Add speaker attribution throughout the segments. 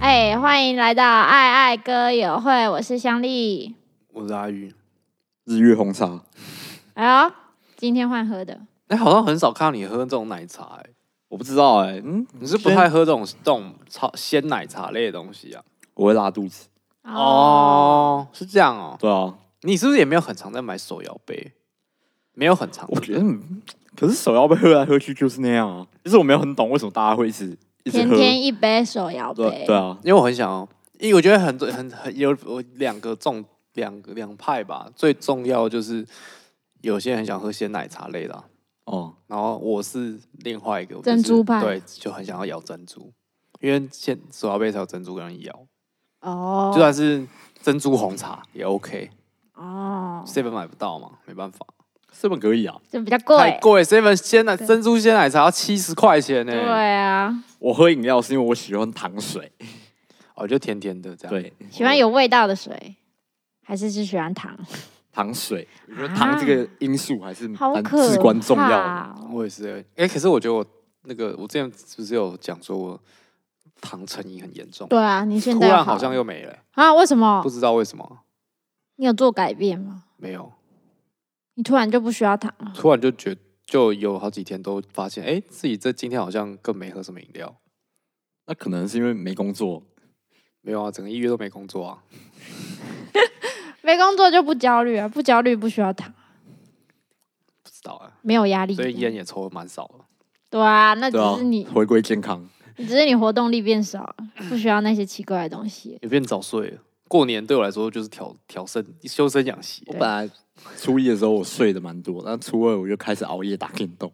Speaker 1: 哎、欢迎来到爱爱歌友会，我是香丽。
Speaker 2: 我是阿玉。
Speaker 3: 日月红茶，
Speaker 1: 哎呦，今天换喝的，
Speaker 2: 哎、好像很少看到你喝这种奶茶、哎，
Speaker 3: 我不知道哎、嗯，
Speaker 2: 你是不太喝这种这种超鲜奶茶类的东西啊？
Speaker 3: 我会拉肚子。
Speaker 2: 哦，是这样哦。
Speaker 3: 对啊，
Speaker 2: 你是不是也没有很常在买手摇杯？没有很常，
Speaker 3: 我觉得，嗯可是手摇杯喝来喝去就是那样啊。其实我没有很懂为什么大家会一直一直
Speaker 1: 天
Speaker 3: 喝。
Speaker 1: 天一杯手摇杯
Speaker 3: 对，对啊，
Speaker 2: 因为我很想要，因为我觉得很多很很有我两个重两个两派吧，最重要就是有些人很想喝鲜奶茶类的啊、
Speaker 3: 哦，
Speaker 2: 然后我是另外一个我就是
Speaker 1: 珍珠派
Speaker 2: 对，就很想要咬珍珠，因为现手摇杯才有珍珠让你咬，
Speaker 1: 哦，
Speaker 2: 就算是珍珠红茶也 OK。
Speaker 1: 哦，
Speaker 2: seven 买不到嘛，没办法，
Speaker 3: 这么可以啊。
Speaker 1: 这比较
Speaker 2: 太
Speaker 1: 贵，
Speaker 2: 贵。seven 鲜奶
Speaker 1: 对
Speaker 2: 珍珠鲜奶茶要七十块钱呢、
Speaker 1: 对啊，
Speaker 3: 我喝饮料是因为我喜欢糖水。
Speaker 2: 哦，就甜甜的这样。，
Speaker 3: 对，啊
Speaker 1: 喜欢有味道的水，还是是喜欢糖？
Speaker 3: 糖水，我觉得
Speaker 1: 啊
Speaker 3: 糖这个因素还是
Speaker 1: 好
Speaker 3: 蛮
Speaker 1: 可怕
Speaker 3: 嗯至关重要的。
Speaker 1: 哦
Speaker 2: 我也是、欸。哎、可是我觉得我那个，我之前是不是有讲说我糖成瘾很严重？
Speaker 1: 对啊，你现
Speaker 2: 突
Speaker 1: 在有
Speaker 2: 然好像
Speaker 1: 了
Speaker 2: 又没了、
Speaker 1: 啊？为什么
Speaker 2: 不？知道为什么
Speaker 1: 你有做改变吗？
Speaker 2: 没有。
Speaker 1: 你突然就不需要糖了？
Speaker 2: 突然就觉就有好几天都发现，哎、自己这今天好像更没喝什么饮料。
Speaker 3: 那可能是因为没工作，
Speaker 2: 没有啊，整个一月都没工作啊。
Speaker 1: 没工作就不焦虑啊，不焦虑不需要糖，
Speaker 2: 不知道啊，
Speaker 1: 没有压力。
Speaker 2: 所以烟也抽得蛮少的。
Speaker 1: 对啊，那只
Speaker 3: 对啊
Speaker 1: 是你，，
Speaker 3: 回归健康。
Speaker 1: 只是你活动力变少了，不需要那些奇怪的东西。
Speaker 2: 也变早睡了。过年对我来说就是调调身、修身养息
Speaker 3: 我。本来初一的时候我睡的蛮多，但初二我就开始熬夜打电动，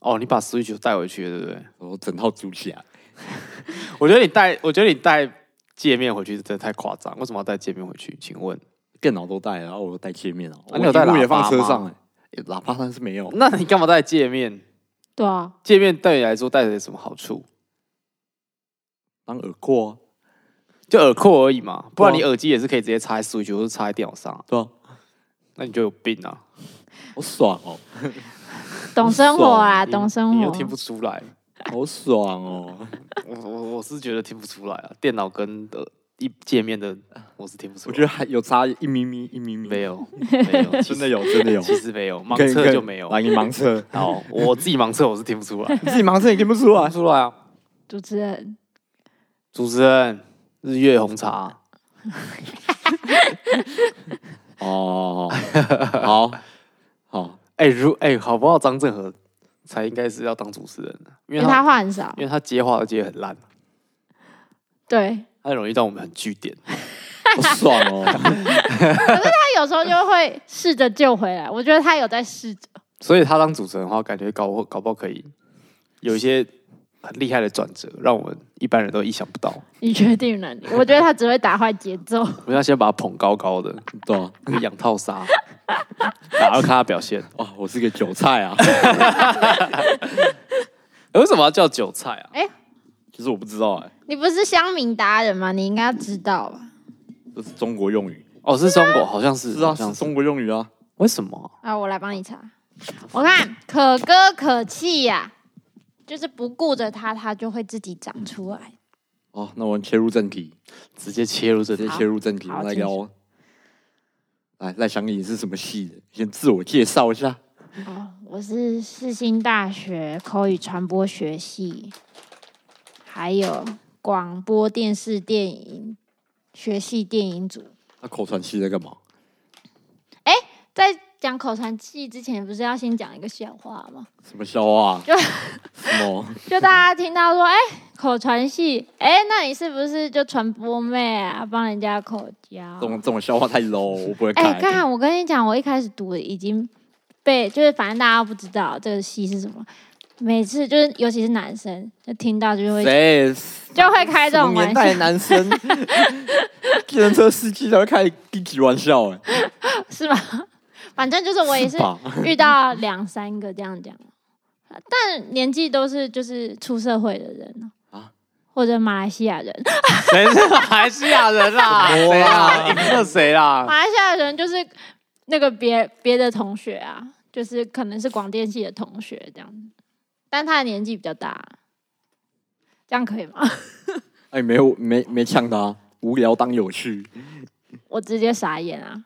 Speaker 2: 哦，你把 Switch 带回去了，对不对？
Speaker 3: 然后整套组起来。
Speaker 2: 我觉得你带，我觉得你带界面回去真的太夸张。为什么要带界面回去？请问，
Speaker 3: 电脑都带，然后我带界面啊，我
Speaker 2: 你有带
Speaker 3: 荧幕
Speaker 2: 喇
Speaker 3: 也
Speaker 2: 叭
Speaker 3: 放车
Speaker 2: 吗
Speaker 3: 上、欸，欸喇叭但是没有，
Speaker 2: 那你干嘛带界面？
Speaker 1: 对啊，
Speaker 2: 界面对你来说带着有什么好处？
Speaker 3: 当耳廓、啊，
Speaker 2: 就耳廓而已嘛，不然你
Speaker 3: 对啊
Speaker 2: 耳机也是可以直接插在 Switch 或者插在电脑上啊，
Speaker 3: 对啊，
Speaker 2: 那你就有病啊！
Speaker 3: 好爽哦，
Speaker 1: 懂生活啊，
Speaker 2: 你
Speaker 1: 懂生
Speaker 2: 你
Speaker 1: 活
Speaker 2: 又。听不出来。
Speaker 3: 好爽哦，
Speaker 2: 我我我是觉得听不出来啊，电脑跟呃一界面的我是听不出来。
Speaker 3: 我觉得还有差一咪咪一咪咪，
Speaker 2: 没有，没 有，
Speaker 3: 真的有，真的有，
Speaker 2: 其实没有，盲
Speaker 3: 可以
Speaker 2: 测就没有。
Speaker 3: 可以来你盲 测，
Speaker 2: 好，我自己盲测我是听不出来，
Speaker 3: 你自己盲测也听不出
Speaker 2: 听不
Speaker 3: 来，
Speaker 2: 出来啊。
Speaker 1: 主持人，
Speaker 2: 主持人，日月红茶，
Speaker 3: 哦，好好，
Speaker 2: 哎、如哎、好不好？张振和才应该是要当主持人的，
Speaker 1: 因
Speaker 2: 因为
Speaker 1: 为
Speaker 2: 他
Speaker 1: 他话很少
Speaker 2: 因，为他接话都接得很烂，
Speaker 1: 对，
Speaker 2: 他很容易让我们很据点。
Speaker 3: 好爽哦，
Speaker 1: 他有时候就会试着救回来。我觉得他有在试着，
Speaker 2: 所以他当主持人的话，感觉搞不搞不好可以有一些很厉害的转折，让我们一般人都意想不到。
Speaker 1: 你确定了你？我觉得他只会打坏节奏。
Speaker 2: 我们要先把他捧高高的，
Speaker 3: 对啊，
Speaker 2: 就养套 杀，然后看他表现。
Speaker 3: 哇，我是个韭菜啊，
Speaker 2: 哎为什么要叫韭菜啊？
Speaker 3: 其实我不知道哎，
Speaker 1: 你不是乡民达人吗？你应该要知道吧？
Speaker 3: 这是中国用语，
Speaker 2: 哦，是中国，好像是，
Speaker 3: 是啊，
Speaker 2: 好像
Speaker 3: 是
Speaker 2: 是。
Speaker 3: 中国用语啊，
Speaker 2: 为什么啊、
Speaker 1: 啊，我来帮你查。我看可歌可泣呀、就是不顾着它，它就会自己长出来。
Speaker 3: 哦，那我们切入正题。
Speaker 2: 直接切入这
Speaker 3: 直
Speaker 2: 题
Speaker 3: 接。切入正题，
Speaker 1: 好
Speaker 3: 我来
Speaker 1: 请
Speaker 3: 聊。哦来，赖祥你是什么系的？先自我介绍一下。
Speaker 1: 哦，我是世新大学口语传播学系，还有广播电视电影学系电影组。
Speaker 3: 那口传系在干嘛？
Speaker 1: 在讲口传系之前，不是要先讲一个笑话吗？
Speaker 3: 什么笑话、 啊
Speaker 1: 就？
Speaker 3: 什么？
Speaker 1: 就大家听到说，哎、口传系，哎、那你是不是就传播妹啊，帮人家口交
Speaker 3: 这？种这种笑话太 low，我不会
Speaker 1: 哎、
Speaker 3: 看。
Speaker 1: 看我跟你讲，我一开始读的已经被，就是反正大家都不知道这个戏是什么。每次就是，尤其是男生，就听到就会
Speaker 3: 谁？
Speaker 1: 就会开这
Speaker 3: 什
Speaker 1: 种
Speaker 3: 么
Speaker 1: 玩
Speaker 3: 年代
Speaker 1: 笑，
Speaker 3: 的男生， 计程车司机才会开低级玩笑哎、
Speaker 1: 是吗？ 反正就是我也是
Speaker 3: 吧？
Speaker 1: 遇到两三个这样讲，但年纪都是就是出社会的人啊
Speaker 3: 啊，
Speaker 1: 或者马来西亚人，
Speaker 2: 谁是马来西亚人啦？
Speaker 3: 什么
Speaker 2: 谁
Speaker 3: 啊
Speaker 2: 啊？影射谁啊啦？
Speaker 1: 马来西亚人就是那个别别的同学啊，就是可能是广电系的同学这样子，但他的年纪比较大，这样可以吗？
Speaker 3: 哎，没有没没呛他，无聊当有趣。
Speaker 1: 我直接傻眼啊！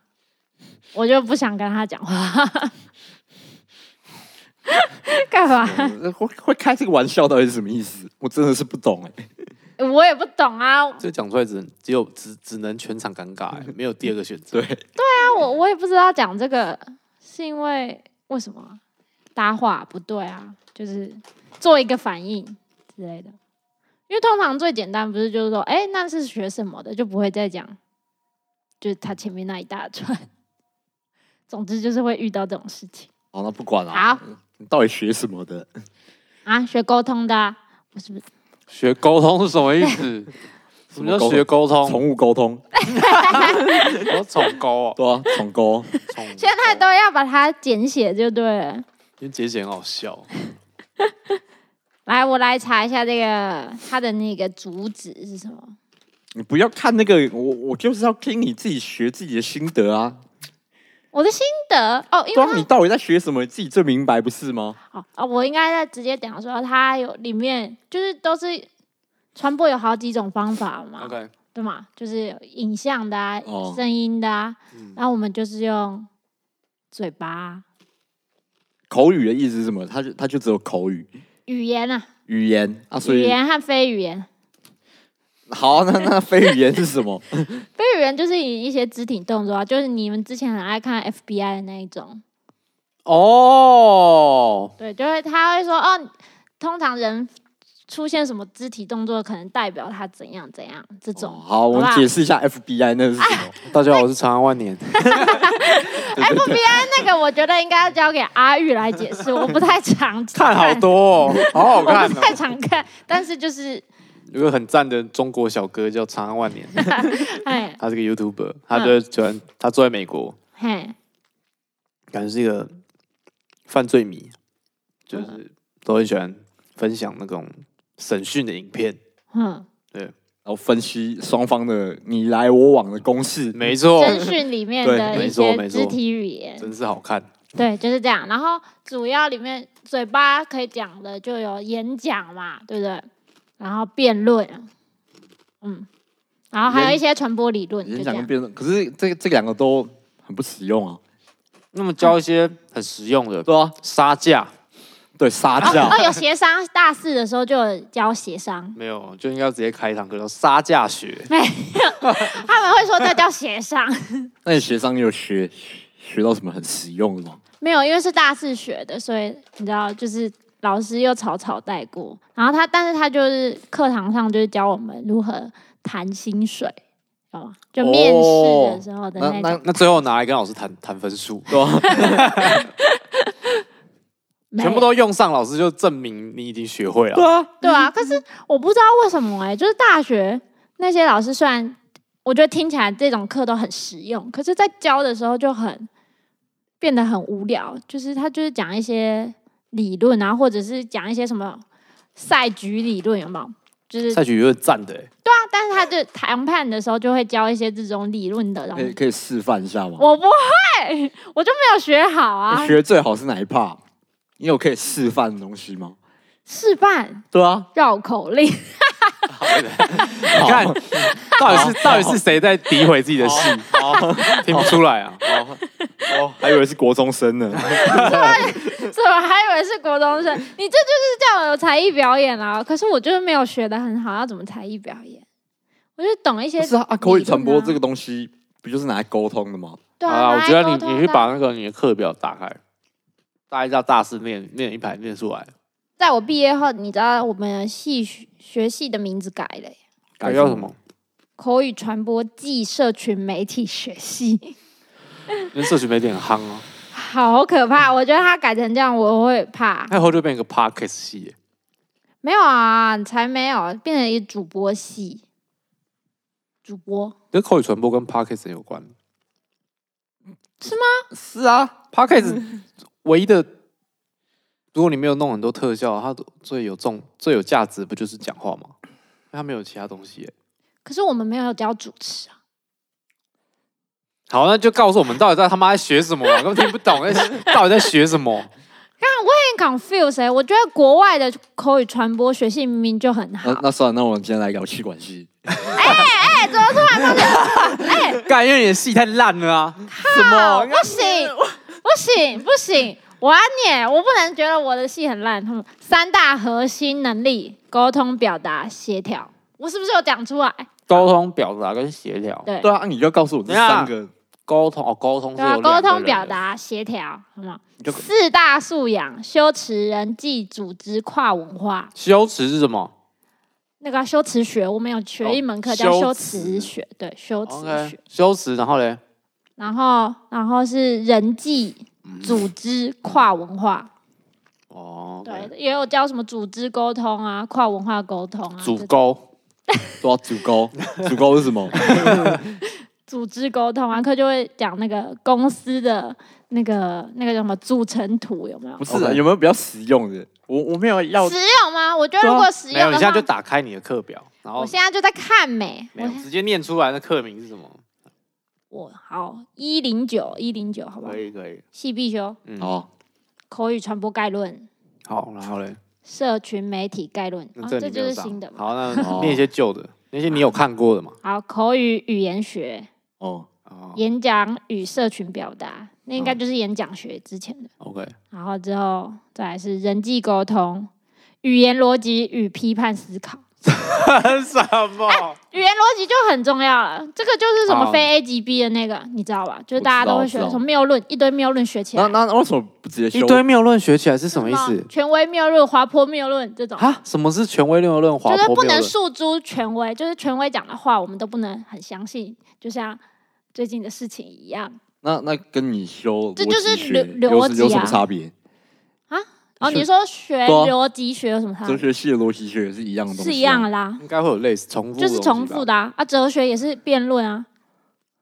Speaker 1: 我就不想跟他讲 话，干嘛？
Speaker 3: 呃会会开这个玩笑到底是什么意思？我真的是不懂哎、
Speaker 1: 我也不懂啊，
Speaker 2: 这讲出来只能只有只只能全场尴 尬、欸，没有第二个选择。
Speaker 3: 对，
Speaker 1: 那我我也不知道讲这个是因为为什么啊搭话不对啊，就是做一个反应之类的。因为通常最简单不是就是说，哎、那是学什么的，就不会再讲，就是他前面那一大串。 总之就是会遇到这种事情。
Speaker 3: 好，那不管了、啊
Speaker 1: 好
Speaker 3: 你到底学什么的？
Speaker 1: 啊，学沟通的、啊，我是不是？
Speaker 2: 学沟通是什么意 思？什么叫学沟通？
Speaker 3: 宠物沟通，
Speaker 2: 我宠沟 哦，
Speaker 3: 对啊，宠沟。
Speaker 2: 宠
Speaker 1: 现在都要把它简写就对了。
Speaker 2: 因为姐姐很好 笑，
Speaker 1: 来，我来查一下这个它的那个主旨是什么。
Speaker 3: 你不要看那个，我我就是要听你自己学自己的心得啊。
Speaker 1: 我的心得哦，因为
Speaker 3: 对
Speaker 1: 它
Speaker 3: 啊，你到底在学什么，你自己最明白不是吗？
Speaker 1: 好啊，我应该在直接讲说，它有里面就是都是传播有好几种方法嘛
Speaker 2: OK，
Speaker 1: 对嘛？就是有影像的啊，
Speaker 3: 哦
Speaker 1: 声音的啊，
Speaker 2: 嗯，
Speaker 1: 然后我们就是用嘴巴啊、
Speaker 3: 口语的意思是什么？它就它就只有口语、
Speaker 1: 语言啊，
Speaker 3: 语言啊，所
Speaker 1: 语
Speaker 3: 以
Speaker 1: 言和非语言。
Speaker 3: 好 啊，那那非语言是什 么？
Speaker 1: 非语言就是以一些肢体动作啊，就是你们之前很爱看 FBI 的那一种，
Speaker 2: 哦，
Speaker 1: 对，就是他会说哦，通常人出现什么肢体动作，可能代表他怎样怎样这种。
Speaker 3: 哦好，我们
Speaker 1: 好吧
Speaker 3: 解释一下 FBI 那是什 么。
Speaker 2: 大家好，我是长安万年，
Speaker 1: FBI 那个，我觉得应该要交给阿玉来解释，我不太 常
Speaker 2: 看好多哦， 好好
Speaker 1: 我
Speaker 2: 看
Speaker 1: 不
Speaker 2: 哦。
Speaker 1: 太常看，但是 就是
Speaker 2: 有个很赞的中国小哥叫长安万年，
Speaker 1: 哎
Speaker 2: 他是个 YouTuber，他就喜欢他住在美国，
Speaker 1: 嘿，
Speaker 2: 感觉是一个犯罪迷，就是都很喜欢分享那种审讯的影片。
Speaker 1: 嗯，
Speaker 3: 然后分析双方的你来我往的公式。
Speaker 2: 没错，
Speaker 1: 侦讯里面
Speaker 3: 对
Speaker 1: 的一
Speaker 2: 哦没错
Speaker 1: 些
Speaker 2: 没错
Speaker 1: 肢体语言，
Speaker 2: 真是好看。
Speaker 1: 对，就是这样。然后主要里面嘴巴可以讲的就有演讲嘛，对不对？然后辩论，嗯，然后还有
Speaker 3: 演
Speaker 1: 一些传播理论，就
Speaker 3: 演
Speaker 1: 这
Speaker 3: 讲
Speaker 1: 样
Speaker 3: 跟。辩论，可是这这两个都很不实用啊。
Speaker 2: 那么教一些很实用的
Speaker 3: 对啊，
Speaker 2: 杀价，
Speaker 3: 对杀
Speaker 2: 啊
Speaker 1: 哦
Speaker 3: 价，
Speaker 1: 哦，有协商，大四的时候就有教协商，
Speaker 2: 没有就应该直接开一堂课叫杀价学。
Speaker 1: 他们会说这叫协商，
Speaker 3: 那你学商你有学学到什么很实用的吗？
Speaker 1: 没有，因为是大四学的，所以你知道，就是老师又草草带过。然后他，但是他就是课堂上就是教我们如何谈薪水，懂吗？就面试的时候的
Speaker 3: 那
Speaker 1: 那种，
Speaker 3: 那
Speaker 2: 哦那最后拿来跟老师谈谈分数，
Speaker 3: 对啊，
Speaker 1: 没
Speaker 2: 全部都用上，老师就证明你已经学会
Speaker 3: 对
Speaker 2: 了。
Speaker 3: 啊，
Speaker 1: 对啊。可是我不知道为什么哎、就是大学那些老师虽然我觉得听起来这种课都很实用，可是在教的时候就很变得很无聊，就是他就是讲一些理论啊，或者是讲一些什么赛局理论，有没有？就是
Speaker 2: 赛局有点赞的欸，
Speaker 1: 但是他就谈判的时候就会教一些这种理论的东
Speaker 3: 可以
Speaker 1: 西，
Speaker 3: 可以示范一下吗？
Speaker 1: 我不会，我就没有学好啊
Speaker 3: 你。学最好是哪一 part？你有可以示范的东西吗？
Speaker 1: 示范
Speaker 3: 对啊，
Speaker 1: 绕口令，
Speaker 2: 你看 到底是到底是谁在诋毁自己的戏， 听不出来啊。
Speaker 3: 哦，还以为是国中生 呢。
Speaker 1: 怎么还以为是国中生？你这就是叫我有才艺表演啊！可是我就是没有学的很好，要怎么才艺表演？我就懂一些
Speaker 3: 不是啊，啊口语传播这
Speaker 1: 个
Speaker 3: 个东西不就是拿来沟通的吗？
Speaker 1: 对
Speaker 2: 好啦
Speaker 1: 啊，
Speaker 2: 我
Speaker 1: 拿来
Speaker 2: 觉得
Speaker 1: 沟
Speaker 2: 你
Speaker 1: 通
Speaker 2: 你去
Speaker 1: 的
Speaker 2: 把那个你的课表打开，大一到大四念念一排念出来，
Speaker 1: 在我毕业后，你知道我们系学学系的名字改了耶，
Speaker 2: 改叫什么？？
Speaker 1: 口语传播暨社群媒体学系。
Speaker 2: 因为社群媒体很夯哦，
Speaker 1: 好可怕！我觉得他改成这样，我会怕。
Speaker 2: 那以后就变成一个 podcast 系耶，
Speaker 1: 没有啊，才没有，变成一个主播系。主播
Speaker 2: 跟口语传播跟 podcast 有关。
Speaker 1: 是
Speaker 2: 吗？是啊，podcast 唯一的，如果你没有弄很多特效，它最有重、最有价值不就是讲话吗？它没有其他东西耶。
Speaker 1: 可是我们没有教主持啊，
Speaker 2: 好，那就告诉我们到底在他妈在学什么、啊，根本听不懂，在到底在学什么？
Speaker 1: 看我也 confuse 哎、我觉得国外的口语传播学系明明就很好
Speaker 4: 呃
Speaker 3: 那，那算了，那我们今天来聊气管系。
Speaker 2: 感觉你的戏太烂了啊！
Speaker 3: 什么
Speaker 1: 不行 不行不行，我要念，我不能觉得我的戏很烂。他们三大核心能力：沟通、表达、协调。我是不是有讲出来？
Speaker 4: 沟通、表达跟协调。
Speaker 1: 对
Speaker 3: 对啊，你就告诉我这
Speaker 4: 等一下
Speaker 3: 三个，
Speaker 4: 沟通哦，沟通是
Speaker 1: 对啊，
Speaker 4: 有
Speaker 1: 沟
Speaker 4: 两个人
Speaker 1: 通、
Speaker 4: 的
Speaker 1: 表。达、协调，好吗
Speaker 3: 你就？
Speaker 1: 四大素养：修辞、人际、组织、跨文化。
Speaker 2: 羞耻是什么？
Speaker 1: 那个啊修辞学，我们有学一门课叫
Speaker 2: 哦
Speaker 1: 修
Speaker 2: 修
Speaker 1: 辞
Speaker 2: 辞
Speaker 1: 学，对，修辞
Speaker 2: OK，
Speaker 1: 学。
Speaker 2: 羞耻，然后嘞，
Speaker 1: 然后，然后是人际、
Speaker 2: 嗯
Speaker 1: 组织、跨文化。
Speaker 2: 哦，
Speaker 1: 对，，啊也有教什么组织沟通啊、跨文化沟通啊、
Speaker 2: 主
Speaker 1: 这
Speaker 2: 沟，
Speaker 3: 对啊，主沟， 主沟是什么？
Speaker 1: 组织沟通啊，课就会讲那个公司的那个那个叫什么组成图有没有
Speaker 3: 不？是啊
Speaker 2: OK
Speaker 3: 有没有比较实用的？我我没有要
Speaker 1: 实用吗？我觉得如果实
Speaker 2: 啊没有，
Speaker 1: 用
Speaker 2: 你
Speaker 1: 的
Speaker 2: 现
Speaker 1: 话，
Speaker 2: 在就打开你的课表，然后
Speaker 1: 我现在就在看美，
Speaker 2: 没
Speaker 1: 我
Speaker 2: 有直接念出来，那课名是什么？
Speaker 1: 我好一零九一零九，好不好
Speaker 2: 可？以可以，
Speaker 1: 系必修，
Speaker 2: 嗯，
Speaker 3: 哦，
Speaker 1: 口语传播概论，
Speaker 2: 好，然后嘞，
Speaker 1: 社群媒体概论，
Speaker 2: 那
Speaker 1: 啊，
Speaker 2: 这
Speaker 1: 哦这
Speaker 2: 里没
Speaker 1: 就
Speaker 2: 有
Speaker 1: 是
Speaker 2: 上
Speaker 1: 新的嘛。
Speaker 2: 好，
Speaker 3: 哦
Speaker 2: 那念一些旧的，那些你有看过的嘛？
Speaker 1: 好，口语语言学、
Speaker 3: 哦，
Speaker 2: 哦
Speaker 1: 演讲与社群表达，那
Speaker 2: 嗯
Speaker 1: 应该就是演讲学之前的。
Speaker 2: ，OK，
Speaker 1: 然后之后再来是人际沟通、语言逻辑与批判思考。
Speaker 2: 什么？
Speaker 1: 语言逻辑就很重要了，这个就是什么
Speaker 2: 好
Speaker 1: 非 A 级 B 的那个，你知道吧？就是大家都会学
Speaker 3: 我知道
Speaker 1: 什么谬论，一堆谬论学起来
Speaker 3: 那，那那为什么不直接
Speaker 2: 一
Speaker 3: 修？
Speaker 2: 堆谬论学起来是什么意
Speaker 1: 什么
Speaker 2: 思？
Speaker 1: 权威谬论、滑坡谬论这种，
Speaker 2: 啊，什么是权威谬论、滑
Speaker 1: 就
Speaker 2: 坡
Speaker 1: 是
Speaker 2: 谬
Speaker 1: 不能
Speaker 2: 论？
Speaker 1: 诉诸权威，就是权威讲的话我们都不能很相信，就像最近的事情一样。
Speaker 3: 那那跟你修
Speaker 1: 这就是
Speaker 3: 逻辑学
Speaker 1: 流
Speaker 3: 有
Speaker 1: 逻辑啊
Speaker 3: 有什么差别？
Speaker 1: 哦，
Speaker 3: 是
Speaker 1: 你说学
Speaker 3: 对啊
Speaker 1: 逻辑学有什么差
Speaker 3: 哲
Speaker 1: 别？
Speaker 3: 学系的逻辑学也是一样的东西，啊
Speaker 1: 是一样。的啦，
Speaker 2: 应该会有类似啊重复，
Speaker 1: 就是重复
Speaker 2: 的东西吧。
Speaker 1: 的啊。啊，哲学也是辩论啊，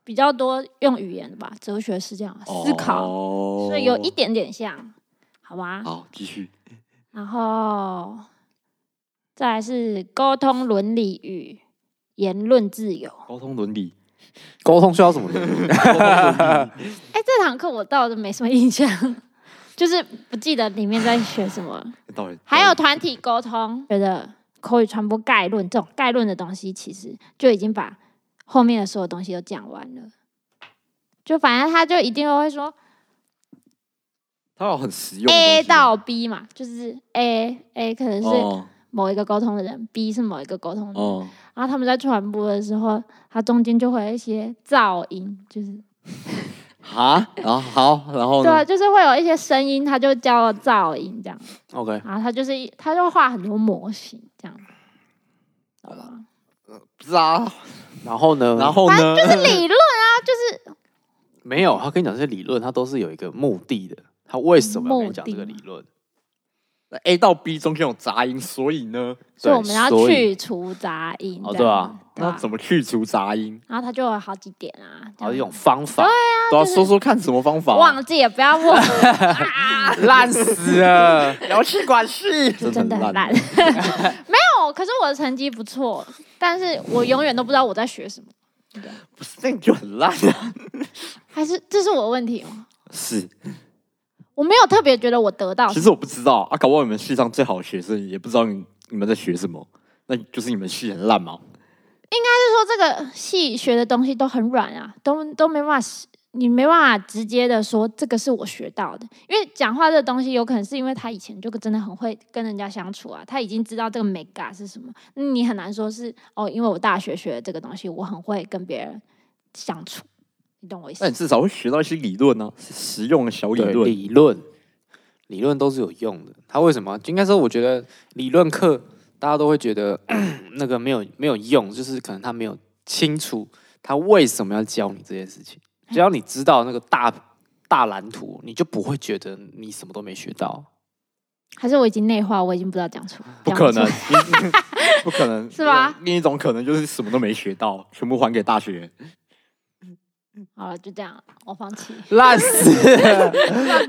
Speaker 1: 比较多用语言的吧。哲学是这样啊，思考，
Speaker 3: 哦
Speaker 1: 所以有一点点像，好吗？
Speaker 2: 哦
Speaker 3: 好，继续。
Speaker 1: 然后再来是沟通伦理与言论自由。
Speaker 3: 沟通伦理，
Speaker 2: 沟通需要什么的？
Speaker 1: 哎、这堂课我倒是没什么印象， 就是不记得里面在学什么。
Speaker 3: 到底
Speaker 1: 还有团体沟通，觉得口语传播概论这种概论的东西，其实就已经把后面的所有东西都讲完了。就反正他就一定会说
Speaker 3: 它有很实用的东西
Speaker 1: A 到 B 嘛，就是 A A 可能是
Speaker 3: 哦
Speaker 1: 某一个沟通的人、b 是某一个沟通的人，
Speaker 3: 哦，
Speaker 1: 然后他们在传播的时候，它中间就会有一些噪音，就是
Speaker 3: 哈，然后好，然后
Speaker 1: 对
Speaker 3: 呢
Speaker 1: 啊，就是会有一些声音，它就叫噪音这样。
Speaker 2: OK，
Speaker 1: 然后它就是一，它就会画很多模型这样，懂吗？
Speaker 3: 不是啊，
Speaker 2: 然后呢？
Speaker 3: 然后呢？
Speaker 1: 是理论啊，就是
Speaker 2: 没有，他跟你讲这些理论，他都是有一个目的的。他为什么要跟你讲这个
Speaker 1: 目的
Speaker 2: 理
Speaker 1: 吗
Speaker 2: 论？
Speaker 3: 那 A 到 B 中间有杂音，所以呢，
Speaker 1: 所以我们要
Speaker 2: 所以
Speaker 1: 去除杂音。
Speaker 2: 哦
Speaker 1: 这样对
Speaker 3: 那
Speaker 1: 啊
Speaker 3: 怎么去除杂音？
Speaker 1: 然后它就有好几点啊，这
Speaker 2: 好
Speaker 1: 样
Speaker 2: 一种方法，
Speaker 3: 都要啊说说看什么方法。
Speaker 1: 啊
Speaker 3: 啊
Speaker 1: 忘记了，不要忘，啊
Speaker 2: 烂死了。
Speaker 3: 聊气管系，
Speaker 1: 真的很烂。 没有，可是我的成绩不错，但是我永远都不知道我在学什么，
Speaker 3: 不是那你就很烂啊。
Speaker 1: 还是这是我的问题吗？
Speaker 3: 是，
Speaker 1: 我没有特别觉得我得到什
Speaker 3: 其
Speaker 1: 么，
Speaker 3: 实我不知道啊，搞不好你们系上最好的学生也不知道你你们在学什么，那就是你们系很烂嘛。
Speaker 1: 就是说这个系学的东西都很软啊，都都没办法实，你没办法直接的说这个是我学到的，因为讲话这个东西有可能是因为他以前就真的很会跟人家相处啊，他已经知道这个 mega 是什么，那你很难说是哦，因为我大学学的这个东西，我很会跟别人相处，你懂我意思
Speaker 3: 那？你至少会学到一些理论呢、啊，是实用的小理
Speaker 2: 对
Speaker 3: 论。
Speaker 2: 理论，理论都是有用的。他为什么？应该说，我觉得理论课大家都会觉得 那个没有没有用，就是可能他没有清楚他为什么要教你这件事情。只要你知道那个大大蓝图，你就不会觉得你什么都没学到。
Speaker 1: 还是我已经内化，我已经不知道讲出，
Speaker 3: 不可
Speaker 1: 讲
Speaker 3: 能
Speaker 1: 出，
Speaker 3: 不可 能，
Speaker 1: 是吧？
Speaker 3: 另一种可能就是什么都没学到，全部还给大学。
Speaker 1: 好了，就这样，我放弃。
Speaker 2: 烂死！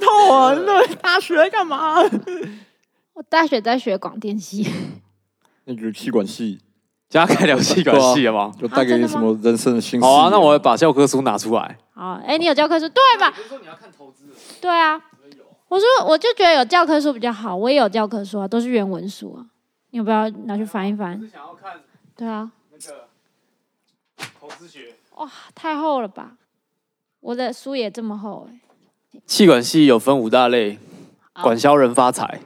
Speaker 3: 透啊，那大学干嘛？
Speaker 1: 我大学在学广电系，
Speaker 3: 那个气管系
Speaker 2: 现在开聊气管系了 吗？
Speaker 3: 就
Speaker 1: 啊
Speaker 3: 带给你什么人生的新视
Speaker 2: 好
Speaker 3: 野
Speaker 2: 啊，那我把教科书拿出来。
Speaker 1: 好，哎、你有教科书对吧？
Speaker 2: 比如说你要看投资，
Speaker 1: 对啊，我说我就觉得有教科书比较好，我也有教科书啊，都是原文书啊，你要不要拿去翻一翻？
Speaker 2: 想要看
Speaker 1: 对啊，
Speaker 2: 那个孔子学。
Speaker 1: 太厚了吧？我的书也这么厚哎、
Speaker 2: 气管系有分五大类，管销人发财。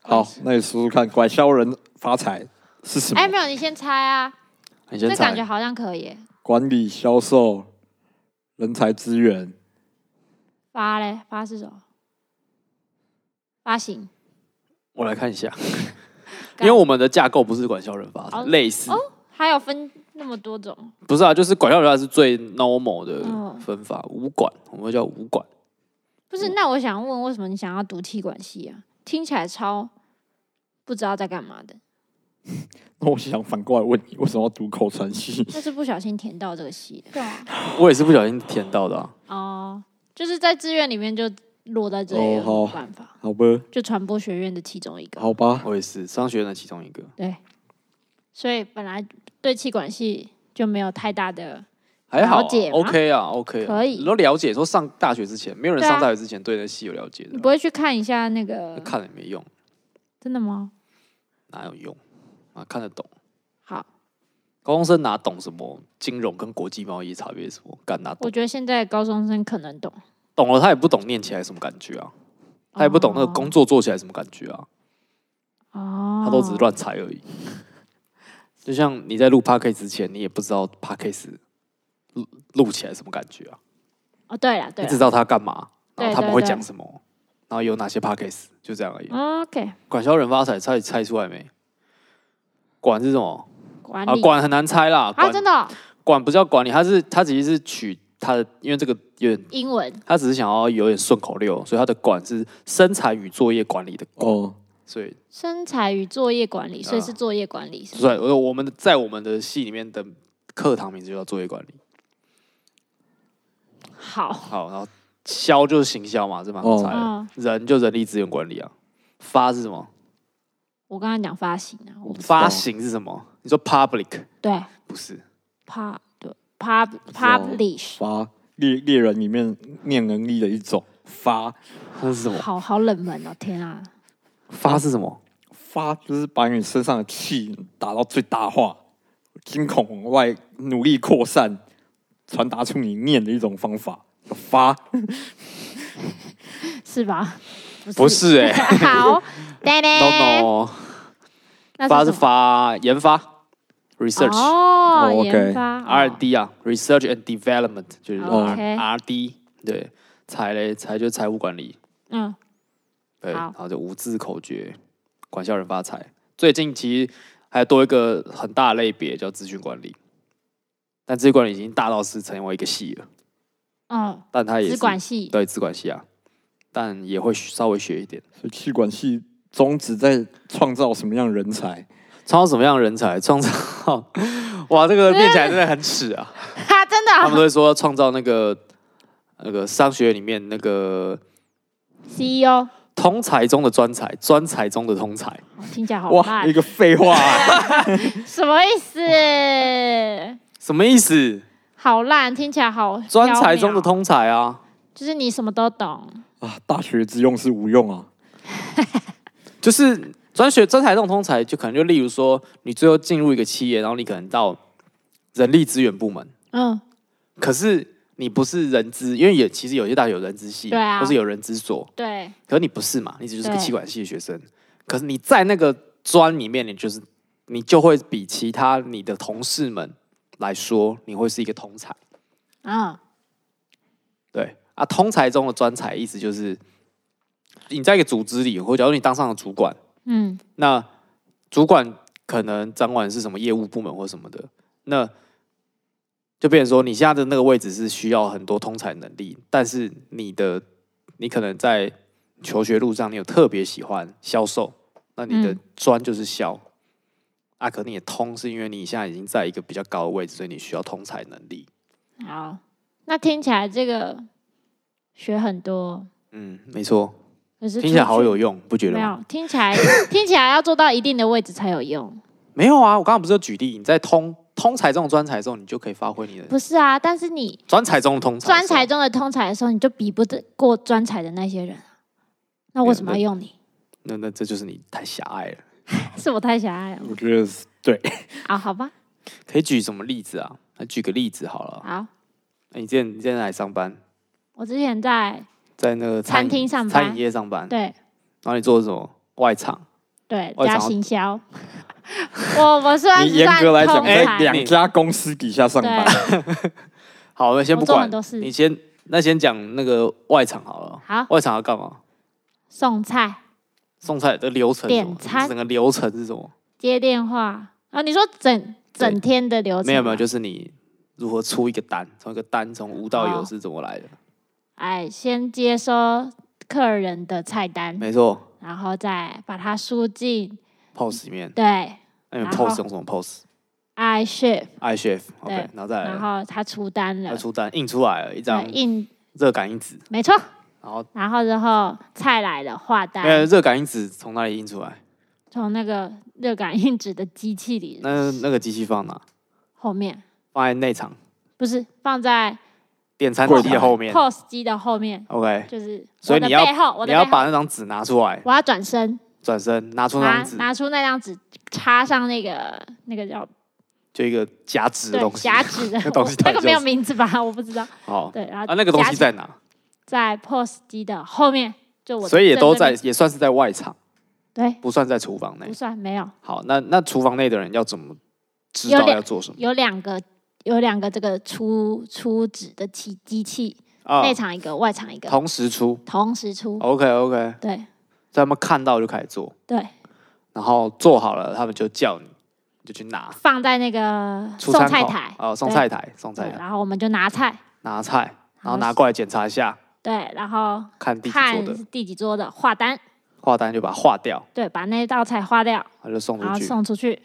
Speaker 3: 好，那你说说看，管销人发财是什么？
Speaker 1: 哎、没有，你先猜啊，
Speaker 2: 你先
Speaker 1: 这感觉
Speaker 2: 猜，
Speaker 1: 好像可以欸、
Speaker 3: 管理、销售、人才资源、
Speaker 1: 发嘞，发是什么？发行
Speaker 2: 我来看一下，因为我们的架构不是管销人发财
Speaker 1: 哦，
Speaker 2: 类似
Speaker 1: 哦还有分那么多种，
Speaker 2: 不是啊，就是管销人发财是最 normal
Speaker 1: 哦
Speaker 2: 的分法，五管我们叫五管。
Speaker 1: 不是？那我想问，为什么你想要读气管系啊？听起来超不知道在干嘛的，
Speaker 3: 那我想反过来问你，为什么要读口传系？
Speaker 1: 那是不小心填到这个系的。对啊，
Speaker 2: 我也是不小心填到的、啊，
Speaker 1: 哦，就是在志愿里面就落在这里了，
Speaker 3: 哦
Speaker 1: 没有
Speaker 3: 好
Speaker 1: 办法，
Speaker 3: 好吧，
Speaker 1: 就传播学院的其中一个。
Speaker 3: 好吧，
Speaker 2: 我也是商学院的其中一个，
Speaker 1: 对，所以本来对气管系就没有太大的，
Speaker 2: 还好、
Speaker 1: 了
Speaker 2: 啊
Speaker 1: 解吗
Speaker 2: ，OK 啊，OK，啊
Speaker 1: 可以
Speaker 2: 你都了解。说上大学之前，没有人
Speaker 1: 对啊
Speaker 2: 上大学之前对那系有了解
Speaker 1: 你
Speaker 2: 的
Speaker 1: 不
Speaker 2: 啊，
Speaker 1: 会去看一下那个？
Speaker 2: 看了也没用，
Speaker 1: 真的吗？
Speaker 2: 哪有用啊？看得懂。
Speaker 1: 好，
Speaker 2: 高中生哪懂什么金融跟国际贸易差别是什么？敢哪
Speaker 1: 我
Speaker 2: 懂？
Speaker 1: 觉得现在高中生可能懂，
Speaker 2: 懂了他也不懂念起来什么感觉啊，他也不懂那个工作做起来什么感觉啊，
Speaker 1: 哦，
Speaker 2: 他都只是乱猜而已。就像你在录 p a r k 之前，你也不知道 p a r k 录录起来什么感觉啊，
Speaker 1: 哦，对了对
Speaker 2: 你
Speaker 1: 了
Speaker 2: 只知道他干嘛，然后
Speaker 1: 对
Speaker 2: 他们
Speaker 1: 对
Speaker 2: 会
Speaker 1: 对啊
Speaker 2: 讲什么，然后有哪些 p a r k 就这样而已。
Speaker 1: ，OK，
Speaker 2: 管销人发财猜猜出来没？管是什么？
Speaker 1: 管
Speaker 2: 啊，
Speaker 1: 理
Speaker 2: 管很难猜啦。
Speaker 1: 啊，
Speaker 2: 管
Speaker 1: 真的哦
Speaker 2: 管不叫管理，他是他其实是取他的，因为这个有点
Speaker 1: 英文
Speaker 2: 他只是想要有点顺口溜，所以他的管是生产与作业管理的，
Speaker 3: 哦，
Speaker 2: 所以
Speaker 1: 生产与作业管理，所以
Speaker 2: 啊
Speaker 1: 是作业管理是吗
Speaker 2: 所以我我们的在我们的系里面的课堂名字就叫作业管理。
Speaker 1: 好，
Speaker 2: 好，然后销就是行销嘛，这蛮好猜的。
Speaker 1: 嗯，
Speaker 2: 人就人力资源管理啊，发是什么？
Speaker 1: 我刚才讲发行啊，我
Speaker 3: 不知道
Speaker 2: 发行是什么？你说 public
Speaker 1: 对
Speaker 2: 不是？
Speaker 1: ，pub 对 pub
Speaker 2: 啊
Speaker 3: 道
Speaker 1: publish，
Speaker 3: 发猎猎人里面念能力的一种发
Speaker 2: 那是什么？
Speaker 1: 好好冷门哦，天啊，
Speaker 2: 发是什么？
Speaker 3: 发就是把你身上的气打到最大化，惊恐往外努力扩散，传达出你念的一种方法。发
Speaker 1: 是吧？
Speaker 2: 不是 哎、
Speaker 1: 好，拜
Speaker 2: n
Speaker 1: 拜
Speaker 2: o
Speaker 1: 那
Speaker 2: no，发是
Speaker 1: 什么
Speaker 2: 发研发 research、
Speaker 1: 哦，
Speaker 3: 哦
Speaker 1: 研
Speaker 3: OK
Speaker 1: 发
Speaker 2: R
Speaker 1: 哦
Speaker 2: D 啊，research and development 就是 R
Speaker 1: OK
Speaker 2: R D 对，财嘞财就是财务管理，
Speaker 1: 嗯，
Speaker 2: 对，
Speaker 1: 好
Speaker 2: 然后就五字口诀，管销人发财。最近其实还多一个很大的类别叫资讯管理，但资讯管理已经大到是成为一个系了，
Speaker 1: 嗯，
Speaker 2: 但它也
Speaker 1: 资
Speaker 2: 是
Speaker 1: 管系
Speaker 2: 对资管系啊，但也会稍微学一点。
Speaker 3: 所以气管系宗旨在创造什么样的人才？
Speaker 2: 创造什么样的人才？创造 哇，这个念起来真的很耻啊！
Speaker 1: 哈，真
Speaker 2: 他们
Speaker 1: 的
Speaker 2: 都会说创造那个那个商学院里面那个
Speaker 1: ，CEO，
Speaker 2: 通才中的专才，专才中的通才。
Speaker 1: 哦听起来好
Speaker 3: 哇，
Speaker 1: 烂
Speaker 3: 一，个废话、啊，
Speaker 1: 什么意思？
Speaker 2: 什么意思？
Speaker 1: 好烂，听起来好缥缈。
Speaker 2: 专才中的通才啊！
Speaker 1: 就是你什么都懂，
Speaker 3: 啊大学之用是无用啊。
Speaker 2: 就是专学专才这种通才，就可能就例如说，你最后进入一个企业，然后你可能到人力资源部门，
Speaker 1: 嗯，
Speaker 2: 可是你不是人资，因为也其实有些大学有人资系，
Speaker 1: 对啊
Speaker 2: 或是有人资所，
Speaker 1: 对，
Speaker 2: 可是你不是嘛，你只就是个
Speaker 1: 对
Speaker 2: 气管系的学生，可是你在那个专里面，你就是你就会比其他你的同事们来说，你会是一个通才。
Speaker 1: 嗯，
Speaker 2: 对啊，通才中的专才意思就是你在一个组织里，或假如你当上了主管，
Speaker 1: 嗯，
Speaker 2: 那主管可能掌管是什么业务部门或什么的，那就变成说你现在的那个位置是需要很多通才能力，但是你的你可能在求学路上你有特别喜欢销售，那你的
Speaker 1: 嗯
Speaker 2: 专就是销。啊，可能你的通是因为你现在已经在一个比较高的位置，所以你需要通才能力。
Speaker 1: 好，那听起来这个学很多，
Speaker 2: 嗯，没错，
Speaker 1: 可是
Speaker 2: 听起来
Speaker 1: 出去
Speaker 2: 好有用，不觉得
Speaker 1: 没
Speaker 2: 吗？
Speaker 1: 有，听起来 听起来要做到一定的位置才有用，
Speaker 2: 没有啊，我刚刚不是有举例，你在通通才这种专才的时候，你就可以发挥你的
Speaker 1: 不是啊？但是你
Speaker 2: 专才中的通才的时
Speaker 1: 专
Speaker 2: 候。
Speaker 1: 才中的通才的时候，你就比不得过专才的那些人。那为什么要用你？
Speaker 2: 那那这就是你太狭隘了。
Speaker 1: 是我太狭隘了
Speaker 3: 我觉得是 对，
Speaker 1: 啊？好吧，
Speaker 2: 可以举什么例子啊？来举个例子好了。
Speaker 1: 好，
Speaker 2: 哎你之前你之前在哪里上班？
Speaker 1: 我之前在
Speaker 2: 在那个
Speaker 1: 餐
Speaker 2: 饮
Speaker 1: 厅上
Speaker 2: 餐
Speaker 1: 班
Speaker 2: 饮业上班。
Speaker 1: 对
Speaker 2: 然后你做什么？外场。
Speaker 1: 对
Speaker 2: 嗯我
Speaker 1: 加
Speaker 2: 想要
Speaker 1: 行销， 我我虽然
Speaker 3: 你
Speaker 1: 是
Speaker 3: 严格来
Speaker 1: 在
Speaker 3: 讲
Speaker 1: 通哎
Speaker 3: 在
Speaker 1: 才
Speaker 3: 两家公司底下上班，
Speaker 1: 对，
Speaker 2: 好，那先
Speaker 1: 我
Speaker 2: 不
Speaker 1: 做很
Speaker 2: 管，
Speaker 1: 多事，
Speaker 2: 你先那先讲那个外场好了。
Speaker 1: 好
Speaker 2: 外场要干嘛？
Speaker 1: 送菜、
Speaker 2: 送菜的流程是什么，
Speaker 1: 点餐
Speaker 2: 整个流程是什么？
Speaker 1: 接电话啊？你说整
Speaker 2: 对
Speaker 1: 整天的流程？啊
Speaker 2: 没有没有，，就是你如何出一个单，从一个单从无到有
Speaker 1: 哦
Speaker 2: 是怎么来的？
Speaker 1: 哎，先接收客人的菜单，
Speaker 2: 没错
Speaker 1: 然后再把它输进
Speaker 2: ，POS 里面，
Speaker 1: 对
Speaker 2: 那你们
Speaker 1: 然后
Speaker 2: POS 用什么 POS？iChef
Speaker 1: i shift，
Speaker 2: OK，
Speaker 1: 对
Speaker 2: 然后再
Speaker 1: 然
Speaker 2: 来
Speaker 1: 后他出单
Speaker 2: 要
Speaker 1: 了，
Speaker 2: 哎出单，印出来了一张
Speaker 1: 对，印
Speaker 2: 热感应纸，
Speaker 1: 没错。
Speaker 2: 然后
Speaker 1: 然后之后菜来了，画
Speaker 2: 没有
Speaker 1: 单，
Speaker 2: 热感应纸从哪里印出来？
Speaker 1: 从那个热感应纸的机器里
Speaker 2: 那那个机器放哪？
Speaker 1: 后面，
Speaker 2: 放在内场
Speaker 1: 不是放在
Speaker 2: 点餐
Speaker 3: 柜
Speaker 2: 机
Speaker 3: 台
Speaker 2: 的后面。
Speaker 1: POS 机的后面，
Speaker 2: OK，
Speaker 1: 就是
Speaker 2: 所
Speaker 1: 我
Speaker 2: 以
Speaker 1: 的
Speaker 2: 你要
Speaker 1: 背后，我
Speaker 2: 你
Speaker 1: 的
Speaker 2: 要
Speaker 1: 背后，
Speaker 2: 把那张纸拿出来，
Speaker 1: 我要转身，
Speaker 2: 转身拿出那
Speaker 1: 拿
Speaker 2: 张纸，
Speaker 1: 拿出那张纸，插上那个那个叫
Speaker 2: 就一个夹纸的
Speaker 1: 对
Speaker 2: 东西。
Speaker 1: 夹纸 的
Speaker 2: 那东西
Speaker 1: 我那个
Speaker 2: 到底
Speaker 1: 没有
Speaker 2: 叫
Speaker 1: 名字吧，我不知道。
Speaker 2: 好
Speaker 1: 对，然后
Speaker 2: 啊，那个东西
Speaker 1: 夹
Speaker 2: 在哪？
Speaker 1: 在 POS 机的后面，就我的
Speaker 2: 所以也
Speaker 1: 正
Speaker 2: 都
Speaker 1: 对
Speaker 2: 在
Speaker 1: 面，
Speaker 2: 也算是在外场，
Speaker 1: 对，
Speaker 2: 不算在厨房内
Speaker 1: 不。算没有，
Speaker 2: 好，那那厨房内的人要怎么知
Speaker 1: 有
Speaker 2: 道
Speaker 1: 两
Speaker 2: 要做什么
Speaker 1: 有两个有两个这个出出纸的机机器，
Speaker 2: 啊？
Speaker 1: 内场一个，外场一个，
Speaker 2: 同哦时出
Speaker 1: 同时出，
Speaker 2: ，OK OK，
Speaker 1: 对
Speaker 2: 他们看到就开始做，
Speaker 1: 对，
Speaker 2: 然后做好了，他们就叫你，你就去拿。
Speaker 1: 放在那个
Speaker 2: 出
Speaker 1: 送
Speaker 2: 餐
Speaker 1: 菜
Speaker 2: 口
Speaker 1: 台，
Speaker 2: 哦，送
Speaker 1: 对
Speaker 2: 菜台，送
Speaker 1: 对
Speaker 2: 菜，台，
Speaker 1: 然后我们就拿菜，
Speaker 2: 拿菜，然后
Speaker 1: 然后
Speaker 2: 拿过来检查一下，
Speaker 1: 对，然后
Speaker 2: 看第几桌
Speaker 1: 看
Speaker 2: 的
Speaker 1: 是第几桌的画单，
Speaker 2: 画单就把它画掉，
Speaker 1: 对，把那道菜画掉，
Speaker 2: 然后就送
Speaker 1: 然后
Speaker 2: 出去，
Speaker 1: 送出去，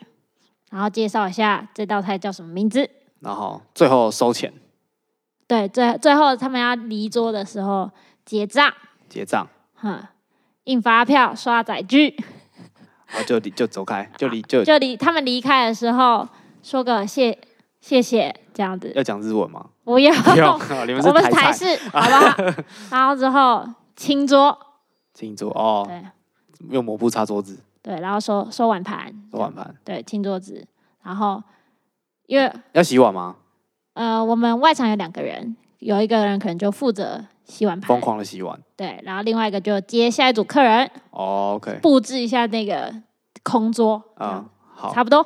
Speaker 1: 然后介绍一下这道菜叫什么名字。
Speaker 2: 然后最后收钱
Speaker 1: 对，最最后他们要离桌的时候结账，
Speaker 2: 结账，
Speaker 1: 哼，印发票、刷载具，
Speaker 2: 然后就离就走开，就离就
Speaker 1: 就离他们离开的时候说个谢谢谢这样子，
Speaker 2: 要讲日文吗？
Speaker 1: 不要，
Speaker 2: 不用，呃 你们
Speaker 1: 我
Speaker 2: 是
Speaker 1: 们是
Speaker 2: 台
Speaker 1: 台
Speaker 2: 菜，
Speaker 1: 式， 好不好？然后之后清桌，
Speaker 2: 清桌哦，
Speaker 1: 对
Speaker 2: 用抹布擦桌子，
Speaker 1: 对，然后收收碗盘，
Speaker 2: 收碗盘，
Speaker 1: 对，清桌子，然后因为
Speaker 2: 要洗碗吗？
Speaker 1: 呃，我们外场有两个人，有一个人可能就负责洗碗
Speaker 2: 疯
Speaker 1: 盘，
Speaker 2: 狂的洗碗
Speaker 1: 对，然后另外一个就接下一组客人，
Speaker 2: 哦，OK，
Speaker 1: 布置一下那个空桌，
Speaker 2: 啊
Speaker 1: 啊，，
Speaker 2: 好，
Speaker 1: 差不多，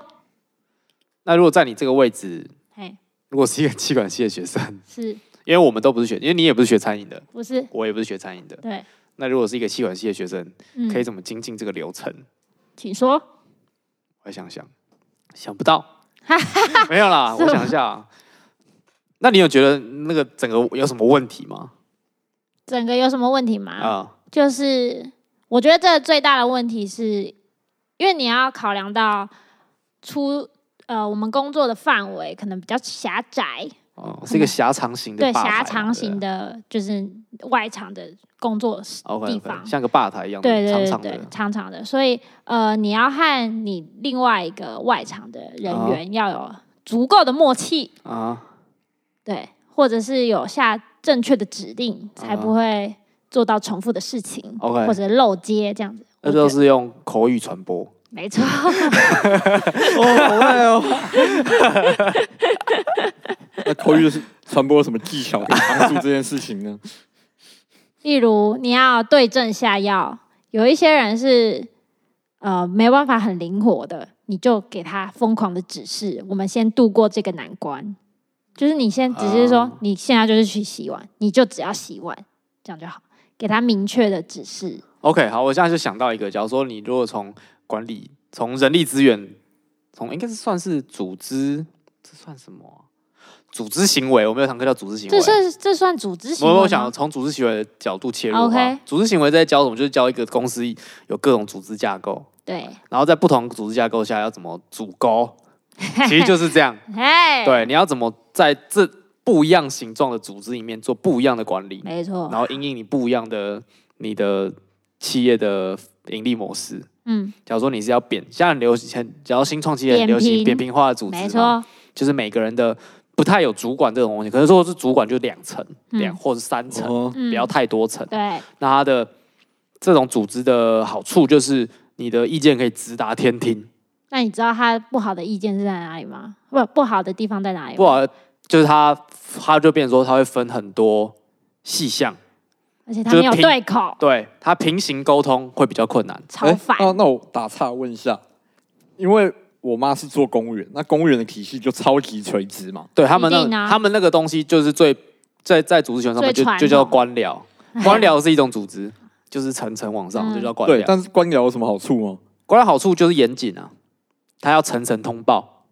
Speaker 2: 那如果在你这个位置，
Speaker 1: 嘿，
Speaker 2: 如果是一个气管系的学生，
Speaker 1: 是
Speaker 2: 因为我们都不是学，因为你也不是学餐饮的，
Speaker 1: 不是？
Speaker 2: 我也不是学餐饮的。
Speaker 1: 对，
Speaker 2: 那如果是一个气管系的学生，
Speaker 1: 嗯，
Speaker 2: 可以怎么精进这个流程？
Speaker 1: 请说。
Speaker 2: 我想想，想不到， 没有啦，
Speaker 1: 是
Speaker 2: 我
Speaker 1: 吗
Speaker 2: 想一下啊。那你有觉得那个整个有什么问题吗？
Speaker 1: 整个有什么问题吗？
Speaker 2: 啊，
Speaker 1: 就是我觉得这最大的问题是，因为你要考量到出呃我们工作的范围可能比较狭窄，
Speaker 2: 哦，是一个狭长型的
Speaker 1: 嗯对
Speaker 2: 吧台嘛，
Speaker 1: 狭
Speaker 2: 啊
Speaker 1: 长型
Speaker 2: 的
Speaker 1: 的，就是外场的工作室
Speaker 2: ，OK，
Speaker 1: 地方
Speaker 2: 哦像个吧台一样的，
Speaker 1: 对对
Speaker 2: 长
Speaker 1: 对
Speaker 2: 长
Speaker 1: 对
Speaker 2: 的，，
Speaker 1: 长长的，所以呃，你要和你另外一个外场的人
Speaker 2: 啊
Speaker 1: 员要有足够的默契，
Speaker 2: 啊，
Speaker 1: 对，或者是有下正确的指令，才
Speaker 2: 啊
Speaker 1: 不会做到重复的事情
Speaker 2: OK
Speaker 1: 或者漏接这样子。
Speaker 2: 那
Speaker 1: 我觉
Speaker 2: 就
Speaker 1: 得
Speaker 2: 是用口语传播。
Speaker 1: 没错，
Speaker 3: 哦，那口语传播有什么技巧可以帮助这件事情 呢？
Speaker 1: 例如你要对症下药，有一些人是呃没办法很灵活的，你就给他疯狂的指示，我们先度过这个难关。就是你先只是说、
Speaker 2: 啊
Speaker 1: 你现在就是去洗碗，你就只要洗碗，这样就好，给他明确的指示。
Speaker 2: OK，好，我现在就想到一个，假如说你如果从管理、从人力资源、从应该是算是组织，这算什么啊、组织行为，我们有堂课叫组织行为。
Speaker 1: 这是这算组织行
Speaker 2: 我
Speaker 1: 为吗？啊
Speaker 2: 我想从组织行为的角度切入的话
Speaker 1: OK
Speaker 2: 组织行为在教什么？就是教一个公司有各种组织架构，
Speaker 1: 对，
Speaker 2: 然后在不同组织架构下要怎么组沟，其实就是这 样。
Speaker 1: 哎，
Speaker 2: 对，，你要怎么在这不一样形状的组织里面做不一样的管理，
Speaker 1: 没错
Speaker 2: 然，后因应你不一样的你的企业的盈利模式。
Speaker 1: 嗯，
Speaker 2: 假如说你是要扁，现在很流行，很假如新创企业很流行
Speaker 1: 扁平
Speaker 2: 扁平化的组织，
Speaker 1: 没，错，
Speaker 2: 就是每个人的不太有主管这种东西，可能说是主管就两层、
Speaker 1: 嗯
Speaker 2: 两或者三层，
Speaker 3: 哦，
Speaker 1: 嗯
Speaker 2: 不要太多层。
Speaker 1: 对，
Speaker 2: 那他的这种组织的好处就是你的意见可以直达天庭，
Speaker 1: 那你知道他不好的意见是在哪里吗？不，不好的地方在哪里吗？
Speaker 2: 不然就是他他就变成说他会分很多细项，
Speaker 1: 而且他
Speaker 2: 就是
Speaker 1: 没有
Speaker 2: 平
Speaker 1: 对口，
Speaker 2: 对他平行沟通会比较困难。
Speaker 1: 超烦。
Speaker 3: 哎哦那那我打岔问一下，因为我妈是做公务员，那公务员的体系就超级垂直嘛，
Speaker 2: 对他们
Speaker 1: 一定
Speaker 2: 那、
Speaker 1: 啊
Speaker 2: 他们那个东西就是最在在组织学上面
Speaker 1: 最
Speaker 2: 就
Speaker 1: 传
Speaker 2: 就叫
Speaker 1: 统
Speaker 2: 官僚，官僚是一种组织，就是层层往上、
Speaker 1: 嗯
Speaker 2: 就叫官
Speaker 3: 对，
Speaker 2: 僚。
Speaker 3: 但是官僚有什么好处吗？
Speaker 2: 官僚好处就是严谨啊，他要层层通报，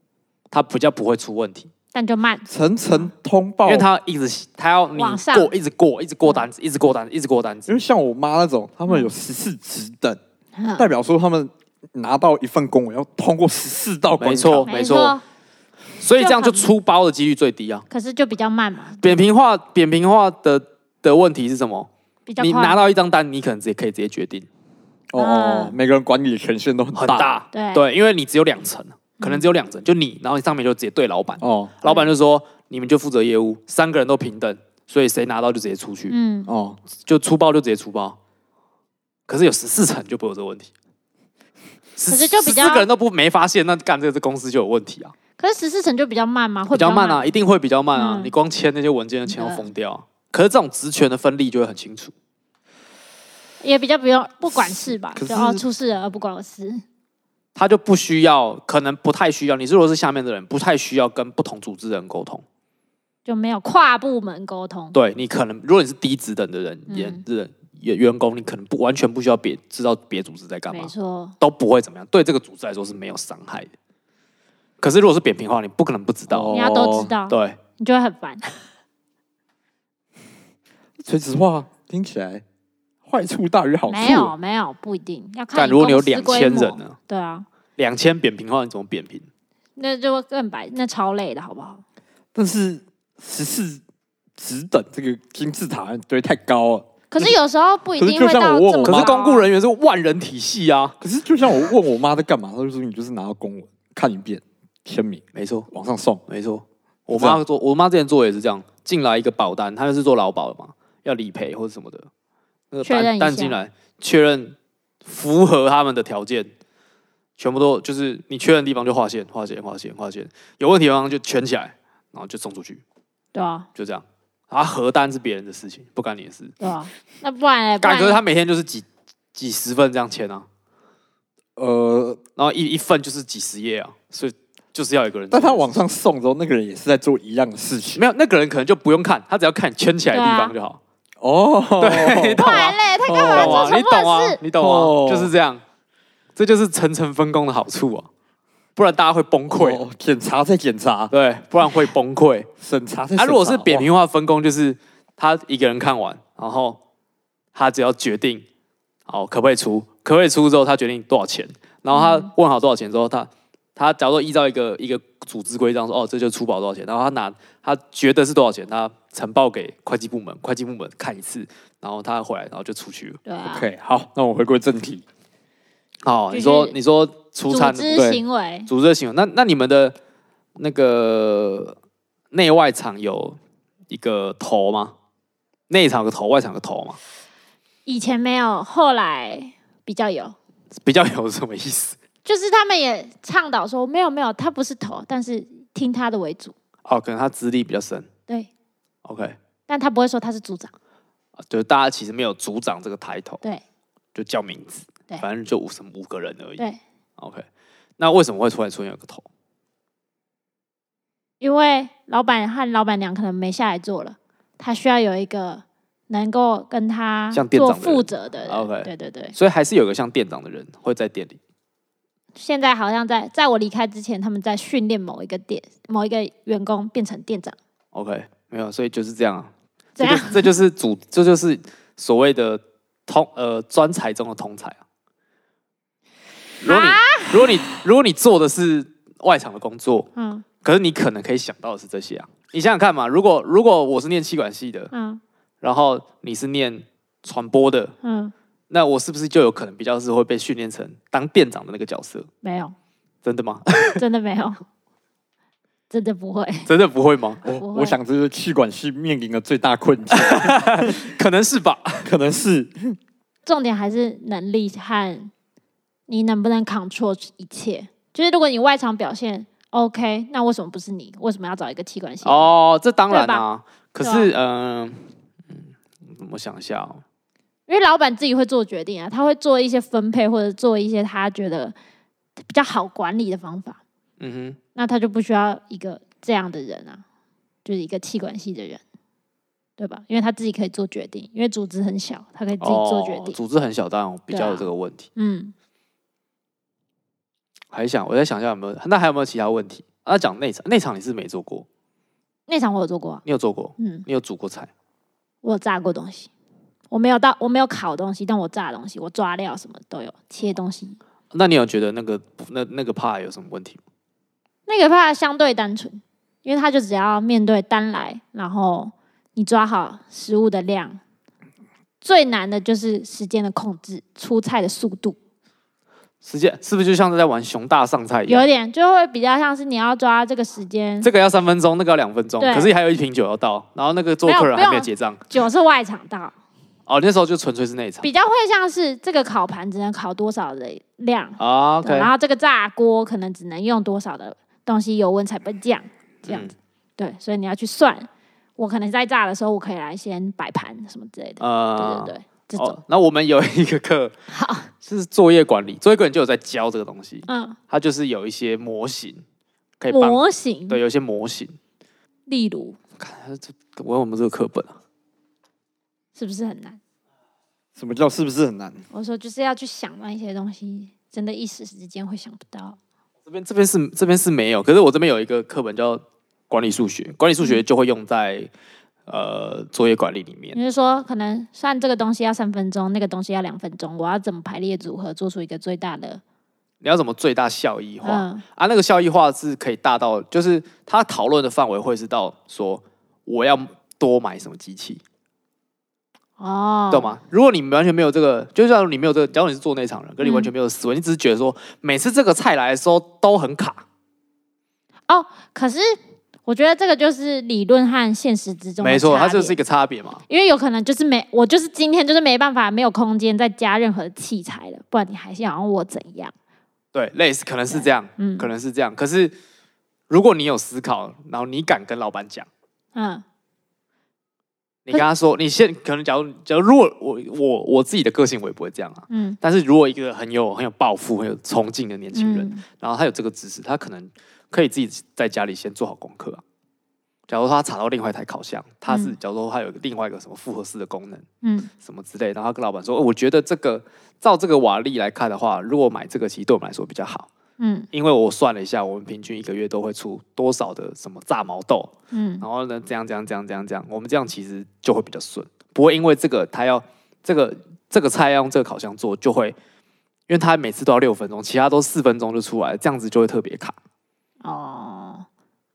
Speaker 2: 他比较不会出问题，
Speaker 1: 但就慢，
Speaker 3: 层层通报，
Speaker 2: 因为他要一直他要你
Speaker 1: 往上
Speaker 2: 过一直过一直过单子，一直过单子，一直过单子
Speaker 3: 因。为像我妈那种，他们有十四职等，
Speaker 1: 嗯
Speaker 3: 代表说他们拿到一份公文要通过十四道关卡，
Speaker 2: 没错
Speaker 1: 没
Speaker 2: 没
Speaker 1: 错
Speaker 2: 错。所以这样就
Speaker 1: 就很
Speaker 2: 出包的几率最低啊。
Speaker 1: 可是就比较慢嘛，
Speaker 2: 扁平化扁平化的的问题是什么？
Speaker 1: 比较
Speaker 2: 你
Speaker 1: 快。
Speaker 2: 拿到一张单，你可能直接可以直接决定，
Speaker 3: 哦哦，
Speaker 1: 嗯
Speaker 3: 每个人管理的权限都很
Speaker 2: 很大，
Speaker 1: 对嗯
Speaker 2: 对，因为你只有两层，可能只有两层，就你，然后你上面就直接对老板，
Speaker 3: 哦
Speaker 2: 老板就说你们就负责业务，三个人都平等，所以谁拿到就直接出去，
Speaker 1: 嗯，
Speaker 3: 哦，
Speaker 2: 就出包就直接出包。可是有十四层就不会有这个问题，可
Speaker 1: 可是就比较
Speaker 2: 四个人都不没发现，那干这个公司就有问题啊，
Speaker 1: 可是十四层就比较慢嘛，会
Speaker 2: 比较慢
Speaker 1: 慢
Speaker 2: 啊，。一定会比较慢啊，
Speaker 1: 嗯
Speaker 2: 你光签那些文件的签要
Speaker 1: 对
Speaker 2: 疯掉啊、可是这种职权的分立就会很清楚，
Speaker 1: 也比较不用不管事吧，
Speaker 3: 可
Speaker 1: 就是哦出事了而不管我事，
Speaker 2: 他就不需要，可能不太需要。你如果是下面的人，不太需要跟不同组织的人沟通。
Speaker 1: 就没有跨部门沟通。
Speaker 2: 对你可能，如果你是低职等的人，
Speaker 1: 嗯
Speaker 2: 人人员员工，你可能不完全不需要别知道哦别组织在干嘛
Speaker 1: 没，错，
Speaker 2: 都不会怎么样，对这个组织来说是没有伤害的。可是如果是扁平化，你不可能不知道。
Speaker 3: 哦
Speaker 1: 你要都知道，
Speaker 2: 对，
Speaker 1: 你就会很烦。
Speaker 3: 垂直化听起来坏处大于好处，
Speaker 1: 没有没有不一定要看
Speaker 2: 哦但
Speaker 1: 你
Speaker 2: 如果你有
Speaker 1: 公司
Speaker 2: 两
Speaker 1: 规
Speaker 2: 千
Speaker 1: 模
Speaker 2: 人，呢，
Speaker 1: 对啊，
Speaker 2: 两千扁平化你怎么扁平？
Speaker 1: 那就会更白，那超累的好不好？
Speaker 3: 但是十四职等这个金字塔堆太高了。
Speaker 1: 可是有时候不一
Speaker 3: 可是
Speaker 1: 定
Speaker 3: 就
Speaker 1: 会
Speaker 3: 像
Speaker 1: 到
Speaker 3: 我问
Speaker 1: 这么
Speaker 3: 我
Speaker 2: 可
Speaker 1: 高
Speaker 2: 是
Speaker 1: 啊。
Speaker 2: 公雇人员是万人体系啊，
Speaker 3: 可是就像我问我妈在干嘛，她就说你就是拿到公文看一遍，签名呃
Speaker 2: 没错。
Speaker 3: 往上送。
Speaker 2: 没错，我
Speaker 3: 这样
Speaker 2: 妈做，我妈之前做也是这样，进来一个保单，她就是做劳保的嘛，要理赔或者什么的，那个
Speaker 1: 确认
Speaker 2: 单
Speaker 1: 一
Speaker 2: 单
Speaker 1: 下
Speaker 2: 进来确认符合他们的条件，全部都就是你确认的地方就划线，划线，划线，划线，有问题的地方就圈起来，然后就送出去，
Speaker 1: 对啊
Speaker 2: 就这样。啊，核单是别人的事情，不干你的事。
Speaker 1: 对啊，那不然嘞不
Speaker 2: 干，可是
Speaker 1: 然
Speaker 2: 他每天就是几几十份这样签啊，
Speaker 3: 呃，
Speaker 2: 然后一一份就是几十页啊，所以就是要有一个人做
Speaker 3: 但
Speaker 2: 这个事。
Speaker 3: 她往上送之后，那个人也是在做一样的事情。
Speaker 2: 没有那个人可能就不用看，他只要看你圈起来的地方就好。
Speaker 3: 哦，
Speaker 2: 对，你
Speaker 1: 不
Speaker 2: 懂吗
Speaker 1: 然？嘞，他
Speaker 2: 你
Speaker 1: 干嘛
Speaker 2: 懂
Speaker 1: 做
Speaker 2: 啊，
Speaker 1: 重
Speaker 2: 你
Speaker 1: 复
Speaker 2: 懂
Speaker 1: 的
Speaker 2: 啊
Speaker 1: 事，？
Speaker 2: 你懂
Speaker 3: 哦
Speaker 2: 啊，就是这样，这就是层层分工的好处啊，不然大家会崩溃，
Speaker 3: 哦检查再检查，
Speaker 2: 对，不然会崩溃。
Speaker 3: 审查再审
Speaker 2: 他
Speaker 3: 查。
Speaker 2: 啊如果是扁
Speaker 3: 哇，
Speaker 2: 平化分工，就是他一个人看完，然后他只要决定，哦，可不可以出，可不可以出之后，他决定多少钱，然后他问好多少钱之后，他他假如说依照一个一个组织规章说，哦，这就出保多少钱，然后他拿他觉得是多少钱，他呈报给会计部门，会计部门看一次，然后他回来，然后就出去了。
Speaker 1: 对啊，
Speaker 3: OK，好，那我回归正题。
Speaker 2: 哦，
Speaker 1: 就
Speaker 2: 你说
Speaker 1: 是
Speaker 2: 你说出
Speaker 1: 组
Speaker 2: 餐
Speaker 1: 织
Speaker 2: 对
Speaker 1: 行为
Speaker 2: 组织的行为，那那你们的那个内外场有一个头吗？内场有个头，外场有个头吗？
Speaker 1: 以前没有，后来比较有。
Speaker 2: 比较有什么意思？
Speaker 1: 就是他们也倡导说，没有没有，他不是头，但是听他的为主，
Speaker 2: 哦，可能他资历比较深
Speaker 1: 对，
Speaker 2: ，OK，啊
Speaker 1: 但他不会说他是组长，
Speaker 2: 就是大家其实没有组长这个抬头，
Speaker 1: 对
Speaker 2: 就叫名字，
Speaker 1: 对
Speaker 2: 反正就五什么五个人而已
Speaker 1: 对，
Speaker 2: ，OK。那为什么会突然出现有个头？
Speaker 1: 因为老板和老板娘可能没下来做了，他需要有一个能够跟他
Speaker 2: 像店
Speaker 1: 做
Speaker 2: 长的人啊
Speaker 1: 负责的人
Speaker 2: OK
Speaker 1: 对对对。
Speaker 2: 所以还是有个像店长的人会在店里，
Speaker 1: 现在好像在在我离开之前，他们在训练某一个店某一个员工变成店长，
Speaker 2: OK，没有，所以就是这样啊。
Speaker 1: 怎
Speaker 2: 这
Speaker 1: 样
Speaker 2: 就这就是主，这就是所谓的通呃专才中的通才啊。如
Speaker 1: 啊
Speaker 2: 果你如果你如果你做的是外场的工作，
Speaker 1: 嗯
Speaker 2: 可是你可能可以想到的是这些啊。你想想看嘛，如果如果我是念气管系的，
Speaker 1: 嗯
Speaker 2: 然后你是念传播的，
Speaker 1: 嗯，
Speaker 2: 那我是不是就有可能比较是会被训练成当店长的那个角色？
Speaker 1: 没有，
Speaker 2: 真的吗？
Speaker 1: 真的没有，真的不会，
Speaker 2: 真的不会吗？
Speaker 3: 我
Speaker 1: 不会
Speaker 3: 我想 这就是气管系面临的最大困境，
Speaker 2: 可能是吧。
Speaker 3: 可能是
Speaker 1: 重点还是能力和你能不能 control 一切。就是如果你外场表现 OK，那为什么不是你？为什么要找一个器官系？
Speaker 2: 哦，这当然
Speaker 1: 对
Speaker 2: 啊。可是，嗯、嗯，我想一下、哦，
Speaker 1: 因为老板自己会做决定啊，他会做一些分配或者做一些他觉得比较好管理的方法，
Speaker 2: 嗯
Speaker 1: 那他就不需要一个这样的人啊，就是一个气管系的人，对吧？因为他自己可以做决定，因为组织很小，他可以
Speaker 2: 哼，
Speaker 1: 自己做决定。
Speaker 2: 哦组织很小，当然我比
Speaker 1: 对啊
Speaker 2: 较有这个问题。
Speaker 1: 嗯，啊
Speaker 2: 还想，我在想一下有没有，那还有没有其他问题？啊，讲内场，内场你是没做过，
Speaker 1: 那场我有做过、啊，
Speaker 2: 你有做过，
Speaker 1: 嗯，
Speaker 2: 你有煮过菜，
Speaker 1: 我有炸过东西，我没有到我没有烤东西，但我炸东西，我抓料什么都有，切东西。
Speaker 2: 那你有觉得那个那那个怕有什么问题吗？
Speaker 1: 那个怕相对单纯，因为他就只要面对单来，然后你抓好食物的量。最难的就是时间的控制，出菜的速度，
Speaker 2: 时间是不是就像是在玩熊大上菜一
Speaker 1: 有
Speaker 2: 样？
Speaker 1: 点就会比较像是你要抓这个时间。
Speaker 2: 这个要三分钟，那个要两分钟，
Speaker 1: 对
Speaker 2: 可是还有一瓶酒要到，然后那个做
Speaker 1: 没有
Speaker 2: 客人还
Speaker 1: 不
Speaker 2: 没有
Speaker 1: 用
Speaker 2: 结账。
Speaker 1: 酒是外场到，
Speaker 2: 哦，那时候就纯粹是内场。
Speaker 1: 比较会像是这个烤盘只能烤多少的量，
Speaker 2: 啊 OK，
Speaker 1: 对然后这个炸锅可能只能用多少的东西油温才不会降，这样子。对，所以你要去算。我可能在炸的时候，我可以来先摆盘什么之类的。
Speaker 2: 呃，
Speaker 1: 对对对，这种、
Speaker 2: 哦，那我们有一个课，
Speaker 1: 好，
Speaker 2: 是作业管理，作业管理就有在教这个东西，
Speaker 1: 嗯，
Speaker 2: 它就是有一些模型可以帮，
Speaker 1: 模型，
Speaker 2: 对，有一些模型。
Speaker 1: 例如
Speaker 2: 我有没有这个课本啊？
Speaker 1: 是不是很难？
Speaker 3: 什么叫是不是很难？
Speaker 1: 我说就是要去想那一些东西，真的一时之间会想不到。
Speaker 2: 这边这边是这边是没有，可是我这边有一个课本叫管理数学，管理
Speaker 1: 嗯
Speaker 2: 数学就会用在呃作业管理里面。
Speaker 1: 你是说，可能算这个东西要三分钟，那个东西要两分钟，我要怎么排列组合，做出一个最大的？
Speaker 2: 你要怎么最大效益化、
Speaker 1: 嗯
Speaker 2: 啊？那个效益化是可以大到，就是它讨论的范围会是到说我要多买什么机器，
Speaker 1: 哦，
Speaker 2: 懂？吗？如果你完全没有这个，就像你没有这个，假如你是做内场人，跟你完全没有思维，你只是觉得说每次这个菜来的时候都很卡，
Speaker 1: 哦可是我觉得这个就是理论和现实之中的
Speaker 2: 嗯没错，
Speaker 1: 差
Speaker 2: 它就是
Speaker 1: 别
Speaker 2: 一个差别嘛。
Speaker 1: 因为有可能就是没我就是今天就是没办法没有空间再加任何器材了，不然你还想要我怎样？
Speaker 2: 对，类似可能是这样，
Speaker 1: 嗯
Speaker 2: 可能是这样。可是如果你有思考，然后你敢跟老板讲，
Speaker 1: 嗯
Speaker 2: 你跟他说，你现可能假如假如如果我我我自己的个性我也不会这样啊。
Speaker 1: 嗯
Speaker 2: 但是如果一个很有很有抱负、很有冲劲的年轻人，
Speaker 1: 嗯
Speaker 2: 然后他有这个知识，他可能可以自己在家里先做好功课啊。假如说他查到另外一台烤箱，他是
Speaker 1: 嗯
Speaker 2: 假如说他有另外一个什么复合式的功能
Speaker 1: 嗯，
Speaker 2: 什么之类，然后他跟老板说、哦我觉得这个照这个瓦力来看的话，如果买这个其实对我们来说比较好，
Speaker 1: 嗯
Speaker 2: 因为我算了一下，我们平均一个月都会出多少的什么炸毛豆，
Speaker 1: 嗯
Speaker 2: 然后呢，这样这样这样这样这样，我们这样其实就会比较顺，不会因为这个他要这个这个菜要用这个烤箱做，就会因为他每次都要六分钟，其他都四分钟就出来了，这样子就会特别卡。
Speaker 1: 哦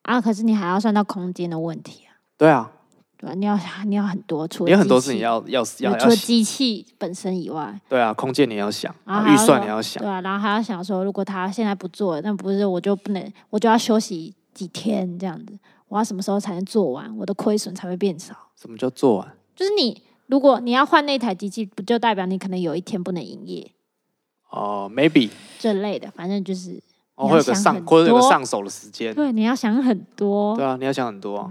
Speaker 1: 啊，可是你还要算到空间的问题啊，
Speaker 2: 对啊，
Speaker 1: 对吧？你要你要很多，除了
Speaker 2: 也有很多
Speaker 1: 机
Speaker 2: 事情
Speaker 1: 器
Speaker 2: 要要
Speaker 1: 对
Speaker 2: 要
Speaker 1: 除
Speaker 2: 要
Speaker 1: 了
Speaker 2: 想，
Speaker 1: 机器本身以外，
Speaker 2: 对啊，空间你要想，
Speaker 1: 然后还
Speaker 2: 预
Speaker 1: 要
Speaker 2: 算
Speaker 1: 说
Speaker 2: 你要想
Speaker 1: 对，啊，然后还要想说，如果他现在不做，那不是我就不能，我就要休息几天这样子，我要什么时候才能做完，我的亏损才会变少。
Speaker 2: 什么叫做完？
Speaker 1: 就是你，如果你要换那台机器，不就代表你可能有一天不能营业
Speaker 2: 哦、m a y b e
Speaker 1: 这类的，反正就是
Speaker 2: 哦，
Speaker 1: 你
Speaker 2: 会
Speaker 1: 要
Speaker 2: 有
Speaker 1: 想
Speaker 2: 个上
Speaker 1: 很
Speaker 2: 或者有个
Speaker 1: 多
Speaker 2: 上手的时间，
Speaker 1: 对，哦你要想很多，
Speaker 2: 对啊，你要想很多、啊，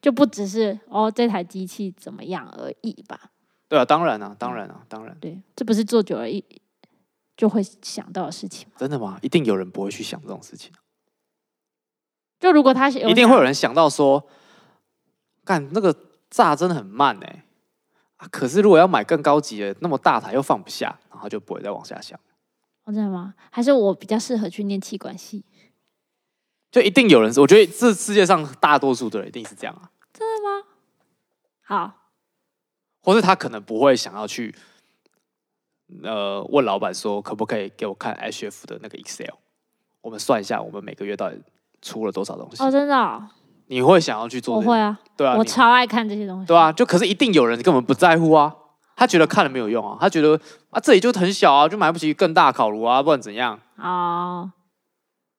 Speaker 1: 就不只是哦这台机器怎么样而已吧？
Speaker 2: 对啊，当然啊，当然啊，当然，
Speaker 1: 对，这不是做久了一就会想到的事情。
Speaker 2: 真的吗？一定有人不会去想这种事情。
Speaker 1: 就如果他一
Speaker 2: 一定会有人想到说，干那个炸真的很慢哎、啊，可是如果要买更高级的，那么大台又放不下，然后就不会再往下想，
Speaker 1: 哦，真的吗？还是我比较适合去念气管系？
Speaker 2: 就一定有人是，我觉得这世界上大多数的人一定是这样啊，
Speaker 1: 好，
Speaker 2: 或是他可能不会想要去，呃，问老板说可不可以给我看 HF 的那个 Excel，我们算一下我们每个月到底出了多少东西，
Speaker 1: 哦，真的、哦，
Speaker 2: 你会想要去做
Speaker 1: 我
Speaker 2: 这个？
Speaker 1: 会啊，
Speaker 2: 对啊，
Speaker 1: 我
Speaker 2: 你
Speaker 1: 超爱看这些东西。
Speaker 2: 对啊，就可是一定有人根本不在乎啊，他觉得看了没有用啊，他觉得啊这里就很小啊，就买不起更大的烤炉啊，不然怎样？
Speaker 1: 哦，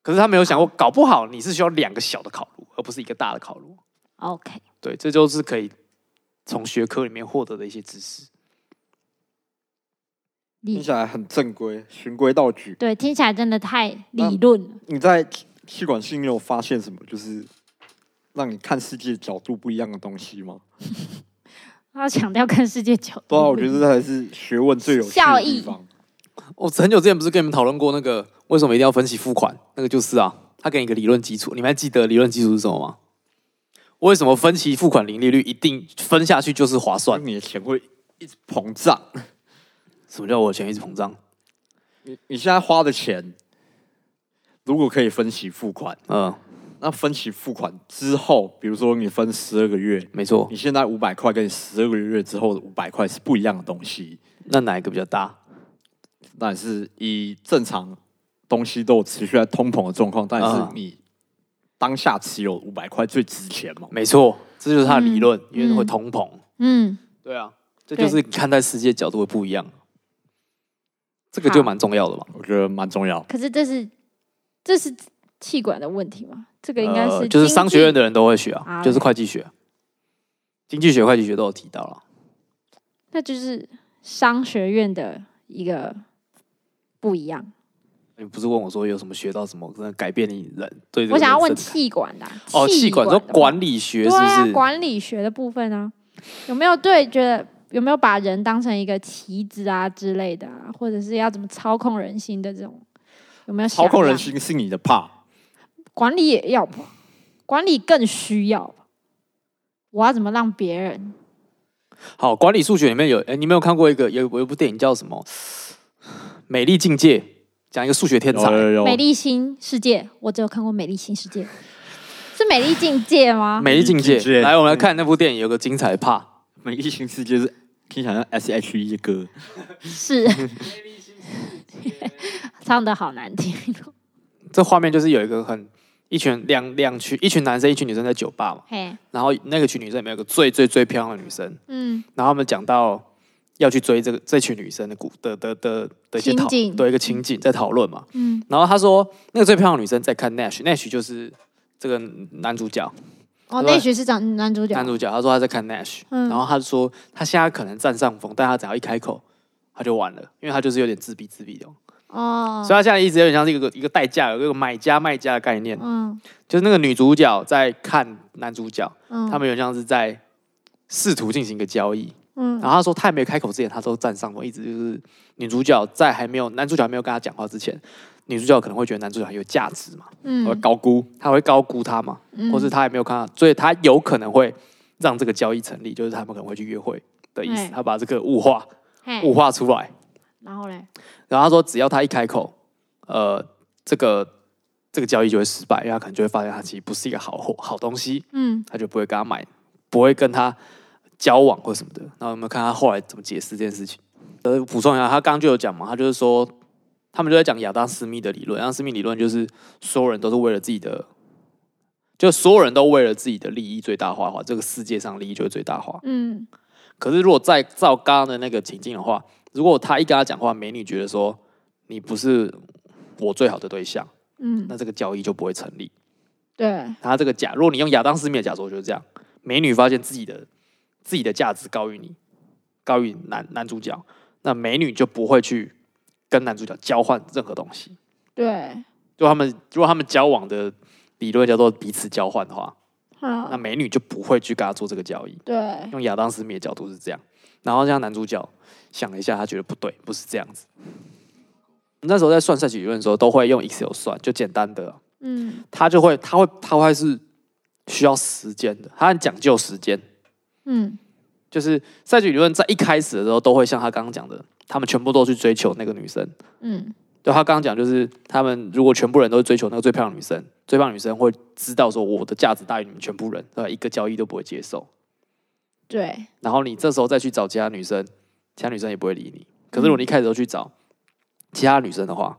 Speaker 2: 可是他没有想过，搞不好你是需要两个小的烤炉，而不是一个大的烤炉。
Speaker 1: OK，
Speaker 2: 对，这就是可以从学科里面获得的一些知识。
Speaker 3: 听
Speaker 1: 理
Speaker 3: 起来很正规，循规蹈矩。
Speaker 1: 对，听起来真的太
Speaker 2: 嗯
Speaker 1: 理论了。
Speaker 3: 你在气管系你有发现什么，就是让你看世界角度不一样的东西吗？
Speaker 1: 他强调跟世界角
Speaker 3: 对啊，
Speaker 1: 度
Speaker 3: 我
Speaker 1: 不
Speaker 3: 觉
Speaker 1: 一
Speaker 3: 得这才是学问最有趣
Speaker 1: 效
Speaker 3: 的
Speaker 1: 益
Speaker 3: 地方。
Speaker 2: 我很久之前不是跟你们讨论过那个为什么一定要分期付款？那个就是啊，他给你一个理论基础，你们还记得理论基础是什么吗？为什么分期付款零利率一定分下去就是划算？
Speaker 3: 你的钱会一直膨胀，
Speaker 2: 什么叫我的钱一直膨胀？
Speaker 3: 你你现在花的钱，如果可以分期付款，
Speaker 2: 嗯，
Speaker 3: 那分期付款之后，比如说你分十二个月，
Speaker 2: 没错
Speaker 3: 你。现在五百块跟十二个月之后的五百块是不一样的东西，
Speaker 2: 那哪一个比较大？
Speaker 3: 那也是以正常东西都有持续在通膨的状况，但
Speaker 2: 啊
Speaker 1: 嗯
Speaker 3: 是你当下持有五百块最值钱嘛？
Speaker 2: 没错，这就是他的理论，因为会
Speaker 1: 嗯
Speaker 2: 通膨。
Speaker 1: 嗯，
Speaker 2: 对啊，这
Speaker 1: 对
Speaker 2: 就是看待世界角度会不一样。这个就蛮重要的嘛。
Speaker 3: 我觉得蛮重要。
Speaker 1: 可是这是这是气管的问题嘛？这个应该是、
Speaker 2: 呃、就是商学院的人都会学
Speaker 1: 啊
Speaker 2: 啊，就是会计学、经济学、会计学都有提到了。
Speaker 1: 那就是商学院的一个不一样。
Speaker 2: 你不是问我说有什么学到什么，真的改变你人对这个
Speaker 1: 我想要问
Speaker 2: 人生
Speaker 1: 气管的啊、
Speaker 2: 哦，气管说
Speaker 1: 的话
Speaker 2: 管理学是不
Speaker 1: 对啊，
Speaker 2: 是？
Speaker 1: 管理学的部分啊，有没有对觉得有没有把人当成一个棋子啊之类的啊，或者是要怎么操控人心的这种，有没有
Speaker 3: 操控
Speaker 1: 想
Speaker 3: 人
Speaker 1: 法？
Speaker 3: 心是你的怕，
Speaker 1: 管理也要吧，管理更需要吧。我要怎么让别人？
Speaker 2: 好，管理数学里面有，哎，你没有看过一个有有一部电影叫什么《美丽境界》，讲一个数学天才。
Speaker 3: 有有
Speaker 1: 美丽新世界，我只有看过《美丽新世界》，是《美丽境界》吗？
Speaker 2: 美丽境界
Speaker 3: 美丽境界，
Speaker 2: 来，我们来看那部电影，有个精彩怕。
Speaker 3: 美丽新世界是听起来像 S H E 的歌，
Speaker 1: 是，唱的好难听哦。
Speaker 2: 这画面就是有一个很一群两两群一群男生一群女生在酒吧嘛，
Speaker 1: 嘿，
Speaker 2: 然后那个群女生里面有个最最最漂亮的女生，
Speaker 1: 嗯，
Speaker 2: 然后他们讲到要去追这个这群女生的故的的的的一些
Speaker 1: 情
Speaker 2: 讨
Speaker 1: 景
Speaker 2: 对一个情景在讨论嘛。
Speaker 1: 嗯，
Speaker 2: 然后他说那个最漂亮的女生在看 Nash，Nash 就是这个男主角，
Speaker 1: 哦，
Speaker 2: 对
Speaker 1: 那学是长男主角，
Speaker 2: 男主角他说他在看 Nash，、
Speaker 1: 嗯
Speaker 2: 然后他说他现在可能占上风，但他只要一开口。他就完了，因为他就是有点自闭自闭的哦，
Speaker 1: 哦，
Speaker 2: 所以他现在一直有点像是一个一个代价，有一个买家卖家的概念，
Speaker 1: 嗯
Speaker 2: 就是那个女主角在看男主角，
Speaker 1: 嗯，
Speaker 2: 他们有点像是在试图进行一个交易，
Speaker 1: 嗯
Speaker 2: 然后他说他还没开口之前，他都占上风，一直就是女主角在还没有男主角还没有跟他讲话之前，女主角可能会觉得男主角很有价值嘛，
Speaker 3: 我
Speaker 1: 嗯
Speaker 3: 高估。
Speaker 2: 他会高估他嘛，
Speaker 1: 嗯
Speaker 2: 或是他还没有看到，所以他有可能会让这个交易成立，就是他们可能会去约会的意
Speaker 1: 哎
Speaker 2: 思，他把这个物化
Speaker 1: 嘿
Speaker 2: 物化出来。
Speaker 1: 然后嘞，
Speaker 2: 然后他说，只要他一开口，呃，这个这个交易就会失败，因为他可能就会发现他其实不是一个好货好东西，
Speaker 1: 嗯
Speaker 2: 他就不会跟他买，不会跟他交往或什么的。然后有没有看他后来怎么解释这件事情？呃，补充一下，他刚刚就有讲嘛，他就是说，他们就在讲亚当斯密的理论。亚当斯密理论就是所有人都是为了自己的，就所有人都为了自己的利益最大化的话，这个世界上利益就会最大化。
Speaker 1: 嗯
Speaker 2: 可是如果再照刚刚的那个情境的话，如果他一跟他讲话，美女觉得说你不是我最好的对象，
Speaker 1: 嗯，
Speaker 2: 那这个交易就不会成立。
Speaker 1: 对，
Speaker 2: 他这个假，如果你用亚当斯密的假说，就是这样：美女发现自己的自己的价值高于你，高于男男主角，那美女就不会去跟男主角交换任何东西。
Speaker 1: 对，
Speaker 2: 就他们如果他们交往的理论叫做彼此交换的话，那
Speaker 1: 嗯，
Speaker 2: 美女就不会去跟他做这个交易。
Speaker 1: 对，
Speaker 2: 用亚当斯密的角度是这样，然后让男主角想了一下，他觉得不对，不是这样子。那时候在算赛局理论的时候，都会用 Excel 算，就简单的、
Speaker 1: 嗯
Speaker 2: 他就会，他会，他会是需要时间的，他很讲究时间。
Speaker 1: 嗯
Speaker 2: 就是赛局理论在一开始的时候，都会像他刚刚讲的，他们全部都去追求那个女生。
Speaker 1: 嗯
Speaker 2: 对他刚刚讲，就是他们如果全部人都追求那个最漂亮女生，最漂亮女生会知道说我的价值大于你们全部人，对吧？一个交易都不会接受。
Speaker 1: 对，
Speaker 2: 然后你这时候再去找其他女生，其他女生也不会理你。可是如果你一开始都去找其他女生的话，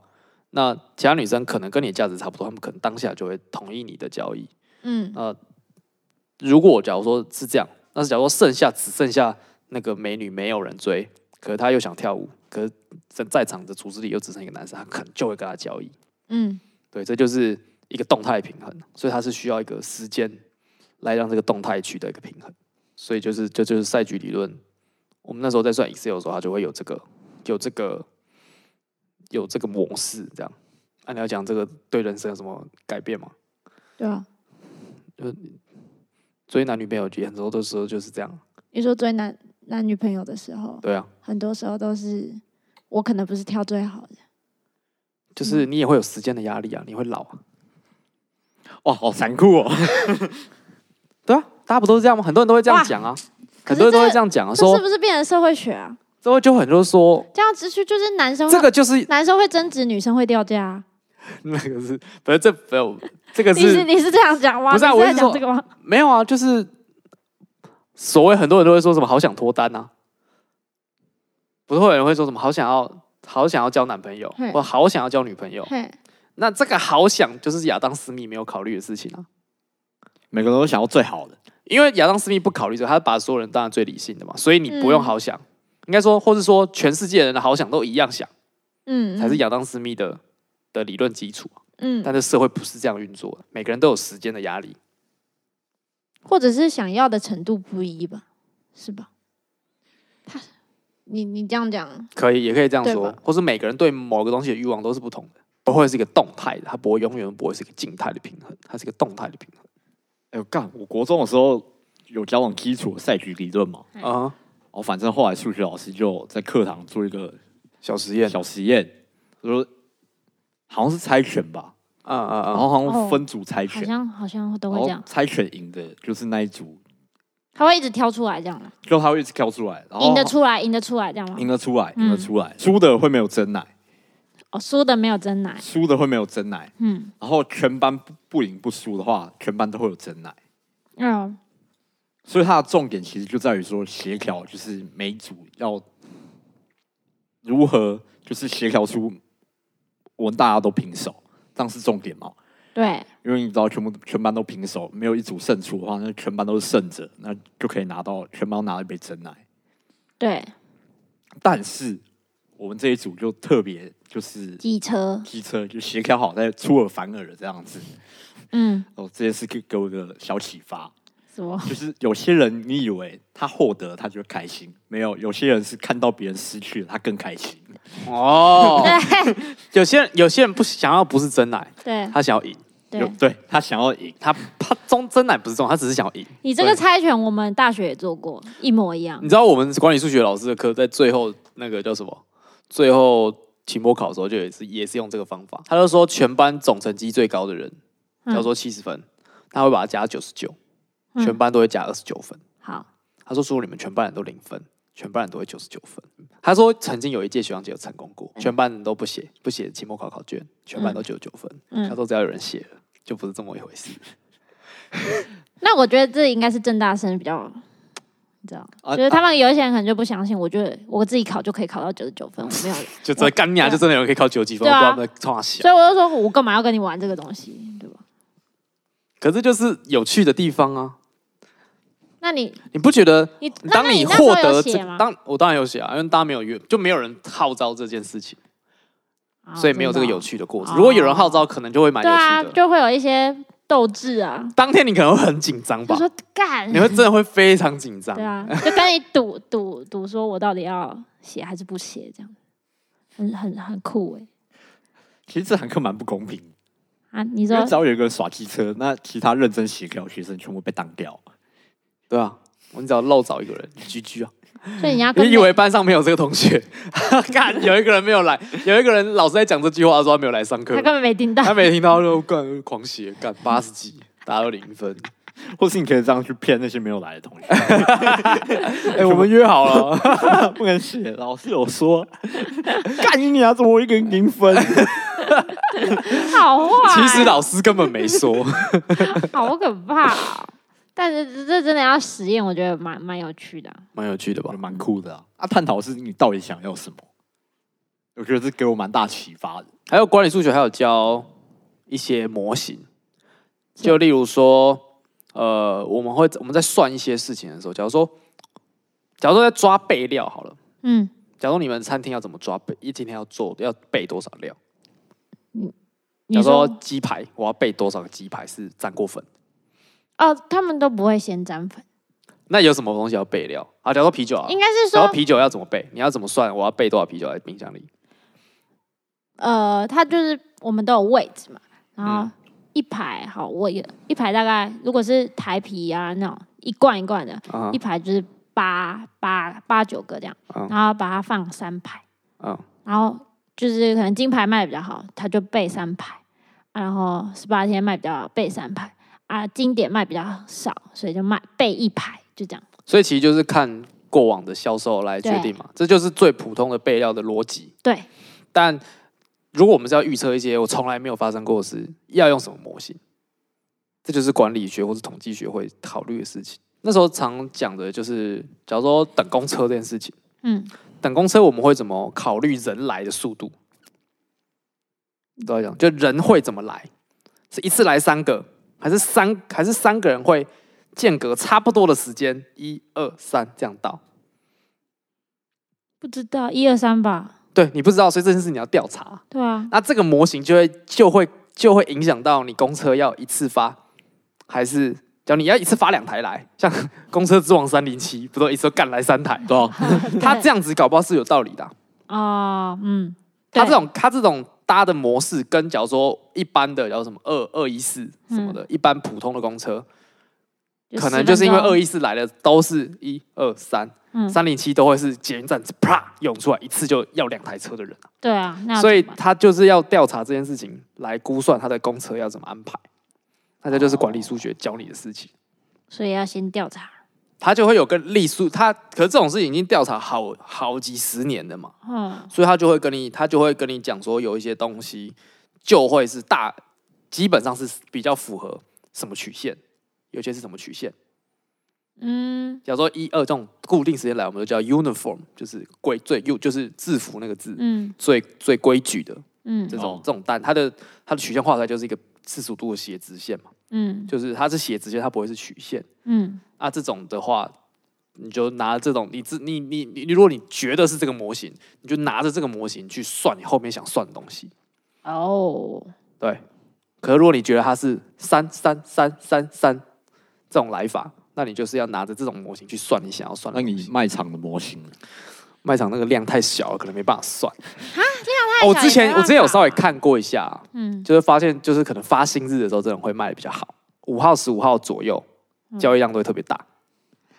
Speaker 2: 那其他女生可能跟你的价值差不多，她们可能当下就会同意你的交易。
Speaker 1: 嗯
Speaker 2: 如果假如说是这样，那是假如说剩下只剩下那个美女没有人追，可是她又想跳舞，可是在在场的组织里又只剩一个男生，他可能就会跟他交易。
Speaker 1: 嗯
Speaker 2: 对，这就是一个动态平衡，所以它是需要一个时间来让这个动态取得一个平衡。所以就是这就是赛局理论，我们那时候在算 Excel 的时候，它就会有这个有这个有这个模式这样。按、你要讲这个对人生有什么改变吗？
Speaker 1: 对啊，
Speaker 2: 追男女朋友很多的时候就是这样，
Speaker 1: 你说追男男女朋友的时候，
Speaker 2: 对啊，
Speaker 1: 很多时候都是我可能不是挑最好的，
Speaker 2: 就是
Speaker 1: 嗯
Speaker 2: 你也会有时间的压力啊，你会老啊，
Speaker 3: 哇，好残酷哦！
Speaker 2: 对啊，大家不都是这样吗？很多人都会这样
Speaker 1: 哇
Speaker 2: 讲啊，
Speaker 1: 可
Speaker 2: 很
Speaker 1: 是
Speaker 2: 多人都会
Speaker 1: 这
Speaker 2: 这样讲啊，
Speaker 1: 这
Speaker 2: 说
Speaker 1: 是不是变成社会学啊？
Speaker 2: 之后就很多人说
Speaker 1: 这样子去就是男生
Speaker 2: 这
Speaker 1: 会
Speaker 2: 个就是
Speaker 1: 男生会争执，女生会掉价啊。
Speaker 2: 那个是，不是这没有这个
Speaker 1: 你是
Speaker 2: 是
Speaker 1: 你是这样讲吗？
Speaker 2: 不是啊
Speaker 1: 你在
Speaker 2: 我是
Speaker 1: 讲
Speaker 2: 说
Speaker 1: 这个吗？
Speaker 2: 没有啊，就是所谓很多人都会说什么好想脱单啊，不是会有人会说什么好想要好想要交男朋友
Speaker 1: 嘿
Speaker 2: 或好想要交女朋友，
Speaker 1: 嘿，
Speaker 2: 那这个好想就是亚当斯密没有考虑的事情啊，
Speaker 3: 每个人都想要最好的，
Speaker 2: 因为亚当斯密不考虑这个，他把所有人当成最理性的嘛，所以你不
Speaker 1: 嗯
Speaker 2: 用好想，应该说或是说全世界人的好想都一样想，
Speaker 1: 嗯，
Speaker 2: 才是亚当斯密的的理论基础啊，
Speaker 1: 嗯，
Speaker 2: 但是社会不是这样运作的，每个人都有时间的压力。
Speaker 1: 或者是想要的程度不一吧，是吧？他，你你这样讲，
Speaker 2: 可以，也可以这样
Speaker 1: 对
Speaker 2: 说
Speaker 1: 吧，
Speaker 2: 或是每个人对某个东西的欲望都是不同的，不会是一个动态的，它不会永远不会是一个静态的平衡，它是一个动态的平衡。
Speaker 3: 哎呦干！我国中的时候有交往基础的赛局理论嘛，
Speaker 2: 啊、
Speaker 3: 哦，反正后来数学老师就在课堂做一个
Speaker 2: 小实验，
Speaker 3: 小实验，说好像是猜拳吧，
Speaker 2: 啊啊
Speaker 3: 然
Speaker 2: 啊，
Speaker 3: 后好像分组猜
Speaker 1: 哦好
Speaker 3: 拳，
Speaker 1: 像好像都
Speaker 2: 哦
Speaker 1: 会这
Speaker 3: 然后
Speaker 1: 样，
Speaker 3: 猜拳赢的就是那一组，
Speaker 1: 他会一直挑出来这样吗？
Speaker 3: 就他会一直跳出来，然后
Speaker 2: 哦
Speaker 1: 赢得出来，赢得出来这样吗
Speaker 3: 赢？得出来，
Speaker 1: 嗯
Speaker 3: 赢得出来，输的会没有真奶，
Speaker 1: 哦，输的没有真奶，
Speaker 3: 输的会没有真奶，
Speaker 1: 嗯，
Speaker 3: 然后全班不不赢不输的话，全班都会有真奶。
Speaker 2: 哦
Speaker 1: 嗯，
Speaker 3: 所以它的重点其实就在于说协调，就是每一组要如何就是协调出我们大家都平手，这样是重点嘛？
Speaker 1: 对，
Speaker 3: 因为你知道全部全班都平手，没有一组胜出的话，那全班都是胜者，那就可以拿到全班都拿到一杯真奶。
Speaker 1: 对，
Speaker 3: 但是我们这一组就特别就是
Speaker 1: 机 车，
Speaker 3: 机车就协调好，再出尔反尔的这样子。
Speaker 1: 嗯，
Speaker 3: 哦，这件事给给我一个小启发。
Speaker 1: 什么？
Speaker 3: 就是有些人，你以为他获得他就开心，没有，有些人是看到别人失去了，他更开心。
Speaker 2: 哦，
Speaker 1: 对
Speaker 2: 有些人有些人不想要不是真奶，
Speaker 1: 对
Speaker 2: 他想要赢，
Speaker 3: 有
Speaker 1: 对，
Speaker 3: 对他想要赢，
Speaker 2: 他他中真奶不是重要，他只是想要赢。
Speaker 1: 你这个
Speaker 2: 对
Speaker 1: 猜拳，我们大学也做过，一模一样
Speaker 2: 你。知道我们管理数学老师的课在最后那个叫什么？最后期末考的时候就也是也是用这个方法，他就说全班总成绩最高的人，
Speaker 1: 嗯
Speaker 2: 假如说七十分，他会把它加九十九，
Speaker 1: 嗯
Speaker 2: 全班都会加二十九分。
Speaker 1: 好，
Speaker 2: 他说：“如果你们全班人都零分，全班人都会九十九分。”他说：“曾经有一届学长姐有成功
Speaker 1: 嗯
Speaker 2: 过，全班人都不写不写期末考考卷，全班都九十九分。
Speaker 1: 嗯
Speaker 2: 他说：“只要有人写了，就不是这么一回事。
Speaker 1: 那我觉得这应该是正大生比较，你知道，
Speaker 3: 啊
Speaker 1: 就是他们有一些人可能就不相信。我觉得我自己考就可以考到九十九分，我 没有，
Speaker 2: 就真的干你啊！
Speaker 1: 对啊
Speaker 2: 就真的有人可以考九十几分，
Speaker 1: 对
Speaker 2: 我不知
Speaker 1: 啊
Speaker 2: 道他们在创写。
Speaker 1: 所以我就说我干嘛要跟你玩这个东西，对吧？
Speaker 2: 可是就是有趣的地方啊！
Speaker 1: 那你
Speaker 2: 你不觉得？
Speaker 1: 你那
Speaker 2: 当
Speaker 1: 那你那时
Speaker 2: 获
Speaker 1: 候有
Speaker 2: 得这
Speaker 1: 写吗？
Speaker 2: 当我当然有写啊，因为大家没有约，就没有人号召这件事情，
Speaker 1: 啊
Speaker 2: 所以没有这个
Speaker 1: 真的
Speaker 2: 有
Speaker 1: 哦
Speaker 2: 趣的过程。
Speaker 1: 哦
Speaker 2: 如果有人号召，可能就会蛮有
Speaker 1: 对啊，
Speaker 2: 趣的。
Speaker 1: 就会有一些斗志啊，
Speaker 2: 当天你可能会很紧张
Speaker 1: 就
Speaker 2: 吧，
Speaker 1: 说干
Speaker 2: 你，会真的会非常紧张
Speaker 1: 对。 啊，就跟你赌赌赌，说我到底要写还是不写这样，很很很酷哎、
Speaker 3: 其实这堂课蛮不公平，
Speaker 1: 啊！你
Speaker 3: 因
Speaker 1: 说
Speaker 3: 为只要有一个人耍机车，那其他认真协调的学生全部被当掉。
Speaker 2: 对啊，我只要漏找一个人，居居啊！
Speaker 1: 所以你要跟
Speaker 2: 你以
Speaker 1: 每
Speaker 2: 为班上没有这个同学？ 看有一个人没有来，有一个人老师在讲这句话，说他没有来上
Speaker 1: 他
Speaker 2: 课
Speaker 1: 根，本没听到，
Speaker 2: 他没听到就干狂写，干八十几，大家都零 分。
Speaker 3: 或是你可以这样去骗那些没有来的同学，
Speaker 2: 哎，我们约好了，
Speaker 3: 不能写。老师有说， 干你娘，怎么我一个人零分？
Speaker 1: 好坏，
Speaker 2: 其实老师根本没说。
Speaker 1: 好可怕哦、但是这这真的要实验，我觉得蛮蛮有趣的啊、
Speaker 2: 蛮有趣的吧
Speaker 3: 我觉得？蛮酷的啊！啊，探讨是你到底想要什么？我觉得这给我蛮大启发的。
Speaker 2: 还有管理数学，还有教一些模型，
Speaker 1: 是
Speaker 2: 就例如说，呃，我们会我们在算一些事情的时候，假如说，假如说在抓备料好了，
Speaker 1: 嗯，
Speaker 2: 假如你们餐厅要怎么抓备，一今天要做要备多少料？假
Speaker 1: 你
Speaker 2: 如说鸡排，我要备多少个鸡排是沾过粉？
Speaker 1: 哦，他们都不会先沾粉，
Speaker 2: 那有什么东西要备料？啊，假如说啤酒啊，
Speaker 1: 应该是
Speaker 2: 然后
Speaker 1: 说，
Speaker 2: 啤酒要怎么备？你要怎么算？我要备多少啤酒在冰箱里？
Speaker 1: 呃，它就是我们都有位置嘛，然后
Speaker 2: 嗯
Speaker 1: 一排好，我也一排大概如果是台啤啊那种一罐一罐的，
Speaker 2: 啊
Speaker 1: 一排就是八八八九个这样，
Speaker 2: 嗯
Speaker 1: 然后把它放三排，
Speaker 2: 啊
Speaker 1: 然后就是可能金牌卖的比较好，它就备三排，啊、然后十八天卖比较好，备三排啊，经典卖比较少，所以就卖备一排，就这样。
Speaker 2: 所以其实就是看过往的销售来决定嘛，这就是最普通的备料的逻辑。
Speaker 1: 对，
Speaker 2: 但如果我们是要预测一些我从来没有发生过的事，要用什么模型？这就是管理学或是统计学会考虑的事情。那时候常讲的就是，假如说等公车这件事情，
Speaker 1: 嗯，
Speaker 2: 等公车我们会怎么考虑人来的速度？都在讲，就人会怎么来？是一次来三个，还是三还是三个人会间隔差不多的时间，一二三这样到？
Speaker 1: 不知道一二三吧？
Speaker 2: 对你不知道，所以这件事你要调查。
Speaker 1: 对啊，
Speaker 2: 那这个模型就会就会就会影响到你公车要一次发，还是假如你要一次发两台来，像公车之王三零七，不都一次干来三台？
Speaker 3: 对啊，
Speaker 2: 他这样子搞不好是有道理的啊、
Speaker 1: 哦，嗯，
Speaker 2: 他
Speaker 1: 对
Speaker 2: 这种他这种搭的模式，跟假如说一般的，然后什么二二一四什
Speaker 1: 嗯
Speaker 2: 么的，一般普通的公车，可能就是因为二
Speaker 1: 一，
Speaker 2: 一四来的都是一二三
Speaker 1: 嗯，
Speaker 2: 三零七都会是捷运站啪涌出来一次就要两台车的人，
Speaker 1: 对啊，那要
Speaker 2: 所以
Speaker 1: 怎么办
Speaker 2: 他就是要调查这件事情来估算他的公车要怎么安排，那这就是管理数学教你的事情。
Speaker 1: 所以要先调查，
Speaker 2: 他就会有跟例数，他可是这种事情已经调查好好几十年了嘛，
Speaker 1: 嗯，
Speaker 2: 所以他就会跟你，他就会跟你讲说，有一些东西就会是大，基本上是比较符合什么曲线，有些是什么曲线。
Speaker 1: 嗯
Speaker 2: 假如说一二这种固定时间来，我们就叫 uniform，就是规最 u 就是制服那个字，
Speaker 1: 嗯
Speaker 2: 最最规矩的
Speaker 1: 嗯
Speaker 2: 这种、
Speaker 3: 哦
Speaker 2: 这种单，它的它的曲线画出来就是一个四十度的斜直线嘛，
Speaker 1: 嗯
Speaker 2: 就是它是斜直线，它不会是曲线
Speaker 1: 嗯，
Speaker 2: 啊。这种的话，你就拿这种你自你你你，你如果你觉得是这个模型，你就拿着这个模型去算你后面想算的东西。
Speaker 1: 哦，
Speaker 2: 对。可是如果你觉得它是三三三三三这种来法，那你就是要拿着这种模型去算你想要算的
Speaker 3: 那
Speaker 2: 东西。
Speaker 3: 你卖场的模型，
Speaker 2: 卖场那个量太小了，可能没办法算。
Speaker 1: 小
Speaker 2: 哦
Speaker 1: 也没
Speaker 2: 我之
Speaker 1: 办
Speaker 2: 前
Speaker 1: 法
Speaker 2: 我之前有稍微看过一下啊，
Speaker 1: 嗯
Speaker 2: 就是发现就是可能发新日的时候，这种会卖的比较好，五号十五号左右
Speaker 1: 嗯
Speaker 2: 交易量都会特别大，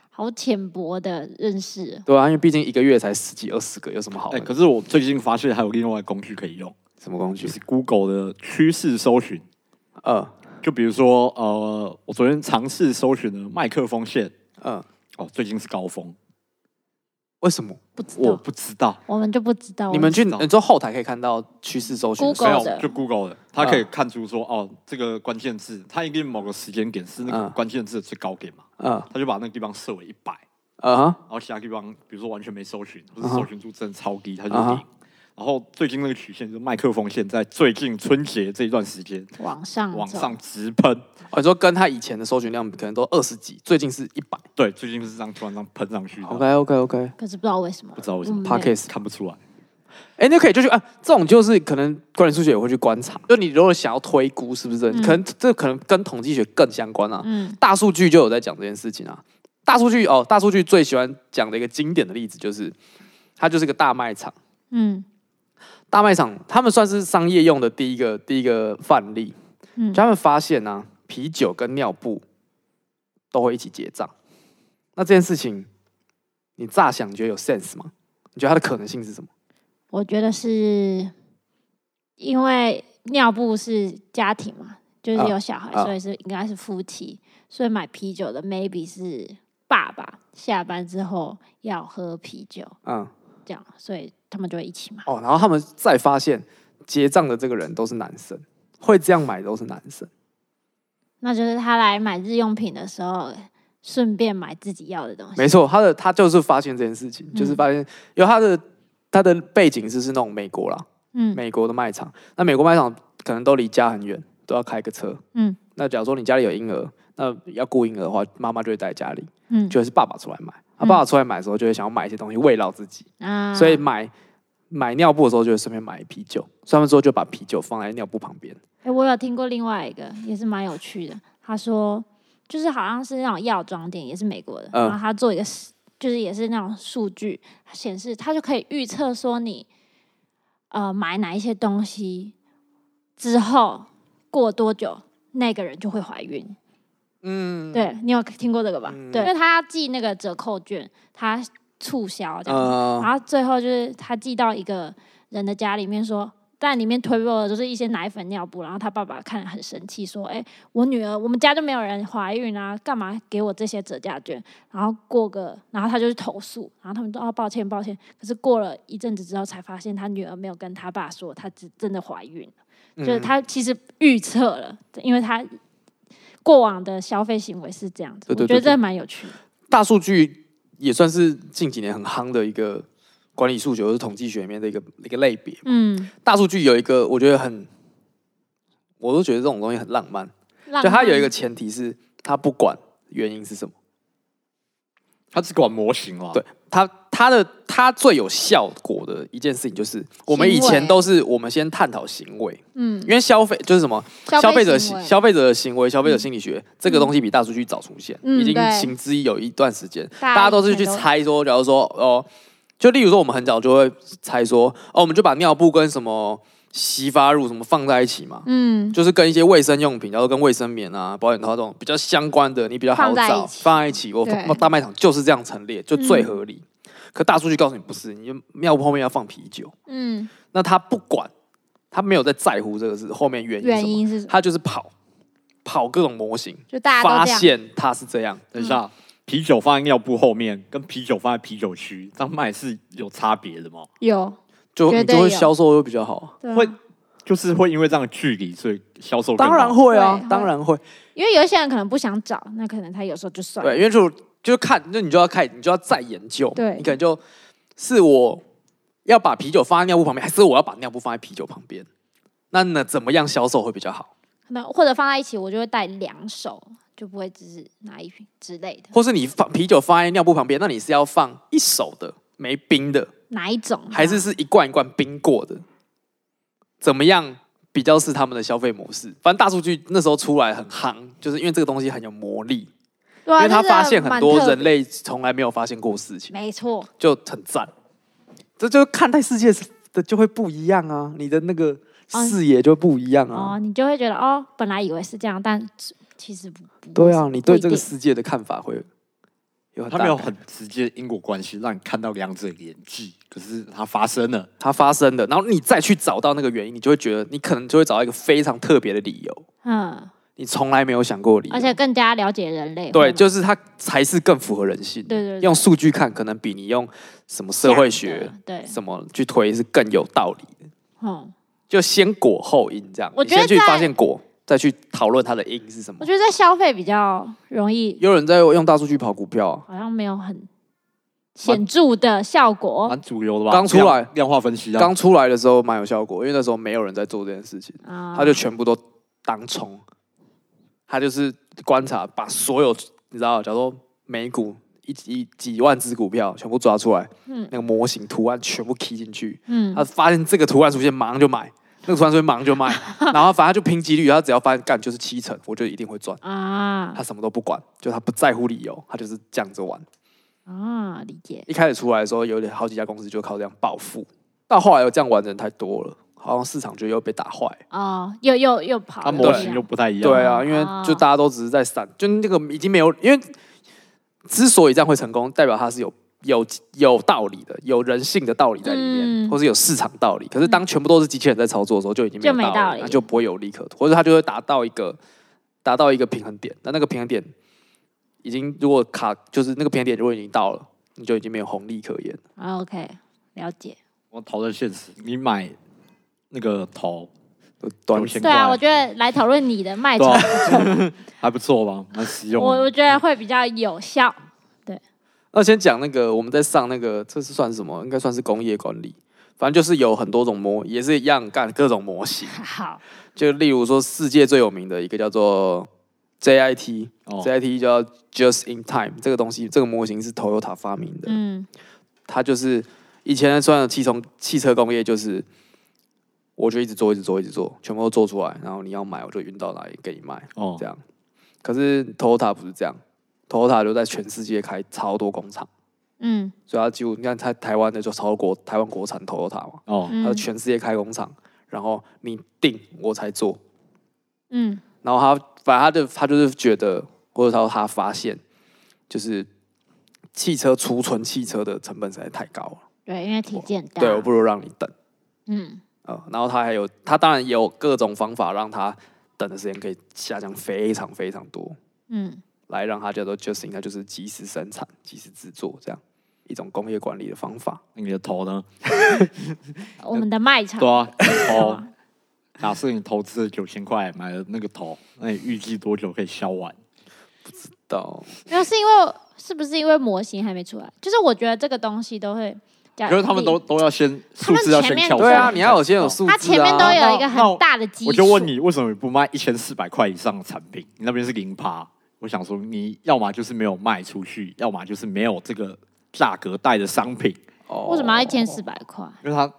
Speaker 1: 好浅薄的认识，
Speaker 2: 对啊，因为毕竟一个月才十几二十个，有什么好
Speaker 3: 哎、
Speaker 2: 的？
Speaker 3: 可是我最近发现还有另外一个工具可以用，
Speaker 2: 什么工
Speaker 3: 就
Speaker 2: 具？
Speaker 3: 是 Google 的趋势搜寻。
Speaker 2: 嗯
Speaker 3: 就比如说，呃，我昨天尝试搜寻了麦克风线，
Speaker 2: 嗯，
Speaker 3: 哦，最近是高峰，
Speaker 2: 为什么？
Speaker 1: 不知
Speaker 2: 哦
Speaker 3: 我
Speaker 1: 道，
Speaker 3: 不知道，
Speaker 1: 哦我们就不知道，
Speaker 2: 你们去
Speaker 3: 知道
Speaker 2: 你说后台可以看到趋势周旋，
Speaker 1: Google
Speaker 3: 没有
Speaker 1: 的
Speaker 3: 就 Google 的，它可以看出说，哦，这个关键字，它一定某个时间点是那个
Speaker 2: 嗯
Speaker 3: 关键字的最高点嘛，
Speaker 2: 嗯
Speaker 3: 它就把那个地方设为一百，
Speaker 2: 嗯哼
Speaker 3: 然后其他地方，比如说完全没搜寻，
Speaker 2: 嗯
Speaker 3: 或者
Speaker 2: 哼
Speaker 3: 搜寻数真的超低，它就
Speaker 2: 嗯哼
Speaker 3: 零。然后最近那个曲线就是麦克风线，在最近春节这一段时间
Speaker 1: 往上
Speaker 2: 嗯
Speaker 3: 往
Speaker 1: 走
Speaker 3: 上直喷，
Speaker 2: 哦你说跟他以前的搜寻量可能都二十几，最近是一百。
Speaker 3: 对，最近是这样突然这样喷上去的，
Speaker 2: OK OK OK，
Speaker 1: 可是不知道为什么
Speaker 3: 不，知道为什
Speaker 1: 嗯，
Speaker 3: 么
Speaker 2: Podcast
Speaker 3: 看不出来。
Speaker 2: 哎、那可以就去啊，这种就是可能管理数学也会去观察，就你如果想要推估是不是这，
Speaker 1: 嗯
Speaker 2: 可能这可能跟统计学更相关啊。
Speaker 1: 嗯
Speaker 2: 大数据就有在讲这件事情啊。大数据哦，大数据最喜欢讲的一个经典的例子就是，它就是个大卖场，
Speaker 1: 嗯
Speaker 2: 大卖场他们算是商业用的第一个第一个范例，
Speaker 1: 嗯
Speaker 2: 就他们发现呢、啊，啤酒跟尿布都会一起结账。那这件事情，你乍想你觉得有 sense 吗？你觉得它的可能性是什么？
Speaker 1: 我觉得是因为尿布是家庭嘛，就是
Speaker 2: 啊
Speaker 1: 有小孩，
Speaker 2: 啊
Speaker 1: 所以是应该是夫妻，所以买啤酒的 maybe 是爸爸下班之后要喝啤酒，
Speaker 2: 嗯，
Speaker 1: 这样，所以他们就会一起买。
Speaker 2: 哦，然后他们再发现结账的这个人都是男生，会这样买都是男生。
Speaker 1: 那就是他来买日用品的时候，顺便买自己要的东西。
Speaker 2: 没错，他的他就是发现这件事情，就是发现，因为他的他的背景是是那种美国啦，
Speaker 1: 嗯
Speaker 2: 美国的卖场，那美国卖场可能都离家很远，都要开个车。
Speaker 1: 嗯
Speaker 2: 那假如说你家里有婴儿，那要顾婴儿的话，妈妈就会待在家里，
Speaker 1: 嗯
Speaker 2: 就会是爸爸出来买。他、爸爸出来买的时候，就会想要买一些东西慰劳自己，
Speaker 1: 啊，
Speaker 2: 所以买买尿布的时候，就会顺便买啤酒。所以他们之后就把啤酒放在尿布旁边。
Speaker 1: 哎、我有听过另外一个，也是蛮有趣的。他说，就是好像是那种药妆店，也是美国的，
Speaker 2: 嗯
Speaker 1: 然后他做一个实就是也是那种数据显示，他就可以预测说你呃买哪一些东西之后过多久那个人就会怀孕。
Speaker 2: 嗯，
Speaker 1: 对你有听过这个吧？
Speaker 2: 嗯
Speaker 1: 对，因为他要寄那个折扣券，他促销这样子，
Speaker 2: 呃，
Speaker 1: 然后最后就是他寄到一个人的家里面说。但里面推播的就是一些奶粉、尿布，然后他爸爸看了很生气，说：“哎、我女儿，我们家就没有人怀孕啊，干嘛给我这些折价券？”然后过个，然后他就去投诉，然后他们都哦抱歉抱歉。可是过了一阵子之后，才发现他女儿没有跟他爸说，她只真的怀孕了。
Speaker 2: 嗯
Speaker 1: 就是他其实预测了，因为他过往的消费行为是这样子，
Speaker 2: 对对对
Speaker 1: 我觉得这蛮有趣的。
Speaker 2: 大数据也算是近几年很夯的一个管理数据，或是统计学里面的一个一个类别。
Speaker 1: 嗯，
Speaker 2: 大数据有一个，我觉得很，我都觉得这种东西很浪漫。
Speaker 1: 浪
Speaker 2: 就它有一
Speaker 1: 漫
Speaker 2: 个前提是，它不管原因是什么，
Speaker 3: 他只管模型啊了。
Speaker 2: 对它它的它最有效果的一件事情就是，我们以
Speaker 1: 行
Speaker 2: 前
Speaker 1: 为
Speaker 2: 都是我们先探讨行为，
Speaker 1: 嗯
Speaker 2: 因为消费就是什么消费者
Speaker 1: 行为
Speaker 2: 消费者的行为、消费者心理学这个东西比大数据早出现，
Speaker 1: 嗯
Speaker 2: 已经
Speaker 1: 对
Speaker 2: 行之有一段时间，
Speaker 1: 大家
Speaker 2: 大家都是
Speaker 1: 以前
Speaker 2: 去
Speaker 1: 都
Speaker 2: 猜说，假如说哦，就例如说我们很早就会猜说，哦，我们就把尿布跟什么洗发乳什么放在一起嘛，
Speaker 1: 嗯
Speaker 2: 就是跟一些卫生用品，然后跟卫生棉啊、保险套这种比较相关的，你比较好
Speaker 1: 放在
Speaker 2: 找
Speaker 1: 一起
Speaker 2: 放在一起。我
Speaker 1: 对
Speaker 2: 大卖场就是这样陈列，就最
Speaker 1: 嗯
Speaker 2: 合理。可大数据告诉你不是，你就尿布后面要放啤酒，
Speaker 1: 嗯，
Speaker 2: 那他不管，他没有在在乎这个是后面原因是什
Speaker 1: 原
Speaker 2: 么，
Speaker 1: 因是什么？
Speaker 2: 他就是跑跑各种模型，
Speaker 1: 就大家
Speaker 2: 发
Speaker 1: 都这样，
Speaker 2: 现他是这样。
Speaker 3: 等一下，啤酒放在尿布后面，跟啤酒放在啤酒区，这样卖是有差别的吗？
Speaker 1: 有
Speaker 2: 就
Speaker 1: 绝
Speaker 2: 你
Speaker 1: 对
Speaker 2: 就会
Speaker 1: 有
Speaker 2: 销售会比较好。
Speaker 1: 对啊
Speaker 3: 会就是会因为这样的距离，所以销售更
Speaker 2: 当然
Speaker 3: 好
Speaker 2: 会啊
Speaker 1: 会，
Speaker 2: 当然会。
Speaker 1: 因为有一些人可能不想找，那可能他有时候就算
Speaker 2: 对，
Speaker 1: 了。
Speaker 2: 因为就就看，那你就要看，你就要再研究。
Speaker 1: 对
Speaker 2: 你可能就是我要把啤酒放在尿布旁边，还是我要把尿布放在啤酒旁边？那那怎么样销售会比较好？
Speaker 1: 那或者放在一起，我就会带两手，就不会只是拿一瓶之类的。
Speaker 2: 或是你放啤酒放在尿布旁边，那你是要放一手的没冰的，
Speaker 1: 哪一种？
Speaker 2: 还是是一罐一罐冰过的？怎么样比较是他们的消费模式？反正大数据那时候出来很夯，就是因为这个东西很有魔力，
Speaker 1: 对啊
Speaker 2: 因为他
Speaker 1: 这真的
Speaker 2: 发现很
Speaker 1: 蛮
Speaker 2: 多
Speaker 1: 特别
Speaker 2: 人类从来没有发现过的事情。
Speaker 1: 没错，
Speaker 2: 就很赞。这就是看待世界的就会不一样啊，你的那个视野就不一样啊。
Speaker 1: 哦，你就会觉得哦，本来以为是这样，但其实不不
Speaker 2: 对啊，你对这
Speaker 1: 不
Speaker 2: 个
Speaker 1: 一定
Speaker 2: 世界的看法会有很
Speaker 3: 他
Speaker 2: 大
Speaker 3: 没有
Speaker 2: 改
Speaker 3: 很直接的因果关系，让你看到两者的联系，可是它发生了。
Speaker 2: 它发生的，然后你再去找到那个原因，你就会觉得你可能就会找到一个非常特别的理由，
Speaker 1: 嗯，
Speaker 2: 你从来没有想过的理由。
Speaker 1: 而且更加了解人类。会
Speaker 2: 对，
Speaker 1: 吗
Speaker 2: 就是它才是更符合人性。
Speaker 1: 对对对
Speaker 2: 用数据看，可能比你用什么社会学
Speaker 1: 想的对，
Speaker 2: 什么去推是更有道理的。
Speaker 1: 嗯，
Speaker 2: 就先果后因这样，
Speaker 1: 我
Speaker 2: 你
Speaker 1: 觉得
Speaker 2: 先去
Speaker 1: 在
Speaker 2: 发现果，再去讨论它的因是什么
Speaker 1: 我。觉得在消费比较容易，
Speaker 2: 有人在用大数据跑股票、啊，
Speaker 1: 好像没有很显著的效
Speaker 2: 啊
Speaker 1: 果
Speaker 3: 蛮主流的吧？
Speaker 2: 刚出来
Speaker 3: 量量化分析啊，
Speaker 2: 刚出来的时候蛮有效果，因为那时候没有人在做这件事情，
Speaker 1: 啊。
Speaker 2: 他就全部都当冲，他就是观察，把所有你知道，假如说美股一一几万只股票全部抓出来，
Speaker 1: 嗯
Speaker 2: 那个模型图案全部 key 进去，
Speaker 1: 嗯
Speaker 2: 他发现这个图案出现，马上就买。那个图案出现，马上 就卖，然后反正就拼几率，他只要发现干就是七成，我就一定会赚。
Speaker 1: 啊
Speaker 2: 他什么都不管，就他不在乎理由，他就是这样子玩。
Speaker 1: 啊，理解。
Speaker 2: 一开始出来的时候，有点好几家公司就靠这样暴富，到后来有这样玩的人太多了，好像市场就又被打坏。
Speaker 1: 哦，又又又跑
Speaker 3: 它
Speaker 1: 了，
Speaker 3: 模
Speaker 1: 对
Speaker 3: 型又不太一样。
Speaker 2: 对啊，因为
Speaker 1: 哦
Speaker 2: 就大家都只是在散，就那个已经没有，因为之所以这样会成功，代表它是有有有道理的，有人性的道理在里面，
Speaker 1: 嗯
Speaker 2: 或是有市场道理。可是当全部都是机器人在操作的时候，就已经没有
Speaker 1: 就没
Speaker 2: 道理，
Speaker 1: 道理
Speaker 2: 那就不会有利可图，或者它就会达到一个达到一个平衡点。那那个平衡点已经如果卡，就是那个平衡点如果已经到了，你就已经没有红利可言。
Speaker 1: 啊 OK，了解。
Speaker 3: 我讨论现实，你买那个头
Speaker 2: 短
Speaker 3: 九千
Speaker 1: 对啊，我
Speaker 3: 块，
Speaker 1: 觉得来讨论你的卖
Speaker 3: 对
Speaker 1: 场，
Speaker 3: 啊， 还不错吧，蛮实用嗯
Speaker 1: 我
Speaker 3: 的。
Speaker 1: 我觉得会比较有效。
Speaker 2: 那先讲那个，我们在上那个，这是算什么？应该算是工业管理。反正就是有很多种模，也是一样干各种模型。
Speaker 1: 好，
Speaker 2: 就例如说，世界最有名的一个叫做 JIT，JIT、
Speaker 3: 哦
Speaker 2: JIT 叫 Just in Time 这个东西，这个模型是 Toyota 发明的。
Speaker 1: 嗯
Speaker 2: 它就是以前算的汽从汽车工业，就是我就一直做，一直做，一直做，全部都做出来，然后你要买我就运到哪里给你卖。
Speaker 3: 哦
Speaker 2: 这，样。可是 Toyota 不是这样，Toyota 就在全世界开超多工厂，
Speaker 1: 嗯
Speaker 2: 所以它几乎你看它台湾的就超国台湾国产 Toyota 嘛，
Speaker 3: 哦，
Speaker 2: 它
Speaker 1: 嗯
Speaker 2: 就全世界开工厂，然后你定我才做，
Speaker 1: 嗯
Speaker 2: 然后他反正他就他就是觉得，或者说他发现，就是汽车储存汽车的成本实在太高了，
Speaker 1: 对，因为体检大，
Speaker 2: 对我不如让你等
Speaker 1: 嗯
Speaker 2: 呃，然后他还有他当然也有各种方法让他等的时间可以下降非常非常多，
Speaker 1: 嗯
Speaker 2: 来让他叫做 just in，它就是及时生产、及时制作这样一种工业管理的方法。
Speaker 3: 那你的头呢？
Speaker 1: 我们的卖场
Speaker 3: 呃 对啊，头
Speaker 1: 啊。
Speaker 3: 假设你投资了九千块买了那个头，那你预计多久可以销完？
Speaker 2: 到
Speaker 1: 没有，是因为是不是因为模型还没出来？就是我觉得这个东西都会假，
Speaker 3: 可是他们都都要先数字要先跳出
Speaker 1: 对
Speaker 3: 来。
Speaker 1: 啊
Speaker 2: 你要有些有数字、啊，
Speaker 1: 它前面都有一
Speaker 3: 那
Speaker 1: 个
Speaker 3: 那
Speaker 1: 很
Speaker 3: 我
Speaker 1: 大的基础。
Speaker 3: 我就问，你，为什么你不卖一千四百块以上的产品？你那边是零趴。我想说，你要么就是没有卖出去，要么就是没有这个价格带的商品，
Speaker 2: 哦
Speaker 1: 为什么要一千四百块？啊
Speaker 3: 因为它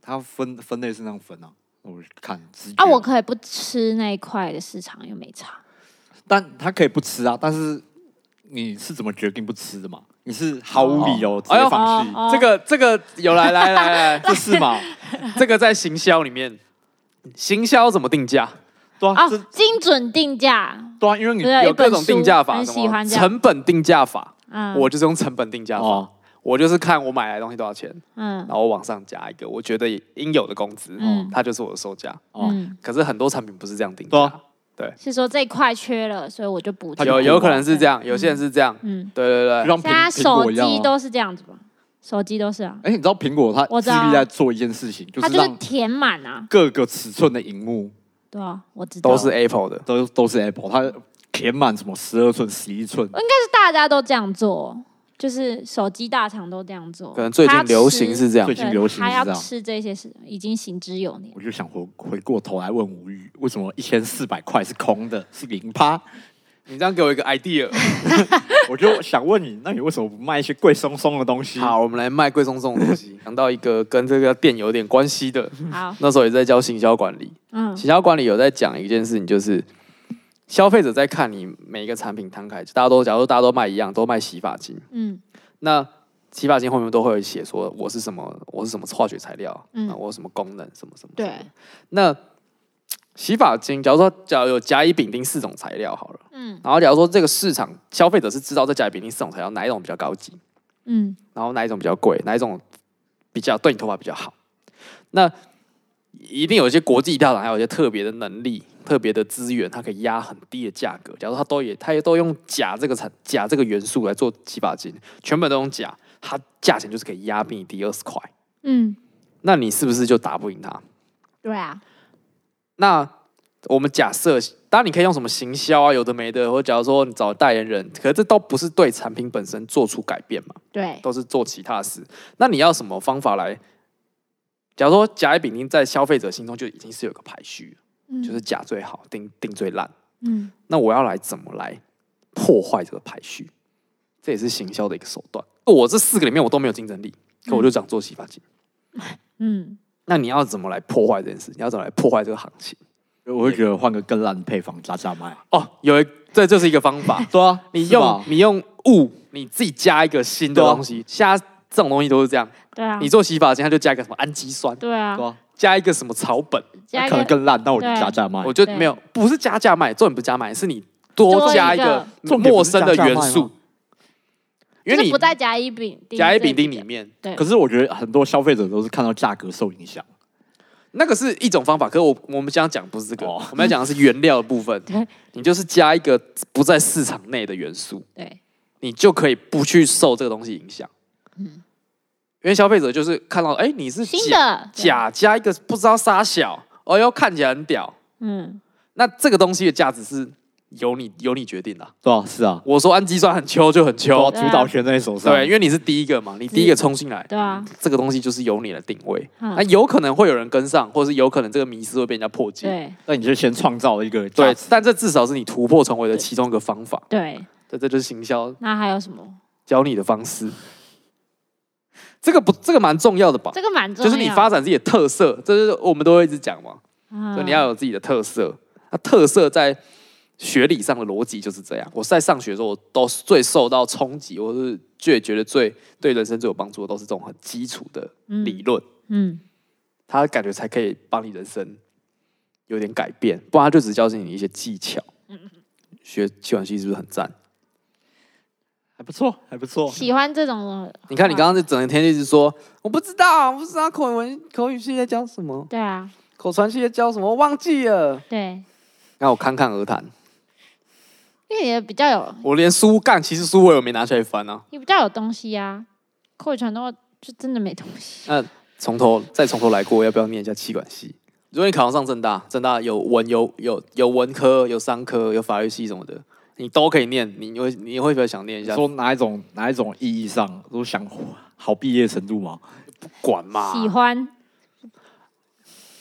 Speaker 3: 它分分类是那样分啊。我看直觉
Speaker 1: 啊，我可以不吃那一块的市场又没差。
Speaker 3: 但它可以不吃啊，但是你是怎么决定不吃的嘛？你是毫无理由直
Speaker 2: 哎呦
Speaker 3: 接放弃，
Speaker 1: 哦
Speaker 2: 这个这个有来来 来来，
Speaker 3: 这是嘛？
Speaker 2: 这个在行销里面，行销怎么定价？
Speaker 3: 对啊，
Speaker 1: 哦
Speaker 3: 这，
Speaker 1: 精准定价，
Speaker 3: 对啊， 因为你
Speaker 1: 对呃有一
Speaker 2: 有各
Speaker 1: 本
Speaker 2: 种
Speaker 1: 书
Speaker 2: 定价法，
Speaker 1: 很
Speaker 2: 什
Speaker 1: 喜
Speaker 2: 么
Speaker 1: 欢这样
Speaker 2: 成本定价法，
Speaker 1: 嗯，
Speaker 2: 我就是用成本定价法，
Speaker 3: 哦，
Speaker 2: 我就是看我买来的东西多少钱，
Speaker 1: 嗯
Speaker 2: 然后我往上加一个我觉得应有的工资，哦
Speaker 1: 嗯
Speaker 2: 它就是我的售价。
Speaker 3: 哦
Speaker 1: 嗯，
Speaker 2: 可是很多产品不是这样定
Speaker 3: 对
Speaker 2: 价
Speaker 3: 啊，
Speaker 1: 是说这一块缺了，所以我就补
Speaker 3: 它
Speaker 1: 这
Speaker 3: 就
Speaker 1: 个。
Speaker 2: 有有可能是这样，
Speaker 1: 嗯
Speaker 2: 有些人是这样，
Speaker 1: 嗯，
Speaker 2: 对对
Speaker 3: 就
Speaker 2: 对，
Speaker 3: 像
Speaker 1: 现在
Speaker 3: 苹苹
Speaker 1: 手
Speaker 3: 果一样
Speaker 1: 机
Speaker 3: 啊。
Speaker 1: 都是这样子吧？手机都是啊，
Speaker 3: 哎，你知道苹果它
Speaker 1: 我知
Speaker 3: 致
Speaker 1: 道啊
Speaker 3: 力在做一件事情，就
Speaker 1: 它
Speaker 3: 是
Speaker 1: 就是
Speaker 3: 让
Speaker 1: 填满啊，
Speaker 3: 各个尺寸的荧幕
Speaker 1: 对啊，我知道，
Speaker 2: 都是 Apple 的，
Speaker 3: 都都是 Apple，它填满什么十二寸、十一寸，
Speaker 1: 是大家都这样做，就是手机大厂都这样做。
Speaker 2: 可能最
Speaker 1: 还要
Speaker 2: 近
Speaker 1: 吃
Speaker 2: 流行是这样
Speaker 3: 最。近流行是
Speaker 1: 还要
Speaker 3: 这样
Speaker 1: 吃这些是已经行之有年。
Speaker 3: 我就想回回过头来问吴宇，为什么一千四百块是空的，是零趴？
Speaker 2: 你这样给我一个 idea，
Speaker 3: 我就想问你，那你为什么不卖一些贵松松的东西？
Speaker 2: 好，我们来卖贵松松的东西。想到一个跟这个店有点关系的，
Speaker 1: 好，
Speaker 2: 那时候也在教行销管理，
Speaker 1: 嗯
Speaker 2: 行销管理有在讲一件事情，就是消费者在看你每一个产品摊开，大家都假如说大家都卖一样，都卖洗发精，
Speaker 1: 嗯
Speaker 2: 那洗发精后面都会写说我是什么，我是什么化学材料，
Speaker 1: 嗯
Speaker 2: 嗯，我有什么功能，什么什 么。
Speaker 1: 对
Speaker 2: 什么。那洗发精，假如说假如有甲乙丙丁四种材料好了，
Speaker 1: 嗯
Speaker 2: 然后假如说这个市场消费者是知道这甲乙丙丁四种材料哪一种比较高级，
Speaker 1: 嗯
Speaker 2: 然后哪一种比较贵，哪一种比较对你头发比较好。那一定有一些国际大厂，还有一些特别的能力、特别的资源，它可以压很低的价格。假如它都也，它也都用钾这个产钾这个元素来做洗发精，全本都用钾，它价钱就是可以压比你低二十块。
Speaker 1: 嗯，
Speaker 2: 那你是不是就打不赢它？
Speaker 1: 对啊，
Speaker 2: 那我们假设，当然你可以用什么行销啊，有的没的，或者假如说你找代言人，可是这都不是对产品本身做出改变嘛。
Speaker 1: 对，
Speaker 2: 都是做其他的事。那你要什么方法来？假如说甲乙丙丁在消费者心中就已经是有个排序了，
Speaker 3: 嗯
Speaker 2: 就是甲最好，丁丁最烂。
Speaker 1: 嗯
Speaker 2: 那我要来怎么来破坏这个排序？这也是行销的一个手段。我这四个里面我都没有竞争力，可我就想做洗发精。
Speaker 1: 嗯
Speaker 2: 那你要怎么来破坏这件事？你要怎么来破坏这个行情？
Speaker 3: 我会觉得换个更烂的配方加价卖。。
Speaker 2: 哦，有一这就是一个方法
Speaker 3: 对啊，
Speaker 2: 你
Speaker 3: 是吧
Speaker 2: 用你用物，你自己加一个新的
Speaker 3: 对啊
Speaker 2: 东西，加这种东西都是这样。
Speaker 1: 对啊
Speaker 2: 你，做洗发精，它就加一个什么氨基酸，
Speaker 1: 对啊
Speaker 3: 对，啊，
Speaker 2: 加一个什么草本，
Speaker 1: 加
Speaker 3: 那
Speaker 1: 一
Speaker 3: 啊可能
Speaker 1: 个
Speaker 3: 更烂，那我就
Speaker 1: 对
Speaker 3: 加价卖
Speaker 2: 我。觉得
Speaker 1: 对
Speaker 2: 没有，不是加价卖，重点不是加卖，是你多
Speaker 1: 多
Speaker 2: 加
Speaker 1: 一
Speaker 2: 一
Speaker 1: 个
Speaker 2: 个
Speaker 3: 重点
Speaker 2: 陌
Speaker 3: 不是
Speaker 2: 生的
Speaker 3: 加价卖
Speaker 2: 元
Speaker 3: 吗
Speaker 2: 素，
Speaker 1: 就
Speaker 2: 因为
Speaker 1: 是
Speaker 2: 你
Speaker 1: 不在甲乙丙丁
Speaker 2: 甲乙
Speaker 1: 这
Speaker 2: 丙丁
Speaker 1: 几
Speaker 2: 里
Speaker 1: 个，
Speaker 2: 面
Speaker 1: 对，
Speaker 3: 可是我觉得很多消费者都是看到价格受影响。
Speaker 2: 那个是一种方法，可是我我们想讲不是这个，
Speaker 3: 哦
Speaker 2: 我们要讲的是原料的部分
Speaker 1: 对。
Speaker 2: 你就是加一个不在市场内的元素，
Speaker 1: 对，
Speaker 2: 你就可以不去受这个东西影响。因为消费者就是看到，哎、你是
Speaker 1: 嗯新
Speaker 2: 假
Speaker 1: 的，
Speaker 2: 假加一个不知道啥小，哦哟，看起来很屌，
Speaker 1: 嗯
Speaker 2: 那这个东西的价值是由你由你决定的啊、
Speaker 3: 对啊，是啊，
Speaker 2: 我说氨基酸很秋就很秋，
Speaker 3: 都
Speaker 1: 对
Speaker 3: 主
Speaker 1: 啊
Speaker 3: 导权在你手上。
Speaker 2: 对，因为你是第一个嘛，你第一个冲进来，
Speaker 1: 对啊，
Speaker 2: 这个东西就是由你来定位。
Speaker 1: 嗯
Speaker 2: 那有可能会有人跟上，或者是有可能这个迷失会被人家破解。
Speaker 1: 对
Speaker 3: 那你就先创造一个价
Speaker 2: 对
Speaker 3: 值，
Speaker 2: 但这至少是你突破重围的其中一个方法。
Speaker 1: 对，
Speaker 2: 对，这就是行销
Speaker 1: 那还有什么？
Speaker 2: 教你的方式。这个不，这个蛮重要的吧？
Speaker 1: 这个蛮重
Speaker 2: 就
Speaker 1: 要的，
Speaker 2: 是你发展自己的特色，这是我们都会一直讲嘛，
Speaker 1: 啊，
Speaker 2: 就你要有自己的特色。那特色在学理上的逻辑就是这样。我在上学的时候，我都是最受到冲击，我是最觉得最对人生最有帮助的，都是这种很基础的
Speaker 1: 嗯
Speaker 2: 理论，
Speaker 1: 嗯，
Speaker 2: 它感觉才可以帮你人生有点改变，不然它就只教你一些技巧。
Speaker 1: 嗯
Speaker 2: 学气管系是不是很赞？
Speaker 3: 还不错，还不错。
Speaker 1: 喜欢这种的，
Speaker 2: 你看你刚刚这整天一直说我不知道，我不知道口文口语系在教什么，
Speaker 1: 对啊，
Speaker 2: 口传系在教什么，我忘记了。
Speaker 1: 对，
Speaker 2: 让我侃侃而谈，
Speaker 1: 因为你的比较有，
Speaker 2: 我连书干，其实书我也没拿出来翻啊，
Speaker 1: 你比较有东西啊。口语传统就真的没东西，
Speaker 2: 从头再从头来过，要不要念一下气管系？如果你考上上正大，正大有文有有有文科，有商科，有法律系什么的，你都可以念，你你会你会不会想念一
Speaker 3: 你
Speaker 2: 下？
Speaker 3: 说哪一种哪一种意义上都想好毕业程度吗？
Speaker 2: 管嘛，
Speaker 1: 喜欢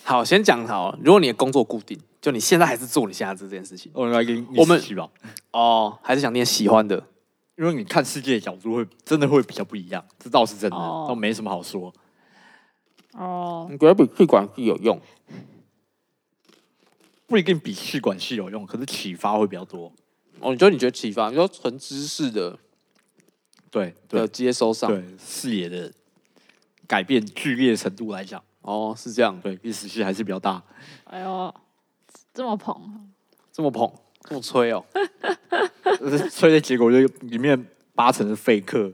Speaker 2: 好，先讲好，如果你的工作固定，就你现在还是做你现在这件事情，
Speaker 3: 我来给你
Speaker 2: 我们
Speaker 3: 一起吧，
Speaker 2: 哦，还是想念喜欢的，
Speaker 3: 因为你看世界的角度会真的会比较不一样，这倒是真的，
Speaker 1: 哦
Speaker 3: 倒没什么好说。
Speaker 1: 哦，
Speaker 4: 你觉得比气管系有用？
Speaker 3: 不一定比气管系有用，可是启发会比较多。
Speaker 2: 哦，你觉得你觉得启发，你说纯知识的
Speaker 3: 对
Speaker 2: 的
Speaker 3: 对
Speaker 2: 接收上，
Speaker 3: 对，视野的改变剧烈程度来讲，
Speaker 2: 哦，是这样，
Speaker 3: 对历史系还是比较大。
Speaker 1: 哎呦，这么捧，
Speaker 2: 这么捧，这么吹哦，
Speaker 3: 呃所以的结果就是里面八成是废课，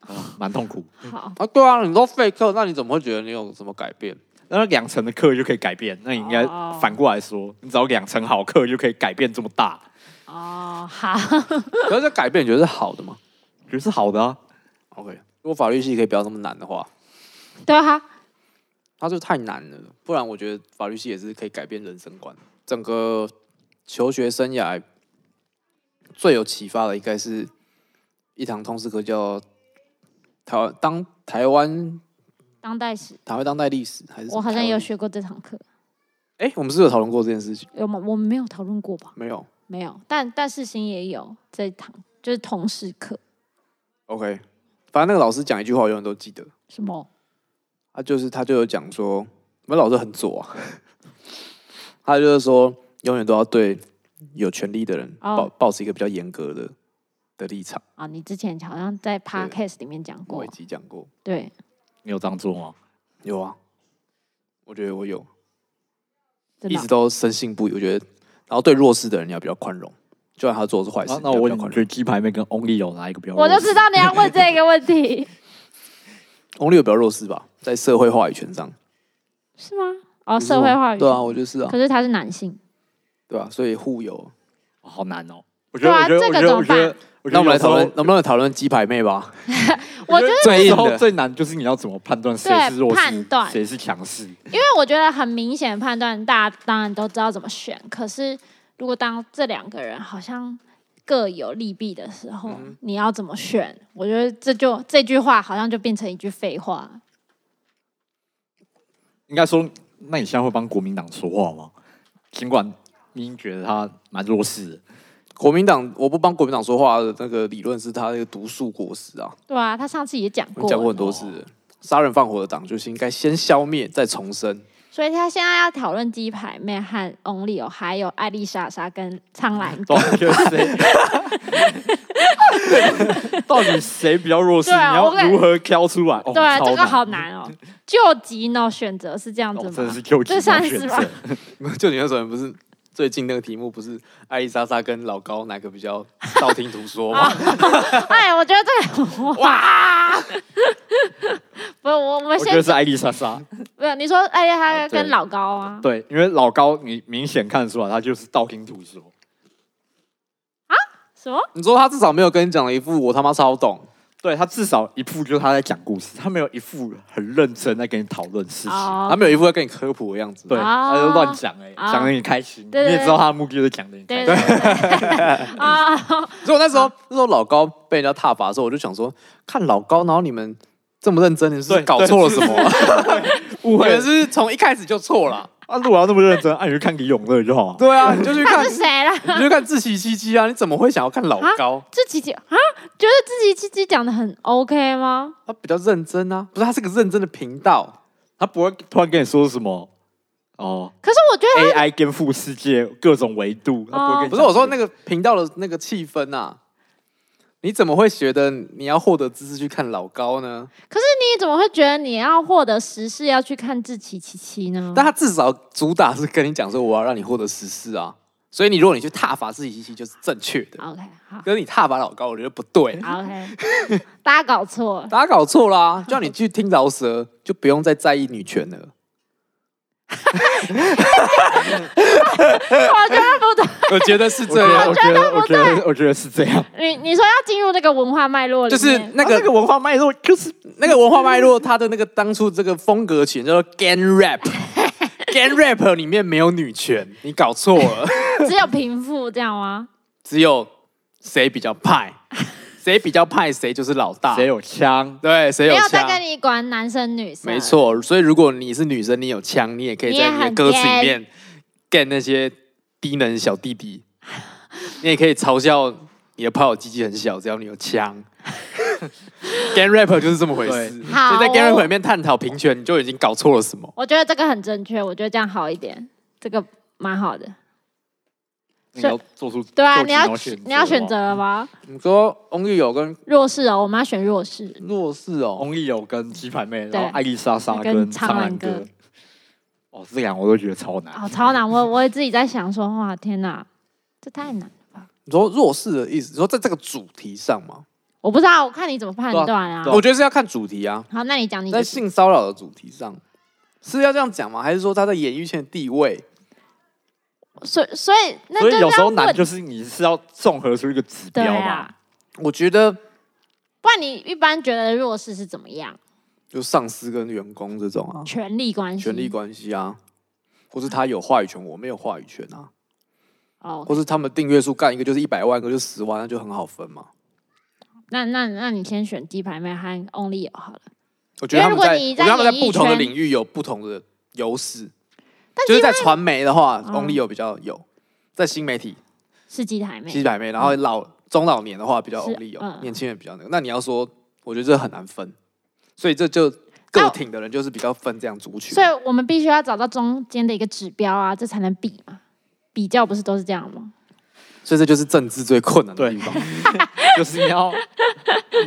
Speaker 3: 啊蛮痛苦。
Speaker 1: 好，
Speaker 2: 啊，对啊，你都废课，那你怎么会觉得你有什么改变？
Speaker 3: 那两成的课就可以改变，那你应该
Speaker 1: 哦
Speaker 3: 反过来说，你只要两成好课就可以改变这么大，
Speaker 1: 哦，好，
Speaker 2: 可是这改变你觉得是好的吗
Speaker 3: 觉得是好的啊。
Speaker 2: ？OK，如果法律系可以不要那么难的话，
Speaker 1: 对啊，
Speaker 2: 它就太难了。不然我觉得法律系也是可以改变人生观。整个求学生涯最有启发的应该是一堂通识课叫台湾当台湾
Speaker 1: 当代史，
Speaker 2: 台湾当代历史还是什么
Speaker 1: 我好像有
Speaker 2: 台湾
Speaker 1: 学过这堂课，
Speaker 2: 哎、我们是不是有讨论过这件事情
Speaker 1: 有吗？我们没有讨论过吧？
Speaker 2: 没有
Speaker 1: 没有，但但世新也有这一堂，就是同事课，
Speaker 2: ？OK，反正那个老师讲一句话，我永远都记得。
Speaker 1: 什么？
Speaker 2: 他啊就是他就有讲说，我们老师很左、啊， 他就是说永远都要对有权利的人
Speaker 1: 哦
Speaker 2: 保保持一个比较严格的的立场。
Speaker 1: 啊，你之前好像在 podcast 里面讲
Speaker 2: 某
Speaker 1: 过
Speaker 2: 一，集讲过，
Speaker 1: 对，
Speaker 3: 你有这样做吗？
Speaker 2: 有啊，我觉得我有，
Speaker 1: 真
Speaker 2: 一
Speaker 1: 的
Speaker 2: 直
Speaker 1: 哦
Speaker 2: 都深信不疑。我觉得，然后对弱势的人你要比较宽容，就算他做的是坏事，
Speaker 3: 那
Speaker 2: 你
Speaker 3: 啊那
Speaker 2: 要
Speaker 3: 我
Speaker 2: 比
Speaker 3: 问
Speaker 2: 较
Speaker 3: 你，
Speaker 2: 宽
Speaker 3: 觉
Speaker 2: 容。
Speaker 3: 得鸡排妹跟 Only 有哪一个比较弱
Speaker 1: 我
Speaker 3: 势？
Speaker 1: 就知道你要问这个问 题，
Speaker 2: 红绿有比较弱势吧，在社会话语权上，
Speaker 1: 是吗？哦，
Speaker 2: 你是
Speaker 1: 社会
Speaker 2: 吗
Speaker 1: 话语，
Speaker 2: 对啊，，我就是啊，
Speaker 1: 可是他是男性，
Speaker 2: 对啊，所以互有。
Speaker 3: 哦好难哦。我觉
Speaker 1: 对
Speaker 3: 得，
Speaker 1: 啊
Speaker 3: 我觉得，
Speaker 1: 这
Speaker 3: 我
Speaker 1: 个
Speaker 3: 觉得，我
Speaker 1: 怎
Speaker 3: 觉
Speaker 1: 么
Speaker 3: 得，觉得
Speaker 2: 那我们来讨论
Speaker 3: 有时，候
Speaker 2: 能不能讨论鸡排妹吧？
Speaker 1: 我觉得
Speaker 2: 最
Speaker 3: 有时
Speaker 2: 硬
Speaker 3: 候
Speaker 2: 的，
Speaker 3: 最难就是你要怎么判断谁
Speaker 1: 对
Speaker 3: 是弱
Speaker 1: 判
Speaker 3: 势
Speaker 1: 断，
Speaker 3: 谁是强势。
Speaker 1: 因为我觉得很明显的判断，大家当然都知道怎么选。可是如果当这两个人好像各有利弊的时候，
Speaker 2: 嗯
Speaker 1: 你要怎么选？我觉得这就这句话好像就变成一句废话。
Speaker 3: 应该说，那你现在会帮国民党说话吗？尽管你已经觉得他蛮弱势的，
Speaker 2: 国民党，我不帮国民党说话的那个理论是他那个毒素果实啊，
Speaker 1: 对啊，他上次也讲
Speaker 2: 我
Speaker 1: 过，
Speaker 2: 讲过很多次了，杀人放火的党就是应该先消灭再重生。
Speaker 1: 所以他现在要讨论鸡排妹和 Only 哦，还有艾丽莎莎跟苍 兰
Speaker 3: 到
Speaker 1: 哥。
Speaker 3: 底谁？ 到底谁比较弱势？
Speaker 1: 对啊
Speaker 3: 你
Speaker 1: 我
Speaker 3: 要
Speaker 1: 跟
Speaker 3: 如何挑出来？哦
Speaker 1: 对啊，
Speaker 3: 超
Speaker 1: 这个
Speaker 3: 难
Speaker 1: 好难哦。救急呢选择是这样
Speaker 3: 哦
Speaker 1: 子
Speaker 3: 真的
Speaker 1: 吗
Speaker 3: 是？救急
Speaker 1: 这算
Speaker 3: 难选
Speaker 1: 是吧
Speaker 3: 择。
Speaker 2: 就你那时候不是最近那个题目不是艾丽莎莎跟老高哪个比较道听途说吗？
Speaker 1: 哎，我觉得这个哇， 不是我我们
Speaker 3: 我觉得
Speaker 1: 先
Speaker 3: 是艾丽莎莎。
Speaker 1: 不是你说艾丽莎莎
Speaker 3: 对
Speaker 1: 跟老高啊？
Speaker 3: 对，因为老高，你明显看得出来，他就是道听途说。
Speaker 1: 什么？
Speaker 2: 你说他至少没有跟你讲了一副我他妈超懂，
Speaker 3: 对他至少一副就是他在讲故事，他没有一副很认真在跟你讨论事情。
Speaker 2: 他
Speaker 1: 哦，
Speaker 2: 没有一副在跟你科普的样子。
Speaker 3: 对，
Speaker 1: 啊
Speaker 3: 他就乱讲哎，
Speaker 1: 啊
Speaker 3: 讲的你开心，你
Speaker 1: 对对
Speaker 3: 也知道他的目的就是讲的你开
Speaker 1: 对
Speaker 3: 心
Speaker 1: 对。对， 啊，
Speaker 2: 所以我那时候那时候老高被人家踏伐的时候，我就想说，看老高，然后你们这么认真，你们是不是
Speaker 3: 对
Speaker 2: 搞错了什么 啊？
Speaker 3: 误
Speaker 2: 你
Speaker 3: 会
Speaker 2: 们是不是从一开始就错了。
Speaker 3: 啊！如果要那么认真，啊，你去看李永乐就好了。
Speaker 2: 对啊，你就去
Speaker 1: 他
Speaker 2: 看，
Speaker 1: 是谁啦？
Speaker 2: 你就看自欺欺欺啊！你怎么会想要看老高？
Speaker 1: 自己讲啊，觉得自己自己讲的很 OK 吗？
Speaker 2: 他比较认真啊，不是他是个认真的频道。
Speaker 3: 他不会突然跟你说什么。哦
Speaker 1: 可是我觉得
Speaker 3: ，AI 颠覆世界各种维度，它
Speaker 1: 哦
Speaker 3: 不会跟你
Speaker 2: 不是我说那
Speaker 3: 个
Speaker 2: 个频道的那个气氛啊，你怎么会觉得你要获得知识去看老高呢？
Speaker 1: 你怎么会觉得你要获得时事要去看志奇七七呢？
Speaker 2: 但他至少主打是跟你讲说我要让你获得实事啊，所以你如果你去踏伐自己信息就是正确的，
Speaker 1: OK 好
Speaker 2: 可是你踏伐老高，我觉得不对，
Speaker 1: OK，大 家搞错了，
Speaker 2: 大家搞错啦，叫你去听饶舌，就不用再在意女权了。
Speaker 1: 我觉得不对。
Speaker 2: 我觉得是
Speaker 3: 我
Speaker 2: 这
Speaker 3: 觉得
Speaker 2: 样
Speaker 3: 我，觉得我觉得我觉得是这样，
Speaker 1: 你你说要进入那个文化脉络里
Speaker 2: 就
Speaker 1: 面，
Speaker 2: 是那
Speaker 3: 它那个
Speaker 2: 个
Speaker 3: 文化脉络就是
Speaker 2: 那个文化脉络，它的那个当初这个风格群叫做 Gan Rap。Gan rap 里面没有女权，你搞错 了，
Speaker 1: 只有贫富这样吗？
Speaker 2: 只有谁比较派，谁比较派谁就是老大，
Speaker 3: 谁有枪，
Speaker 2: 对谁
Speaker 1: 没
Speaker 2: 有
Speaker 1: 有
Speaker 2: 枪
Speaker 1: 再。跟你管男生女生，
Speaker 2: 没。错，所以如果你是女生，你有枪，你也可以在你的歌词里面 get 那些低能小弟弟，你也可以嘲笑你的炮友鸡鸡很小，只要你有 枪。Gang rapper 就是这么回
Speaker 3: 对
Speaker 2: 事，所
Speaker 1: 好
Speaker 2: 以在 Gang rapper 里面探讨平权，你就已经搞错了什么？
Speaker 1: 我觉得这个很正确，我觉得这样好一点，这个蛮好的。
Speaker 3: 你要做出
Speaker 1: 对啊，
Speaker 3: 做出
Speaker 1: 你要
Speaker 3: 选
Speaker 1: 你要选择
Speaker 3: 择
Speaker 1: 了吗？
Speaker 2: 你说翁玉友跟
Speaker 1: 弱势哦，我们要选弱势。
Speaker 2: 弱势
Speaker 3: 哦
Speaker 2: 哦，
Speaker 3: 翁立友跟鸡排妹，
Speaker 1: 对
Speaker 3: 然后艾丽莎莎
Speaker 1: 跟
Speaker 3: 跟
Speaker 1: 苍
Speaker 3: 苍
Speaker 1: 兰
Speaker 3: 兰
Speaker 1: 哥
Speaker 3: 哥，哦，这两个我都觉得超难。
Speaker 1: 哦，超难，我我也自己在想说，哇，天哪，这太难了吧！
Speaker 2: 你说弱势的意思，你说在这个主题上嘛，
Speaker 1: 我不知道，我看你怎么判断啊。
Speaker 2: 我觉得是要看主题啊，
Speaker 1: 好，那你讲你的
Speaker 2: 在性骚扰的主题上是要这样讲吗？还是说他在演艺圈的地位？
Speaker 1: 所以所以那
Speaker 3: 所以
Speaker 1: 就
Speaker 3: 有时
Speaker 1: 要
Speaker 3: 候难
Speaker 1: 问
Speaker 3: 就是你是要综合出一个指
Speaker 1: 对
Speaker 3: 标嘛
Speaker 1: 啊，，
Speaker 2: 我觉得
Speaker 1: 不然你一般觉得弱势是怎么样？
Speaker 2: 就上司跟员工这种啊，
Speaker 1: 权力关系，
Speaker 2: 权力关系啊，或是他有话语权，我没有话语权啊，
Speaker 1: 哦。
Speaker 2: 或是他们订阅数干一个就是一百万，一个就十万，那就很好分嘛。
Speaker 1: 那那那你先选鸡排妹和 Only 友好了。
Speaker 2: 我觉得他们在，
Speaker 1: 因为如果你
Speaker 2: 我觉得他们
Speaker 1: 在
Speaker 2: 在
Speaker 1: 演艺
Speaker 2: 不同的
Speaker 1: 圈
Speaker 2: 领域有不同的优势，
Speaker 1: 但
Speaker 2: 就是
Speaker 1: 鸡
Speaker 2: 在传媒的话
Speaker 1: 嗯
Speaker 2: ，Only 有比较有，在新媒体
Speaker 1: 是鸡排妹，
Speaker 2: 七百妹，然后老中老年的话比较
Speaker 1: 嗯是
Speaker 2: Only 有
Speaker 1: 嗯，
Speaker 2: 年轻人比较那个。那你要说，我觉得这很难分，所以这就
Speaker 1: 那
Speaker 2: 个
Speaker 1: 我
Speaker 2: 挺的人就是比较分这样族群
Speaker 1: 啊所。以我们必须要找到中间的一个指标啊，这才能比嘛。比较不是都是这样吗？
Speaker 2: 所以这就是政治最困难的
Speaker 1: 啊
Speaker 3: 对
Speaker 2: 地方。
Speaker 3: 就是你要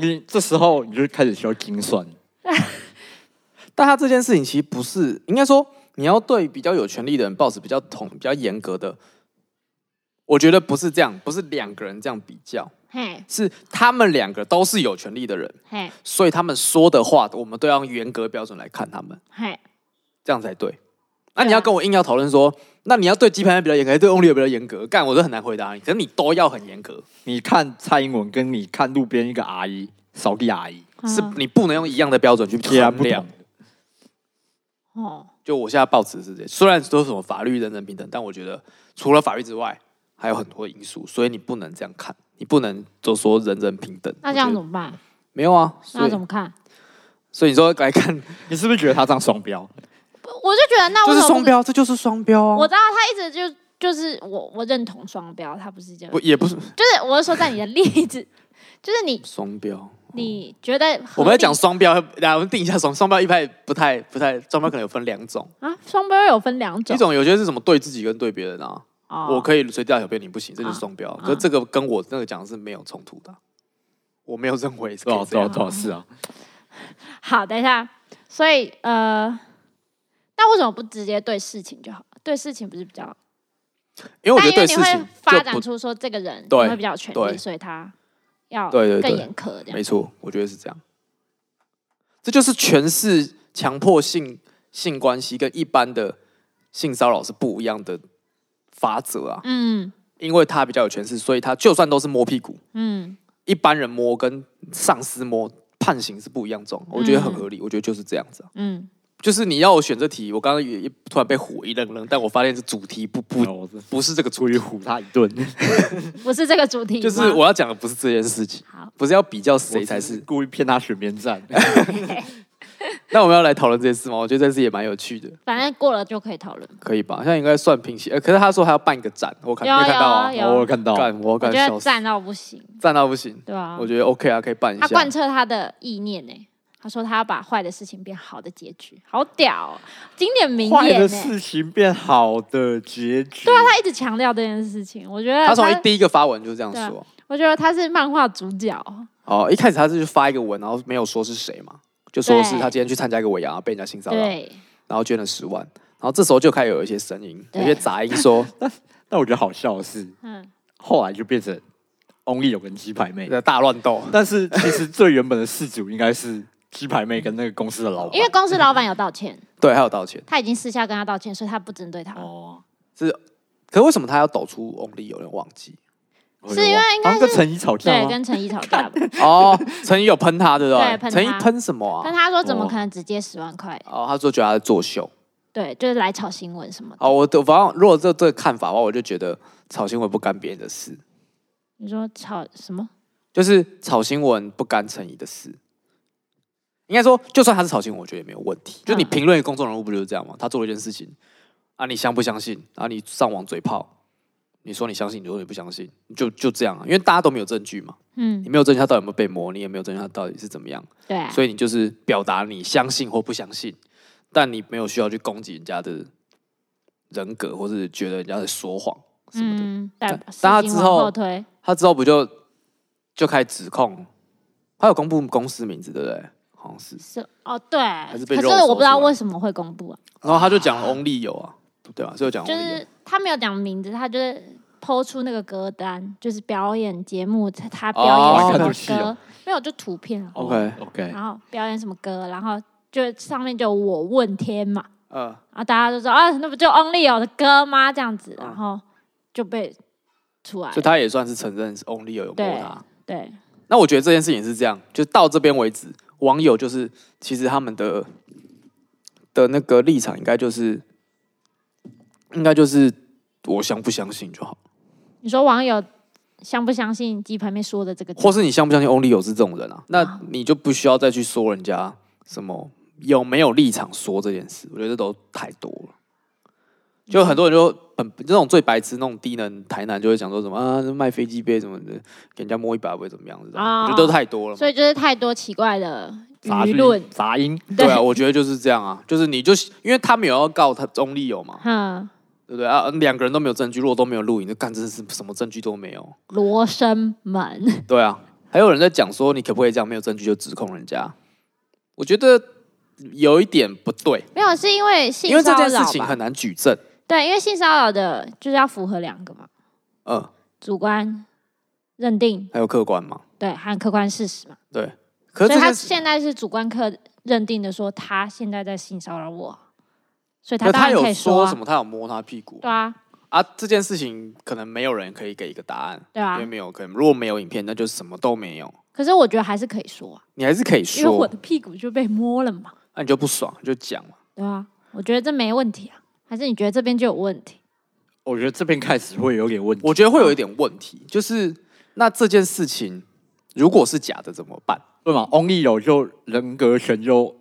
Speaker 3: 你这时候你就开始需要精算，
Speaker 2: 但他这件事情其实不是，应该说你要对比较有权利的人抱持比较统、比较严格的。我觉得不是这样，不是两个人这样比较，
Speaker 1: 嘿，
Speaker 2: 是他们两个都是有权利的人，
Speaker 1: 嘿，
Speaker 2: 所以他们说的话，我们都要用严格标准来看他们，
Speaker 1: 嘿，
Speaker 2: 这样才对。那你
Speaker 1: 啊
Speaker 2: 要跟我硬要讨论说，那你要对鸡排妹比较严格，还是对翁立友比较严格？干，我都很难回答你。可是你都要很严格，
Speaker 3: 你看蔡英文跟你看路边一个阿姨扫地阿姨，
Speaker 2: 是
Speaker 1: 嗯
Speaker 2: 你不能用一样的标准去
Speaker 3: 截然
Speaker 2: 衡
Speaker 3: 不
Speaker 2: 量
Speaker 3: 同。。
Speaker 1: 哦，
Speaker 2: 就我现在抱持是这样，虽然说什么法律人人平等，但我觉得除了法律之外，还有很多因素，所以你不能这样看，你不能就说人人平等。
Speaker 1: 那这样
Speaker 2: 我觉
Speaker 1: 怎
Speaker 2: 得
Speaker 1: 么办？
Speaker 2: 没有啊？所
Speaker 1: 那
Speaker 2: 以
Speaker 1: 怎么看？
Speaker 2: 所以你说来看，
Speaker 3: 你是不是觉得他这样双标？
Speaker 1: 我就觉得那
Speaker 2: 就
Speaker 1: 为
Speaker 2: 是
Speaker 1: 什么不
Speaker 2: 双
Speaker 1: 是？
Speaker 2: 标，这就是双标
Speaker 1: 我
Speaker 2: 啊！
Speaker 1: 知道他一直就就是我我认同双标，他不是这样
Speaker 2: 不，，也不是
Speaker 1: 就是我是说在你的例子， 就是你
Speaker 2: 双标。
Speaker 1: 你觉得合
Speaker 2: 我们要
Speaker 1: 理
Speaker 2: 讲双标，来我们定一下双双标一派不太不太，双标可能有分两种，
Speaker 1: 啊，双标有分两种，
Speaker 2: 一种有些是什么对自己跟对别人啊，
Speaker 1: 哦
Speaker 2: 我可以随地大小便，你不行，这就是双标。
Speaker 1: 啊
Speaker 2: 可是这个跟我那个讲的是没有冲突的啊，我没有认为是
Speaker 3: 对
Speaker 2: 可以
Speaker 3: 啊，
Speaker 2: 这
Speaker 3: 对
Speaker 2: 样
Speaker 3: 啊，对啊，是啊，
Speaker 1: 好，等一下，所以呃，那为什么不直接对事情就好？对事情不是比较？
Speaker 2: 因为我
Speaker 1: 但因
Speaker 2: 觉
Speaker 1: 为
Speaker 2: 得对
Speaker 1: 你
Speaker 2: 事
Speaker 1: 会
Speaker 2: 情
Speaker 1: 发
Speaker 2: 就
Speaker 1: 展
Speaker 2: 不
Speaker 1: 出说这个人
Speaker 2: 对
Speaker 1: 你会比较有权利，
Speaker 2: 对
Speaker 1: 所以他要
Speaker 2: 对对对
Speaker 1: 更严苛这样。
Speaker 2: 没错，我觉得是这样。这就是权势强迫性性关系跟一般的性骚扰是不一样的法则啊，
Speaker 1: 嗯
Speaker 2: 因为他比较有权势，所以他就算都是摸屁股，
Speaker 1: 嗯，
Speaker 2: 一般人摸跟上司摸判刑是不一样重，我觉得很合理，我觉得就是这样子啊、
Speaker 1: 嗯，
Speaker 2: 就是你要我选这题，我刚刚也也突然被唬一愣愣，但我发现这主题不
Speaker 3: 不，
Speaker 2: 不
Speaker 3: 我是
Speaker 2: 不是这个主题，
Speaker 3: 唬他一顿，
Speaker 1: 不是这个主题吗，
Speaker 2: 就是我要讲的不是这件事情
Speaker 1: 好，
Speaker 2: 不是要比较谁
Speaker 3: 我
Speaker 2: 才
Speaker 3: 只
Speaker 2: 是
Speaker 3: 故意骗他选边站？
Speaker 2: 那我们要来讨论这件事吗？我觉得这件事也蛮有趣的，
Speaker 1: 反正过了就可以讨论。
Speaker 2: 可以吧？现在应该算平息。呃，可是他说还要办一个展，我看
Speaker 1: 有
Speaker 2: 没看到啊
Speaker 1: 有？
Speaker 3: 我有看到，
Speaker 2: 干，我
Speaker 1: 我
Speaker 2: 干
Speaker 1: 觉得
Speaker 2: 笑死，
Speaker 1: 赞到不行，
Speaker 2: 站到不行。
Speaker 1: 对吧
Speaker 2: 我？觉得 OK 啊，可以办一
Speaker 1: 他
Speaker 2: 下
Speaker 1: 贯。彻他的意念呢，欸他说他要把坏的事情变好的结局，好屌、哦，经典名
Speaker 3: 坏
Speaker 1: 言呢、
Speaker 3: 的事情变好的结局。
Speaker 1: 对啊，他一直强调这件事情，我觉得
Speaker 2: 他从一第一个发文就这样
Speaker 1: 对啊
Speaker 2: 说。
Speaker 1: 我觉得他是漫画主角，
Speaker 2: 哦，一开始他是发一个文，然后没有说是谁嘛，就说
Speaker 1: 对
Speaker 2: 是他今天去参加一个尾牙，然后被人家性骚扰，
Speaker 1: 对，
Speaker 2: 然后捐了十万，然后这时候就开始有一些声音，有
Speaker 1: 对
Speaker 2: 一些杂音说，
Speaker 3: 但我觉得好笑的是，
Speaker 1: 嗯，
Speaker 3: 后来就变成 Only 有跟鸡排妹，
Speaker 2: 在大乱斗，
Speaker 3: 但是其实最原本的事主应该是鸡排妹跟那个公司的老板
Speaker 1: 因。为公司老板有道歉，
Speaker 2: 对，还有道歉。
Speaker 1: 他已经私下跟他道歉，所以他不针对他，
Speaker 3: 哦，
Speaker 2: 可是为什么他要抖出 Only 有点忘记？
Speaker 3: 我
Speaker 1: 是
Speaker 3: 有
Speaker 1: 因为应该
Speaker 3: 好像跟陈怡吵架
Speaker 1: 对，
Speaker 3: 吗？
Speaker 1: 跟陈毅吵架吧，
Speaker 2: 哦，陈怡有喷他，对不
Speaker 1: 对
Speaker 2: 对？
Speaker 1: 喷
Speaker 2: 陈怡
Speaker 1: 他
Speaker 2: 喷什么啊
Speaker 1: 但？他说怎么可能只接十万块？
Speaker 2: 哦，他说觉得他在作秀。
Speaker 1: 对，就是来炒新闻什么的。
Speaker 2: 哦，我的反正如果这这个看法的话，我就觉得炒新闻不干别人的事，
Speaker 1: 你说炒什么？
Speaker 2: 就是炒新闻不干陈怡的事。应该说，就算他是炒新闻，我觉得也没有问题。就你
Speaker 1: 嗯
Speaker 2: 评论公众人物不就是这样吗？他做了一件事情，啊，你相不相信？啊，你上网嘴炮，你说你相信，你说你不相信，就就这样、啊，因为大家都没有证据嘛，
Speaker 1: 嗯
Speaker 2: 你，没有证据他到底有没有被摸，你也没有证据他到底是怎么样，
Speaker 1: 对啊，
Speaker 2: 所以你就是表达你相信或不相信，但你没有需要去攻击人家的人格，或是觉得人家在说谎什么的。
Speaker 1: 嗯，但
Speaker 2: 但他之后
Speaker 1: 后推，
Speaker 2: 他之后不就就开始指控，他有公布公司名字，对不对？好像是。
Speaker 1: 是哦，对，
Speaker 2: 是被
Speaker 1: 可是
Speaker 2: 肉搜
Speaker 1: 我不知道
Speaker 2: 出来
Speaker 1: 为什么会公布啊，
Speaker 2: 然后他就讲 Only 有啊，对吧？所以讲 Only
Speaker 1: 就
Speaker 2: 有
Speaker 1: 是他没有讲名字，他就是抛出那个歌单，就是表演节目，他他表
Speaker 2: 哦
Speaker 1: 演
Speaker 2: 看
Speaker 1: 什
Speaker 3: 得
Speaker 1: 么
Speaker 3: 细
Speaker 1: 歌，
Speaker 3: 哦
Speaker 1: 没有就图片啊，
Speaker 2: OK
Speaker 3: OK，
Speaker 1: 然后表演什么歌，然后就上面就有我问天嘛，
Speaker 2: 呃，
Speaker 1: 然后大家就说啊，那不就 Only 有的歌吗？这样
Speaker 2: 嗯
Speaker 1: 子，然后就被出来
Speaker 2: 所以
Speaker 1: 了，
Speaker 2: 他也算是承认是 Only 有有摸他。
Speaker 1: 对，
Speaker 2: 那我觉得这件事情是这样，就到这边为止，网友就是其实他们的的那个立场应该就是，应该就是我相不相信就好，
Speaker 1: 你说网友相不相信鸡排妹说的这个？
Speaker 2: 或是你相不相信 Only 有是这种人啊，那你就不需要再去说人家什么有没有立场说这件事，我觉得这都太多了。就很多人就很这种最白痴那种低能台南就会讲说什么啊卖飞机杯什么的，给人家摸一把不会怎么样，这种、
Speaker 1: 啊
Speaker 2: 我觉得都太多了嘛。
Speaker 1: 所以就是太多奇怪的
Speaker 3: 杂
Speaker 1: 舆
Speaker 3: 讯
Speaker 1: 论，
Speaker 3: 杂音，
Speaker 2: 对啊，我觉得就是这样啊，就是你就因为他们有要告他中立有嘛，
Speaker 1: 哼，
Speaker 2: 对不对啊？两个人都没有证据，如果都没有录影，那干真的是什么证据都没有。
Speaker 1: 罗生门，
Speaker 2: 对啊，还有人在讲说你可不可以这样没有证据就指控人家，我觉得有一点不对，
Speaker 1: 没有是因为性
Speaker 2: 因为这
Speaker 1: 骚
Speaker 2: 件事
Speaker 1: 扰
Speaker 2: 情
Speaker 1: 吧
Speaker 2: 很难举证。
Speaker 1: 对，因为性骚扰的就是要符合两个嘛，
Speaker 2: 嗯，
Speaker 1: 主观认定
Speaker 2: 还有客观嘛，
Speaker 1: 对，还有客观事实嘛。
Speaker 2: 对。
Speaker 1: 所
Speaker 2: 可是
Speaker 1: 以
Speaker 2: 这
Speaker 1: 他
Speaker 2: 件事
Speaker 1: 现在是主观客认定的说他现在在性骚扰我，所以
Speaker 2: 可
Speaker 1: 当然可
Speaker 2: 有
Speaker 1: 以说
Speaker 2: 说
Speaker 1: 啊
Speaker 2: 什么？他有摸他屁股
Speaker 1: 对啊，
Speaker 2: 啊？这件事情可能没有人可以给一个答案，
Speaker 1: 对
Speaker 2: 因
Speaker 1: 啊
Speaker 2: 为。没有可能，如果没有影片，那就什么都没有。
Speaker 1: 可是我觉得还是可以说、啊，
Speaker 2: 你还是可以
Speaker 1: 因为我
Speaker 2: 说
Speaker 1: 的，屁股就被摸了嘛，
Speaker 2: 那你就不爽你就讲嘛。
Speaker 1: 对啊，我觉得这没问题啊。还是你觉得这边就有问题？
Speaker 3: 我觉得这边开始会有点问题。
Speaker 2: 我觉得会有一点问题，就是那这件事情如果是假的怎么办？
Speaker 3: 对嘛？Only 有就人格权就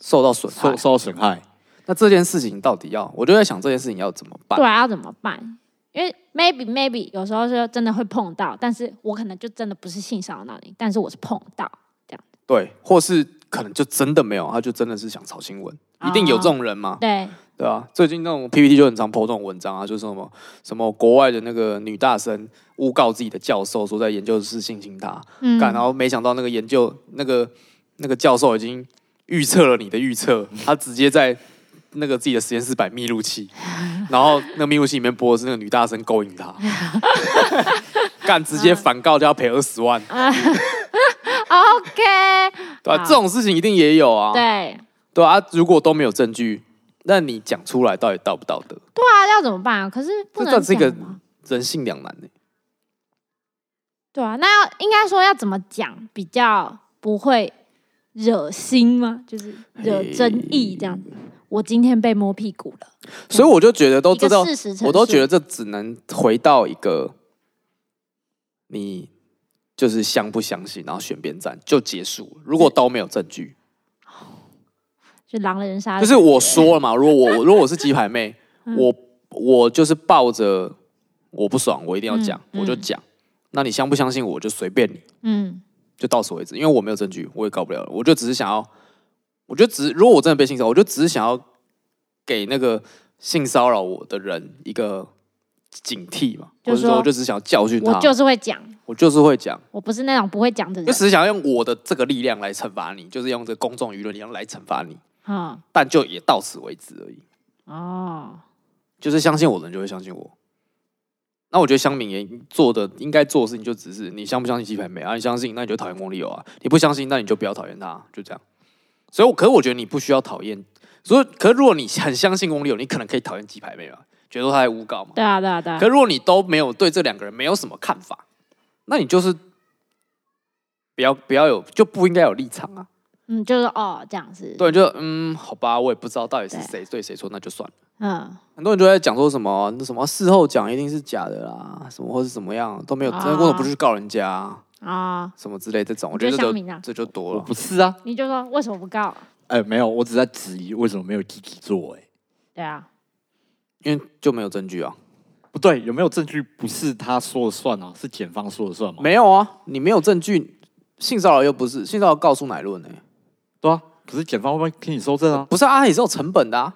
Speaker 2: 受到损害
Speaker 3: 受，受到损害，
Speaker 2: 那这件事情到底要，我就在想这件事情要怎么办
Speaker 1: 对？啊，要怎么办？因为 maybe maybe 有时候是真的会碰到，但是我可能就真的不是性骚扰到你，但是我是碰到，
Speaker 2: 对，或是可能就真的没有，他就真的是想炒新闻，一定有这种人嘛？
Speaker 1: 对，
Speaker 2: 对啊，最近那种 PPT 就很常 po 这种文章啊，就是什么什么国外的那个女大生诬告自己的教授说在研究室性侵她，
Speaker 1: 嗯，
Speaker 2: 干、然后没想到那个研究那个那个教授已经预测了你的预测，他直接在那个自己的实验室摆密录器，然后那个密录器里面播的是那个女大生勾引他，干直接反告就要赔二十万，
Speaker 1: OK，
Speaker 2: 对
Speaker 1: 好
Speaker 2: 吧、这种事情一定也有啊，
Speaker 1: 对，
Speaker 2: 对啊，如果都没有证据，那你讲出来到底道不道德？
Speaker 1: 那要怎么办啊？可是不
Speaker 2: 这
Speaker 1: 能
Speaker 2: 这是一个
Speaker 1: 讲啊吗
Speaker 2: 人性两难呢、欸
Speaker 1: 对啊，那要应该说要怎么讲比较不会惹心吗？就是惹
Speaker 2: 哎
Speaker 1: 争议这样子。我今天被摸屁股了，
Speaker 2: 所以我就觉得都
Speaker 1: 一个
Speaker 2: 哦知道，
Speaker 1: 事实陈述，
Speaker 2: 我都觉得这只能回到一个你就是相不相信，然后选边站就结束了。如果都没有证据，
Speaker 1: 就狼人杀
Speaker 2: 就是我说了嘛，如果我我如果我是鸡排妹，
Speaker 1: 嗯
Speaker 2: 我我就是抱着我不爽，我一定要讲，
Speaker 1: 嗯嗯
Speaker 2: 我就讲。那你相不相信我就随便你，
Speaker 1: 嗯，
Speaker 2: 就到此为止，因为我没有证据，我也告不了人，我就只是想要我觉得只如果我真的被性骚扰，我就只是想要给那个性骚扰我的人一个警惕嘛，
Speaker 1: 就
Speaker 2: 或者
Speaker 1: 说
Speaker 2: 说我就只是想要教训
Speaker 1: 我
Speaker 2: 他，
Speaker 1: 就是会讲，
Speaker 2: 我就是会讲，
Speaker 1: 我不是那种不会讲的人
Speaker 2: 就只是想要用我的这个力量来惩罚你，就是用这个公众舆论力量来惩罚你，
Speaker 1: 啊、
Speaker 2: 但就也到此为止而已。
Speaker 1: 哦，
Speaker 2: 就是相信我的人就会相信我。那我觉得乡民也做的应该做的事情，就只是你相不相信鸡排妹啊？你相信，那你就讨厌翁立友啊；你不相信，那你就不要讨厌他，就这样。所以我，可是我觉得你不需要讨厌。所以，可是如果你很相信翁立友，你可能可以讨厌鸡排妹嘛，啊觉得他在诬告嘛。
Speaker 1: 对啊，对啊，对啊
Speaker 2: 可，如果你都没有对这两个人没有什么看法，那你就是不要不要有就不应该有立场啊。
Speaker 1: 嗯，就是哦，这样子，
Speaker 2: 对，就嗯，好吧，我也不知道到底是
Speaker 1: 对
Speaker 2: 谁对谁错，那就算了。
Speaker 1: 嗯，
Speaker 2: 很多人就在讲说什么那什么事后讲一定是假的啦，什么或是怎么样都没有，
Speaker 1: 啊
Speaker 2: 那为什么不去告人家、
Speaker 1: 啊、
Speaker 2: 什么之类这种，我
Speaker 1: 你
Speaker 2: 觉得
Speaker 1: 就
Speaker 2: 这
Speaker 1: 乡民
Speaker 2: 就
Speaker 1: 啊
Speaker 2: 这就多
Speaker 3: 我
Speaker 2: 了。
Speaker 3: 不是啊，
Speaker 1: 你就说为什么不告？
Speaker 3: 哎、没有，我只在质疑为什么没有积极做、哎，
Speaker 1: 对啊，
Speaker 2: 因为就没有证据啊，
Speaker 3: 不对，有没有证据？不是他说了算啊，是检方说了算吗？
Speaker 2: 没有啊，你没有证据，性骚扰又不是性骚扰告诉乃论呢、
Speaker 3: 对啊，可是检方会不会给你收证啊？
Speaker 2: 不是啊，也是有成本的啊。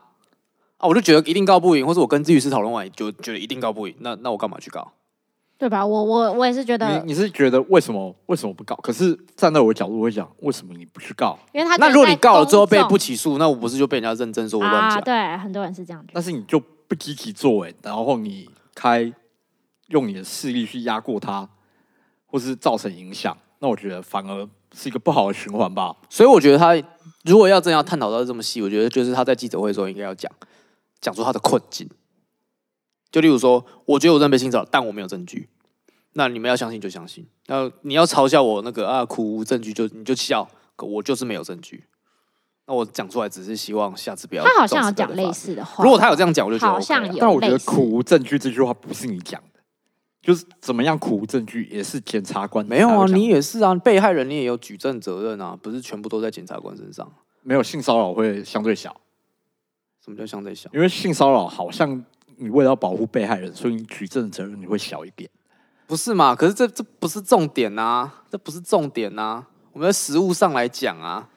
Speaker 2: 啊，我就觉得一定告不赢，或者我跟律师讨论完就觉得一定告不赢，那那我干嘛去告？
Speaker 1: 对吧？我我我也是觉得，
Speaker 3: 你你是觉得为什么为什么不告？可是站在我的角度，我会讲为什么你不去告？
Speaker 1: 因为他觉
Speaker 2: 那
Speaker 1: 得
Speaker 2: 如果你
Speaker 1: 在
Speaker 2: 告了之后被
Speaker 1: 公
Speaker 2: 不
Speaker 1: 众
Speaker 2: 起诉，那我不是就被人家认证说我乱
Speaker 1: 啊，
Speaker 2: 讲？
Speaker 1: 对，很多人是这样觉得
Speaker 3: 但，是你就不积极作为，然后你开用你的势力去压过他，或是造成影响，那我觉得反而是一个不好的循环吧。
Speaker 2: 所以我觉得他如果要真要探讨到这么细，我觉得就是他在记者会的时候应该要讲，讲出他的困境。就例如说，我觉得我真的被性骚扰，但我没有证据。那你们要相信就相信，那你要嘲笑我那个啊苦无证据就你就笑，可我就是没有证据。那我讲出来只是希望下次不要。
Speaker 1: 他好像有讲类。似的话，
Speaker 2: 如果他有这样讲，我就觉得、
Speaker 1: 好
Speaker 2: OK 啊
Speaker 1: 像有
Speaker 3: 但我觉得
Speaker 1: 类似
Speaker 3: 苦无证据这句话不是你讲的，就是怎么样苦无证据也是检察官
Speaker 2: 没有
Speaker 3: 才
Speaker 2: 啊，
Speaker 3: 会讲
Speaker 2: 你也是啊，被害人你也有举证责任啊，不是全部都在检察官身上。
Speaker 3: 没有性骚扰会相对小，
Speaker 2: 什么叫相对小？
Speaker 3: 因为性骚扰好像你为了要保护被害人，所以你举证责任你会小一点。
Speaker 2: 不是嘛？可是这这不是重点呐、这不是重点呐、我们在实物上来讲啊，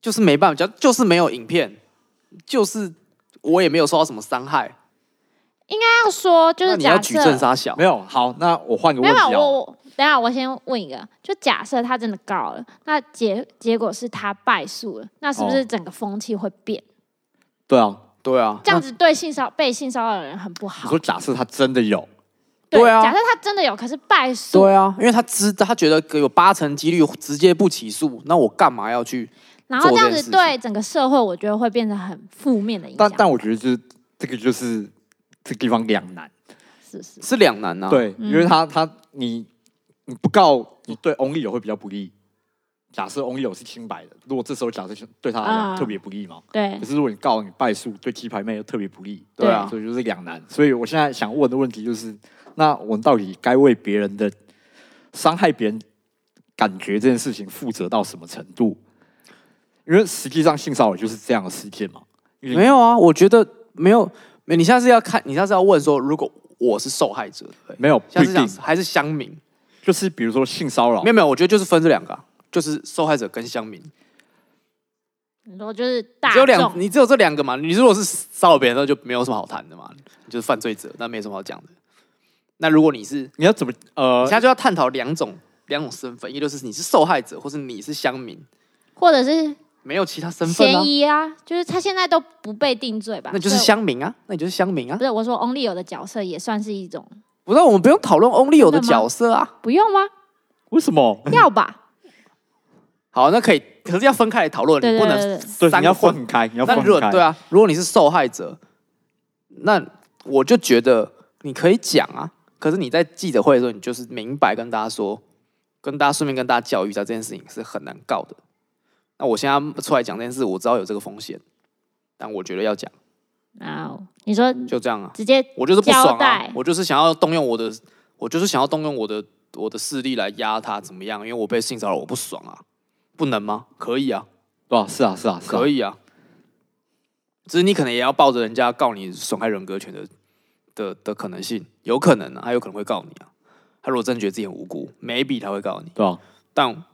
Speaker 2: 就是没办法，就就是没有影片，就是我也没有受到什么伤害。
Speaker 1: 他要说就
Speaker 2: 那
Speaker 1: 是
Speaker 2: 你要
Speaker 1: 假
Speaker 2: 举证
Speaker 1: 设
Speaker 2: 杀小
Speaker 3: 没，有，好，那我换个
Speaker 1: 没
Speaker 3: 问
Speaker 1: 有，
Speaker 2: 啊
Speaker 3: 题
Speaker 1: 我
Speaker 3: 哦。
Speaker 1: 我等一下我先问一个，就假设他真的告了，那结结果是他败诉了，那是不
Speaker 3: 哦
Speaker 1: 是整个风气会变？
Speaker 3: 对啊，
Speaker 2: 对啊，
Speaker 1: 这样子对性骚被性骚扰的人很不
Speaker 3: 你
Speaker 1: 好
Speaker 3: 说。假设他真的有，
Speaker 1: 对
Speaker 2: 对啊
Speaker 1: 假设他真的有，可是败诉，
Speaker 2: 对啊，因为他知他觉得有八成几率直接不起诉，那我干嘛要去？
Speaker 1: 然后这样
Speaker 2: 做这件
Speaker 1: 子
Speaker 2: 事
Speaker 1: 对整个社会，我觉得会变得很负面的影响
Speaker 3: 但。但我觉得就是这个就是这个地方两难。
Speaker 1: 是不是？
Speaker 2: 是两难啊。，
Speaker 3: 对，
Speaker 1: 嗯
Speaker 3: 因为他他你你不告，你对 Only 友会比较不利。假设 Only 友是清白的，如果这时候假设是对他来
Speaker 1: 啊
Speaker 3: 讲特别不利嘛，
Speaker 1: 对
Speaker 3: 可，是如果你告你败诉，对鸡排妹又特别不利，
Speaker 2: 对啊
Speaker 3: 所以就是两难。所以我现在想问的问题就是，那我们到底该为别人的伤害别人感觉这件事情负责到什么程度？因为实际上性骚扰就是这样的事件嘛，因为
Speaker 2: 没有啊，我觉得没有。没你下次要看，你下次要问说，如果我是受害者，对不对
Speaker 3: 没有不
Speaker 2: 下
Speaker 3: 一
Speaker 2: 次讲
Speaker 3: 定，
Speaker 2: 还是乡民？
Speaker 3: 就是比如说性骚扰
Speaker 2: 没，有没有，我觉得就是分这两个啊、就是受害者跟乡民。
Speaker 1: 你说就是大
Speaker 2: 只有两，
Speaker 1: 众，
Speaker 2: 你只有这两个嘛。你如果是骚扰别人，那就没有什么好谈的嘛，你就是犯罪者，那没什么好讲的。那如果你是，
Speaker 3: 你要怎么呃
Speaker 2: 现在就要探讨两种两种身份，一个就是你是受害者，或是你是乡民，
Speaker 1: 或者是
Speaker 2: 没有其他身份啊
Speaker 1: 嫌，疑啊，就是他现在都不被定罪吧？
Speaker 2: 那就是
Speaker 1: 所以
Speaker 2: 乡民啊，那你就是乡民啊
Speaker 1: 不。是我说 Only 有的角色也算是一种，
Speaker 2: 不是，我们不用讨论 Only 有的
Speaker 1: 真的吗
Speaker 2: 角色啊。
Speaker 1: 不用吗？
Speaker 3: 为什么？
Speaker 2: 嗯
Speaker 1: 要吧？
Speaker 2: 好，那可以，可是要分开来讨论，
Speaker 1: 对
Speaker 2: 你
Speaker 1: 对
Speaker 2: 不
Speaker 1: 对对
Speaker 2: 能
Speaker 1: 对
Speaker 3: 对，
Speaker 2: 三
Speaker 3: 你要
Speaker 2: 个混
Speaker 3: 分很开，你要分
Speaker 2: 那
Speaker 3: 很
Speaker 2: 如果
Speaker 3: 开。
Speaker 2: 对，啊，如果你是受害者，那我就觉得你可以讲啊。可是你在记者会的时候，你就是明白跟大家说，跟大家顺便跟大家教育一下，这件事情是很难告的。那我现在出来讲这件事，我知道有这个风险，但我觉得要讲，
Speaker 1: 啊，你说
Speaker 2: 就这样啊。
Speaker 1: 直接
Speaker 2: 我就是不爽
Speaker 1: 交
Speaker 2: 啊
Speaker 1: 代，
Speaker 2: 我就是想要动用我的，我就是想要动用我的我的势力来压他，怎么样？因为我被性骚扰，我不爽啊，不能吗？可以啊。
Speaker 3: 对啊，是啊，是啊，是啊
Speaker 2: 可。以啊，只是你可能也要抱着人家告你损害人格权的的的可能性，有可能啊，他有可能会告你啊。他如果真的觉得自己很无辜，maybe 他会告你，
Speaker 3: 对啊，
Speaker 2: 但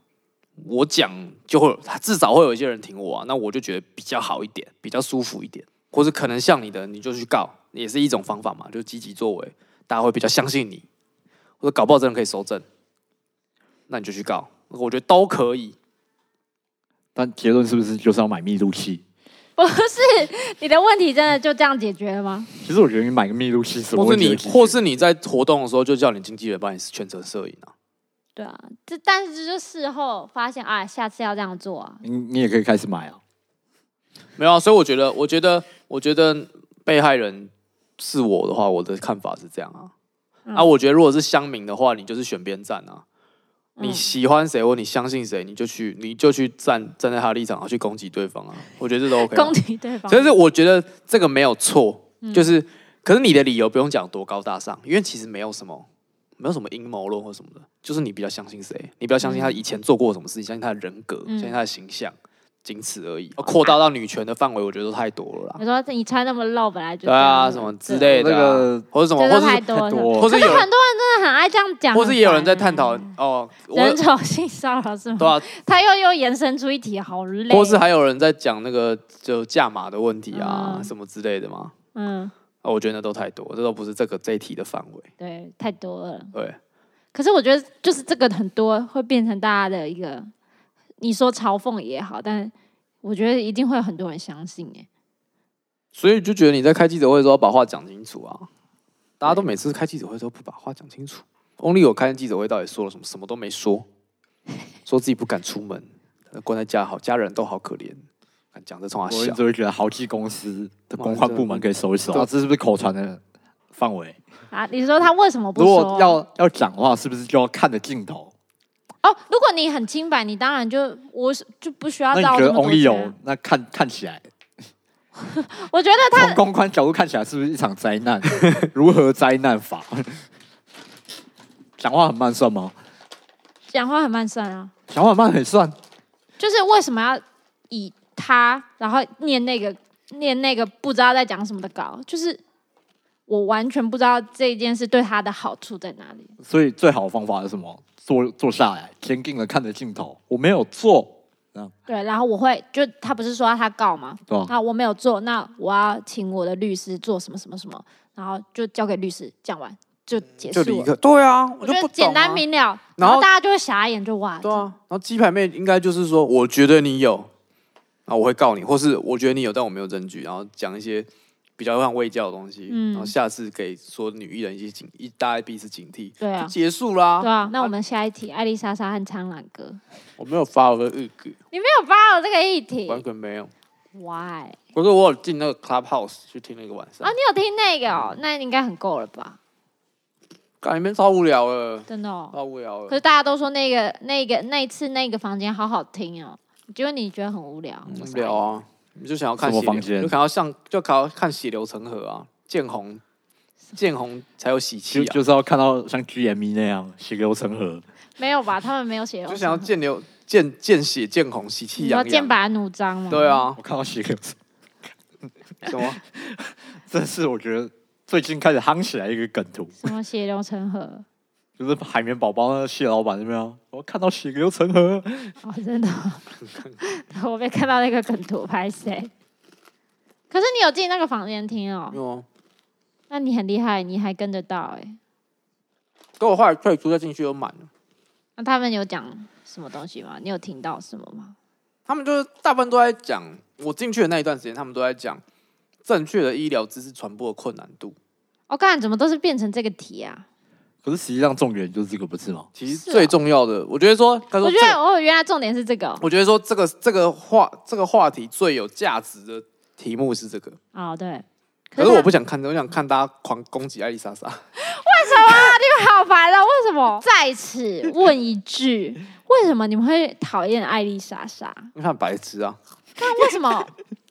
Speaker 2: 我讲就会有，至少会有一些人听我啊，那我就觉得比较好一点，比较舒服一点，或者可能像你的，你就去告，也是一种方法嘛，就积极作为，大家会比较相信你，或者搞不好真的可以收证，那你就去告，我觉得都可以。
Speaker 3: 但结论是不是就是要买密录器？
Speaker 1: 不是你的问题，真的就这样解决了吗？
Speaker 3: 其实我觉得你买个密录器什么
Speaker 2: 或是
Speaker 3: 问题
Speaker 2: 你
Speaker 3: 都解，决
Speaker 2: 或是你在活动的时候就叫你经纪人帮你全程摄影啊，
Speaker 1: 对啊，这但是就事后发现啊，下次要这样做啊。
Speaker 3: 你你也可以开始买啊。
Speaker 2: 没有啊，所以我觉得，我觉得，我觉得被害人是我的话，我的看法是这样啊。
Speaker 1: 嗯
Speaker 2: 啊，我觉得如果是乡民的话，你就是选边站啊。
Speaker 1: 嗯
Speaker 2: 你喜欢谁或你相信谁，你就去，你就去站站在他的立场，然后去攻击对方啊。我觉得这都 OK 啊、
Speaker 1: 攻击对方，
Speaker 2: 所以是我觉得这个没有错，
Speaker 1: 嗯
Speaker 2: 就是可是你的理由不用讲多高大上，因为其实没有什么没有什么阴谋论或什么的，就是你比较相信谁，你比较相信他以前做过什么事情，相信他的人格，
Speaker 1: 嗯
Speaker 2: 相信他的形象，仅此而已。哦扩大到女权的范围，我觉得都太多了啦。
Speaker 1: 你说你穿那么露，本来就
Speaker 2: 对啊，
Speaker 1: 这
Speaker 2: 什
Speaker 1: 样
Speaker 2: 么之类的、
Speaker 3: 那个
Speaker 2: 啊，或者什么，
Speaker 1: 这都
Speaker 2: 或者
Speaker 1: 太
Speaker 2: 是
Speaker 1: 多了。
Speaker 3: 太多
Speaker 2: 或是
Speaker 1: 可是
Speaker 2: 有
Speaker 1: 很多
Speaker 2: 人，
Speaker 1: 人真的很爱这样讲，
Speaker 2: 或是也有人在
Speaker 1: 很烦
Speaker 2: 探
Speaker 1: 欸
Speaker 2: 讨哦，我
Speaker 1: 人丑性骚扰是吗？
Speaker 2: 对啊，
Speaker 1: 他又又延伸出一题，好累。
Speaker 2: 或是还有人在讲那个就价码的问题啊，
Speaker 1: 嗯
Speaker 2: 什么之类的嘛。
Speaker 1: 嗯，
Speaker 2: 啊，我觉得那都太多，这都不是这个这一题的范围。
Speaker 1: 对，太多了。
Speaker 2: 对，
Speaker 1: 可是我觉得，就是这个很多会变成大家的一个，你说嘲讽也好，但我觉得一定会有很多人相信哎、
Speaker 2: 所以就觉得你在开记者会的时候要把话讲清楚啊！大家都每次开记者会的时候不把话讲清楚。Only 有开记者会到底说了什么？什么都没说，说自己不敢出门，关在家好，家人都好可怜。讲这从他
Speaker 3: 我
Speaker 2: 笑
Speaker 3: 只，会觉得豪记公司的公关部门可以收一收，
Speaker 2: 对
Speaker 3: 啊这是不是口传的范围？
Speaker 1: 啊，你说他为什么不
Speaker 3: 如果
Speaker 1: 说？
Speaker 3: 要要讲的话，是不是就要看着镜头？
Speaker 1: 哦，如果你很清白，你当然就我是就不需要
Speaker 3: 那你
Speaker 1: 到
Speaker 3: 觉
Speaker 1: 这
Speaker 3: 得
Speaker 1: 么多钱
Speaker 3: Only 有
Speaker 1: 啊。
Speaker 3: 那看看起来，
Speaker 1: 我觉得他
Speaker 3: 从公关角度看起来，是不是一场灾难？ 如何灾难法？讲话很慢算吗？
Speaker 1: 讲话很慢算啊，
Speaker 3: 讲话很慢很算，
Speaker 1: 就是为什么要以他，然后念那个念那个不知道在讲什么的稿，就是我完全不知道这件事对他的好处在哪里。
Speaker 3: 所以最好的方法是什么？坐坐下来，坚定的看着镜头，我没有做，
Speaker 1: 对，然后我会就他不是说他告吗？
Speaker 3: 对
Speaker 2: 哦
Speaker 3: 吧？
Speaker 1: 那我没有做，那我要请我的律师做什么什么什么，然后就交给律师，讲完就结束
Speaker 2: 就
Speaker 1: 了。
Speaker 2: 离开。对啊，我
Speaker 1: 我
Speaker 2: 就
Speaker 1: 觉
Speaker 2: 不
Speaker 1: 得
Speaker 2: 懂啊
Speaker 1: 简单明了，
Speaker 2: 然
Speaker 1: 然
Speaker 2: 后
Speaker 1: 后大家就会傻眼，就哇，
Speaker 2: 对啊，然后鸡排妹应该就是说，我觉得你有，啊，我会告你，或是我觉得你有，但我没有证据，然后讲一些比较像卫教的东西，
Speaker 1: 嗯
Speaker 2: 然后下次给说女艺人一些警，一大家彼此警惕，
Speaker 1: 对
Speaker 2: 就
Speaker 1: 啊，
Speaker 2: 结束啦。
Speaker 1: 对啊。那我们下一题，艾丽莎莎和苍兰哥，
Speaker 2: 我没有发我的日语，
Speaker 1: 你没有发我这个议题
Speaker 2: 完全没有。
Speaker 1: ，why？
Speaker 2: 可是我有进那个 Clubhouse 去听那个晚上
Speaker 1: 啊，，你有听那个
Speaker 2: 嗯
Speaker 1: 哦？那应该很够了吧？
Speaker 2: 感觉超无聊了，
Speaker 1: 真的哦。
Speaker 2: 超无聊
Speaker 1: 可
Speaker 2: 了。
Speaker 1: 是大家都说那个、那个、那一次那个房间好好听哦，结果你觉得很无聊？
Speaker 2: 无
Speaker 1: 我哎傻眼
Speaker 2: 聊啊！你就想要看
Speaker 3: 什么
Speaker 2: 血流
Speaker 3: 房间
Speaker 2: 就想要像就想要看血流成河啊，见红见红才有喜气
Speaker 3: 就
Speaker 2: 啊，
Speaker 3: 就是要看到像 GME 那样血流成河。
Speaker 1: 没有吧？他们没有写，
Speaker 2: 就想要见流见见血见红，喜气
Speaker 1: 你说
Speaker 2: 洋
Speaker 1: 剑
Speaker 2: 洋。
Speaker 1: 拔弩张吗？
Speaker 2: 对，啊
Speaker 3: 我，看到血流成，
Speaker 2: 什么？
Speaker 3: 这是我觉得最近开始夯起来一个梗图，
Speaker 1: 什么血流成河？
Speaker 3: 就是海绵宝宝那蟹老板有没有？我看到血流成河，
Speaker 1: 哦，真的哦， 我没看到那个梗图拍谁。可是你有进那个房间听哦
Speaker 2: 没，有啊。
Speaker 1: 那你很厉害，你还跟得到哎、
Speaker 2: 可我后来退出再进去又满了。
Speaker 1: 那他们有讲什么东西吗？你有听到什么吗？
Speaker 2: 他们就是大部分都在讲，我进去的那一段时间，他们都在讲正确的医疗知识传播的困难度。
Speaker 1: 我、哦、看怎么都是变成这个题啊！
Speaker 3: 可是实际上重点就是这个，不是吗？
Speaker 2: 其实
Speaker 1: 是啊
Speaker 2: 最重要的，我觉得说，他说
Speaker 1: 我觉
Speaker 2: 这个
Speaker 1: 得哦，原来重点是这个哦。
Speaker 2: 我觉得说这个这个话这个话题最有价值的题目是这个，
Speaker 1: 哦对，
Speaker 2: 可是我
Speaker 1: 他
Speaker 2: 不想看，我想看大家狂攻击艾丽莎莎。
Speaker 1: 好烦啊！为什么？在此问一句，为什么你们会讨厌艾丽莎莎？
Speaker 2: 你看白痴啊，
Speaker 1: 那为什么？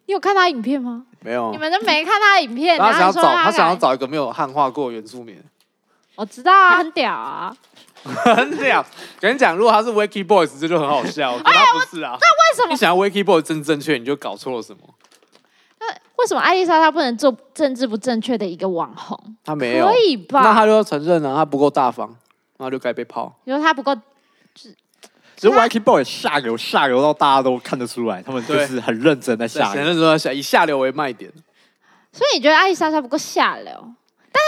Speaker 1: 你有看她影片吗？
Speaker 2: 没有
Speaker 1: 你
Speaker 2: 啊，
Speaker 1: 们都没看她影片，
Speaker 2: 他
Speaker 1: 然
Speaker 2: 想要
Speaker 1: 后说
Speaker 2: 找他
Speaker 1: 改
Speaker 2: 想要找一个没有汉化过的原住民，
Speaker 1: 我知道啊，很屌啊！
Speaker 2: 很屌。跟你讲，如果他是 Wiki Boys，这就很好
Speaker 1: 哎
Speaker 2: 笑。可他不是啊，那
Speaker 1: 为什么
Speaker 2: 你想要 Wiki Boys 真正确，你就搞错了什么？
Speaker 1: 为什么艾丽莎她不能做政治不正确的一个网红？
Speaker 2: 他没有
Speaker 1: 可，以
Speaker 2: 那
Speaker 1: 吧？
Speaker 2: 他就要承认啊，他不够大方，那就该被泡。
Speaker 1: 你说她不够，
Speaker 3: 其实 Viking Boy 下流下流到大家都看得出来，他们就
Speaker 2: 对
Speaker 3: 是很认真在
Speaker 2: 下
Speaker 3: 下
Speaker 2: 流
Speaker 3: 流。
Speaker 2: 那时候下以下流为卖点，
Speaker 1: 所以你觉得艾丽莎莎不够下流？但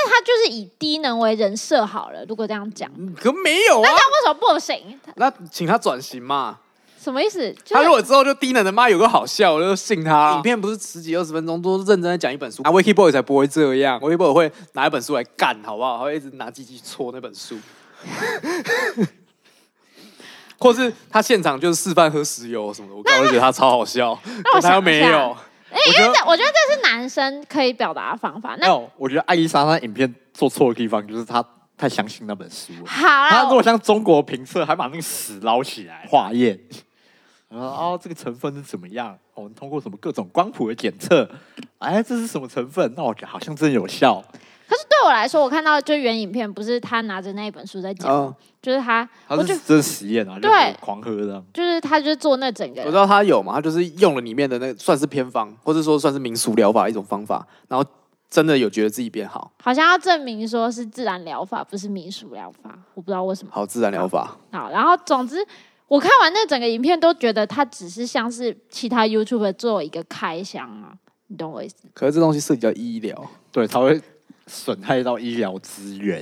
Speaker 1: 是她就是以低能为人设好了。如果这样讲，那
Speaker 2: 嗯可没有啊
Speaker 1: 这。样为什么不行？
Speaker 2: 那请他转型嘛，
Speaker 1: 什么意思？就
Speaker 2: 他
Speaker 1: 是
Speaker 2: 如果之后就低能的妈有个好笑，我就信他。
Speaker 3: 啊
Speaker 2: 影片不是十几二十分钟，都是认真的讲一本书。啊，Wiki Boy 才不会这样，Wiki Boy 会拿一本书来干，好不好？他会一直拿机器戳那本 书，或是他现场就是示范喝石油什么的，我我就觉得他超好笑，
Speaker 1: 那我
Speaker 2: 他
Speaker 1: 想
Speaker 2: 又
Speaker 1: 一
Speaker 2: 没
Speaker 1: 下
Speaker 2: 有。
Speaker 3: 我觉得
Speaker 1: 这我觉得这是男生可以表达的方法。
Speaker 3: 没
Speaker 1: 那
Speaker 3: 有，我觉得艾丽莎她影片做错的地方就是她太相信那本书了。
Speaker 1: 好啦
Speaker 3: 他，如果像中国评测，还把那个屎捞 起来化验，然后哦，这个成分是怎么样？我们通过什么各种光谱的检测，哎，这是什么成分？那我觉得好像真有效。
Speaker 1: 可是对我来说，我看到就原影片，不是他拿着那一本书在讲，
Speaker 2: 嗯，
Speaker 1: 就是他，
Speaker 3: 他
Speaker 1: 我就是
Speaker 3: 真实验啊，就
Speaker 1: 对
Speaker 3: 狂喝这样。
Speaker 1: 就是他就是做那整个
Speaker 2: 我知道他有嘛，他就是用了里面的那个算是偏方，或者说算是民俗疗法一种方法，然后真的有觉得自己变好，
Speaker 1: 好像要证明说是自然疗法，不是民俗疗法，我不知道为什么。
Speaker 2: 好自然疗法。
Speaker 1: 好，然后总之，我看完那整个影片都觉得它只是像是其他 YouTube 做一个开箱啊，你懂我意思？
Speaker 2: 可是这东西涉及到医疗，
Speaker 3: 对，他会损害到医疗资源。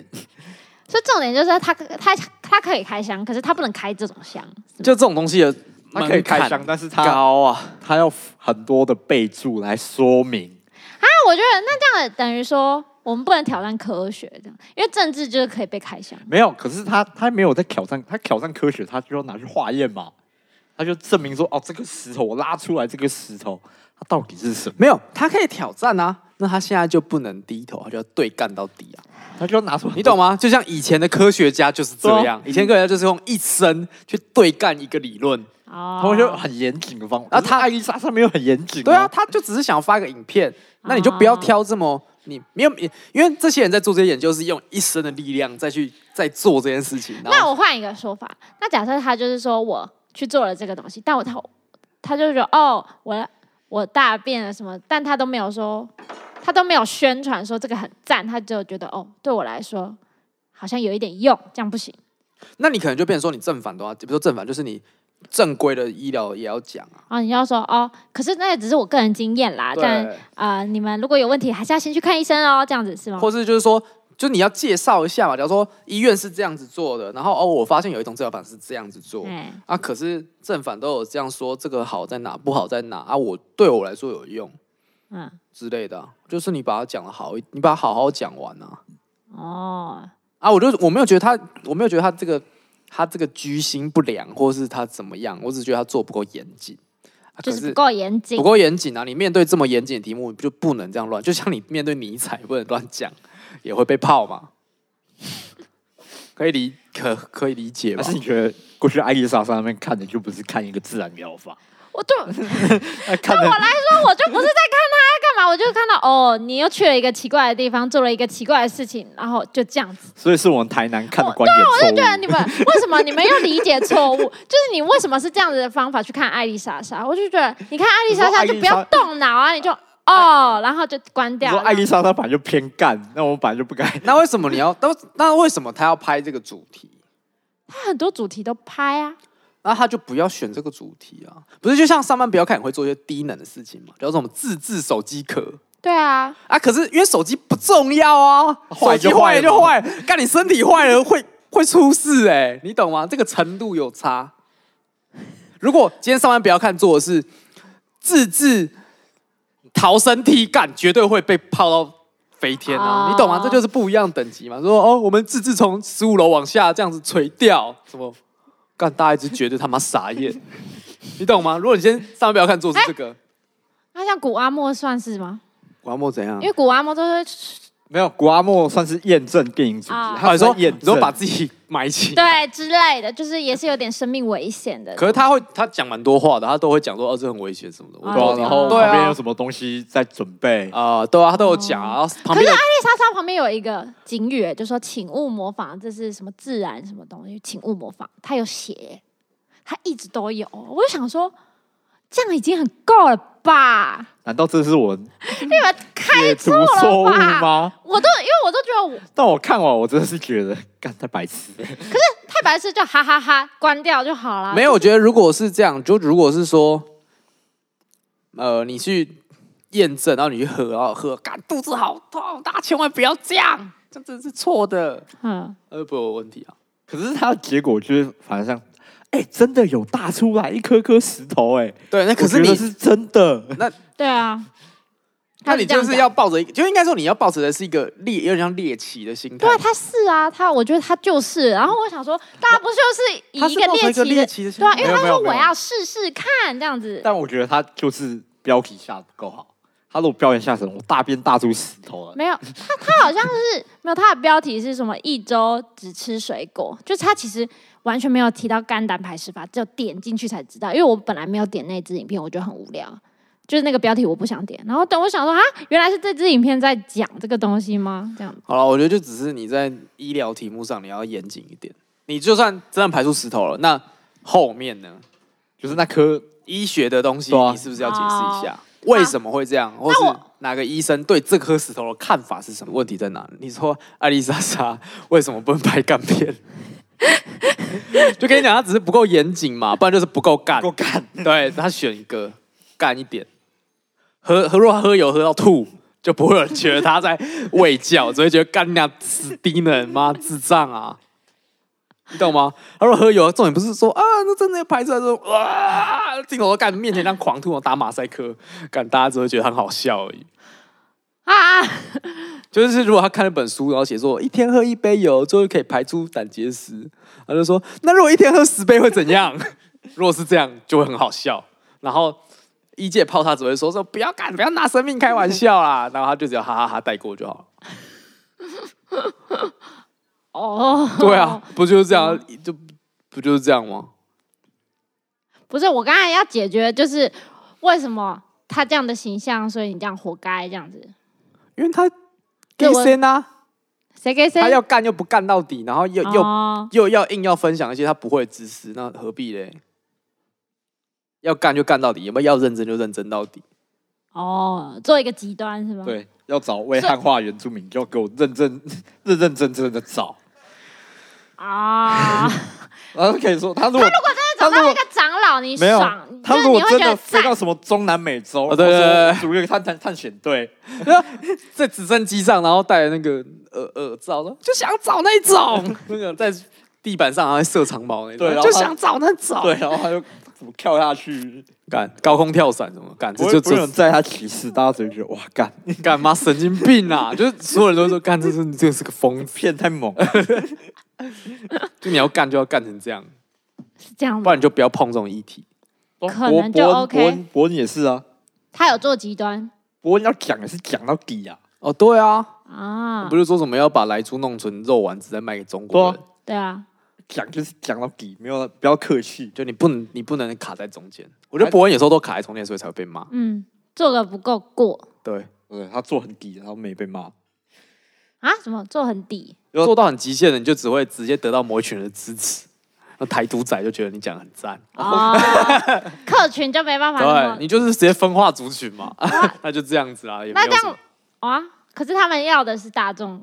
Speaker 1: 所以重点就是它可它它可以开箱，可是它不能开这种箱。
Speaker 2: 就这种东西的
Speaker 3: 他可以开箱，
Speaker 2: 门
Speaker 3: 但是
Speaker 2: 槛
Speaker 3: 他
Speaker 2: 高啊，
Speaker 3: 他要很多的备注来说明。
Speaker 1: 那我觉得那这样的等于说我们不能挑战科学这样，因为政治就是可以被开箱。
Speaker 3: 没有，可是他他没有在挑战，他挑战科学，他就要拿去化验嘛，他就证明说，哦，这个石头我拉出来，这个石头它到底是什么？
Speaker 2: 没有，他可以挑战啊。那他现在就不能低头，他就要对干到底啊！
Speaker 3: 他就要拿出
Speaker 2: 你懂吗？就像以前的科学家就是这样，以前科学家就是用一生去对干一个理论。
Speaker 1: 哦
Speaker 3: 他们就很严谨的方法。
Speaker 2: 啊
Speaker 3: 啊，
Speaker 2: 他
Speaker 3: 他艾丽莎莎没有很严谨、
Speaker 2: 对啊，，他就只是想发个影片，那你就不要挑这么你没有，因为这些人在做这些研究是用一生的力量再去再做这件事情。然后
Speaker 1: 那我换一个说法，那假设他就是说我去做了这个东西，但我他他就说哦，我我大便了什么，但他都没有说，他都没有宣传说这个很赞，他只有觉得哦，对我来说好像有一点用，这样不行
Speaker 2: 那你可能就变成说你正反都要，比如说正反就是你正规的医疗也要讲啊。
Speaker 1: 啊、你要说哦，可是那也只是我个人经验啦，但
Speaker 2: 对，
Speaker 1: 啊、呃你们如果有问题，还是要先去看医生哦，这样子是吗？
Speaker 2: 或是就是说，就你要介绍一下嘛，假如说医院是这样子做的，然后哦，我发现有一种治疗法是这样子做。
Speaker 1: 哎、
Speaker 2: 啊，可是正反都有这样说，这个好在哪，不好在哪啊？我对我来说有用
Speaker 1: 嗯，
Speaker 2: 之类的啊、就是你把它讲的好一，你把它好好讲完啊。
Speaker 1: 哦，
Speaker 2: 啊，我就我没有觉得他，我没有觉得他这个他这个居心不良，或是他怎么样，我只是觉得他做不够严谨。啊、
Speaker 1: 就是
Speaker 2: 可
Speaker 1: 不够严谨
Speaker 2: 不。够严谨啊！你面对这么严谨的题目，就不能这样乱。就像你面对尼采，不能乱讲，也会被泡嘛。 可以理可可以理解吧
Speaker 3: 但？是你觉得过去艾丽莎莎那边看的就不是看一个自然疗法，
Speaker 1: 我对我
Speaker 3: 他看
Speaker 1: 对
Speaker 3: 的
Speaker 1: 我来说，我就不是在看他在干嘛，我就看到哦，你又去了一个奇怪的地方，做了一个奇怪的事情，然后就这样 子。
Speaker 3: 所以是我们台南看的
Speaker 1: 我
Speaker 3: 观点
Speaker 1: 对啊，
Speaker 3: 错误。
Speaker 1: 你们 为什么你们又理解错误？就是你为什么是这样子的方法去看艾丽莎莎？我就觉得你看艾丽莎莎
Speaker 3: 你
Speaker 1: 就
Speaker 3: 说
Speaker 1: 不要动脑啊，你就哦，然后就关
Speaker 3: 你
Speaker 1: 掉
Speaker 3: 说。艾丽莎她本来就偏干，那我们本来就不该。
Speaker 2: 那为什么你要？那那为什么他要拍这个主题？
Speaker 1: 他很多主题都拍啊，
Speaker 2: 那他就不要选这个主题啊！不是，就像上班不要看，你会做一些低能的事情嘛，比如说什么自制手机壳
Speaker 1: 对啊，
Speaker 2: 啊。可是因为手机不重要啊，
Speaker 3: 坏
Speaker 2: 手
Speaker 3: 就
Speaker 2: 机坏了就坏
Speaker 3: 坏
Speaker 2: 了，干你身体坏了 会会出事哎、你懂吗？这个程度有差。如果今天上班不要看做的是自制逃生梯，干绝对会被泡到飞天啊！
Speaker 1: 哦
Speaker 2: 你懂吗？这就是不一样等级嘛。说哦，我们自制从十五楼往下这样子垂掉，什么干大家一直觉得他妈傻 眼，你懂吗？如果你先上班不要看做的是这个，
Speaker 1: 那像古阿莫算是吗？
Speaker 2: 王默怎样
Speaker 1: 因？为古阿莫都是
Speaker 3: 没有，古阿莫算是验证电影主题，
Speaker 1: 啊
Speaker 3: 他
Speaker 2: 哦你说
Speaker 3: 算验
Speaker 2: 你说
Speaker 3: 证
Speaker 2: 把自己埋起来。
Speaker 1: 对之类的，就是也是有点生命危险的。
Speaker 2: 可是他会，他讲蛮多话的，他都会讲说哦，这很危险什么的。我
Speaker 1: 啊
Speaker 3: 对啊，
Speaker 1: 对
Speaker 3: 然后
Speaker 2: 对啊
Speaker 3: 旁边有什么东西在准备，
Speaker 2: 啊、对啊，他都有讲啊。然后旁
Speaker 1: 可
Speaker 2: 边
Speaker 1: 是
Speaker 2: 的
Speaker 1: 艾丽莎莎旁边有一个警语，就说请勿模仿，这是什么自然什么东西，请勿模仿。他有写，他一直都有。我就想说，这样已经很够了吧？
Speaker 3: 难道这是我
Speaker 1: 你们看
Speaker 3: 解读错误
Speaker 2: 啊
Speaker 3: 吗？
Speaker 1: 我都因为我都觉得我
Speaker 3: 但我看完我真的是觉得，干太白痴 了。
Speaker 1: 太白痴，就哈哈哈关掉就好了。
Speaker 2: 没有，我觉得如果是这样，就如果是说，呃，你去验证，然后你去喝，然后喝，干肚子好痛，大家千万不要这样，这真的是错的，
Speaker 1: 嗯，
Speaker 2: 呃，不会有问题啊。
Speaker 3: 可是它的结果就是，反正像，哎、真的有大出来一颗颗石头、哎，
Speaker 2: 对，那可是
Speaker 3: 我觉
Speaker 2: 你
Speaker 3: 得是真的。
Speaker 1: 对啊。
Speaker 2: 那你
Speaker 1: 他
Speaker 2: 就是
Speaker 1: 这样讲
Speaker 2: 要抱着一个，就应该说你要抱持的是一个猎，有点像猎奇的心态
Speaker 1: 对啊，。他是啊，他我觉得他就是。然后我想说，大家不就是以
Speaker 2: 他
Speaker 1: 一
Speaker 2: 是抱着
Speaker 1: 猎奇
Speaker 2: 一个猎
Speaker 1: 的，
Speaker 2: 奇的心
Speaker 1: 对啊，
Speaker 2: 态
Speaker 1: 因为他
Speaker 3: 没有
Speaker 1: 说
Speaker 3: 没有
Speaker 1: 我
Speaker 3: 没有
Speaker 1: 要试试看这样子，
Speaker 3: 但我觉得它就是标题下的不够好。它如果标题下成“我大便大出石头了
Speaker 1: 没有他他好像是没有他的标题是什么一周只吃水果，就是他其实完全没有提到肝胆排石法，只有点进去才知道。因为我本来没有点那支影片，我觉得很无聊。就是那个标题我不想点，然后等我想说啊，原来是这支影片在讲这个东西吗？这样
Speaker 2: 好了，我觉得就只是你在医疗题目上你要严谨一点。你就算真的排出石头了，那后面呢？”，
Speaker 3: 就是那颗
Speaker 2: 医学的东西，
Speaker 3: 对啊
Speaker 2: 你是不是要解释一下为什么会这样，或是哪个医生对这颗石头的看法是什么？问题在哪？你说艾丽莎莎为什么不能拍干片？ 就跟你讲，他只是不够严谨嘛，不然就是不够干。
Speaker 3: 够干，
Speaker 2: 对他选一个干一点，喝喝若喝油喝到吐，就不会有人觉得他在喂教，只会觉得干你俩死低能，妈智障啊！你懂吗？他说喝油，重点不是说啊，那真的要排出来说哇，镜头都干面前这样狂吐，打马赛克，干大家只会觉得很好笑而已。
Speaker 1: 啊，
Speaker 2: 就是如果他看了本书，然后写说一天喝一杯油，终于可以排出胆结石，他就说那如果一天喝十杯会怎样？ 如果是这样，就会很好笑。然后一介泡他只会说说不要干，不要拿生命开玩笑啦，然后他就只要哈哈哈带过就好 了。
Speaker 1: 哦，嗯
Speaker 2: 对啊，不就是这样？就不就是这样吗？
Speaker 1: 不是，我刚才要解决就是为什么他这样的形象，所以你这样活该这样子。
Speaker 2: 因为他
Speaker 1: 对
Speaker 2: 给
Speaker 1: 我
Speaker 2: 谁呢？
Speaker 1: 谁给谁？
Speaker 2: 他要干又不干到底，然后又又
Speaker 1: 哦
Speaker 2: 又要硬要分享一些他不会的知识，那何必嘞？要干就干到底，有没有要认真就认真到底？
Speaker 1: 哦，做一个极端是吗？，
Speaker 3: 对，要找为汉化原住民，就要给我认真、认认真真的找。
Speaker 1: 啊，那
Speaker 3: 然后可以说，他如果他
Speaker 1: 找
Speaker 3: 如
Speaker 1: 到那
Speaker 3: 果
Speaker 1: 个长老，你
Speaker 3: 没有
Speaker 1: 爽，，
Speaker 3: 他
Speaker 1: 就是
Speaker 3: 如
Speaker 1: 你
Speaker 3: 果
Speaker 1: 会
Speaker 3: 真
Speaker 1: 觉得
Speaker 3: 的飞
Speaker 1: 赞
Speaker 3: 到什么中南美洲，
Speaker 2: 哦对对对对
Speaker 3: 组一个探探探险队，
Speaker 2: 在直升机上，然后戴那个耳耳罩，说就想找那种， 那个在地板上还会射长毛那
Speaker 3: 对然
Speaker 2: 种，
Speaker 3: 后
Speaker 2: 就
Speaker 3: 他
Speaker 2: 想找那种。
Speaker 3: 对，，然后他就怎么跳下 去，
Speaker 2: 干高空跳伞什么，干
Speaker 3: 不
Speaker 2: 这
Speaker 3: 会
Speaker 2: 就
Speaker 3: 不会有
Speaker 2: 这
Speaker 3: 人在他歧视，大家只会觉得哇干，
Speaker 2: 干嘛神经病啊！ 就是所有人都说干，这是你这个是个疯子，
Speaker 3: 骗太猛了，
Speaker 2: 就你要干就要干成这样，
Speaker 1: 是这样
Speaker 2: 不然
Speaker 1: 的。
Speaker 2: 你就不要碰这种议题。
Speaker 1: 可
Speaker 3: 伯
Speaker 1: 能就
Speaker 3: 伯恩
Speaker 1: OK
Speaker 3: 伯恩伯恩也是啊，
Speaker 1: 他有做极端
Speaker 3: 伯恩要讲也是讲到底啊，
Speaker 2: 哦，对啊，
Speaker 1: 啊
Speaker 2: 不，是说什么要把莱猪弄成肉丸子再卖给中国人
Speaker 3: 对，
Speaker 1: 对啊，
Speaker 3: 讲就是讲到底，没有不要客气。
Speaker 2: 就你不能你不能卡在中间。我觉得伯恩有时候都卡在中间，所以才会被骂。
Speaker 1: 嗯，做的不够过
Speaker 2: 对，
Speaker 3: 对他做很低，然后没被骂。
Speaker 1: 啊，什么做很 底
Speaker 2: 做到很极限的，你就只会直接得到某一群人的支持。那台独仔就觉得你讲得很 赞，
Speaker 1: 哦，客群就没办法那
Speaker 2: 对
Speaker 1: 么
Speaker 2: 你就是直接分化族群嘛， 那就这样子啊，也没
Speaker 1: 那
Speaker 2: 有
Speaker 1: 这
Speaker 2: 什么
Speaker 1: 样。啊，可是他们要的是大众，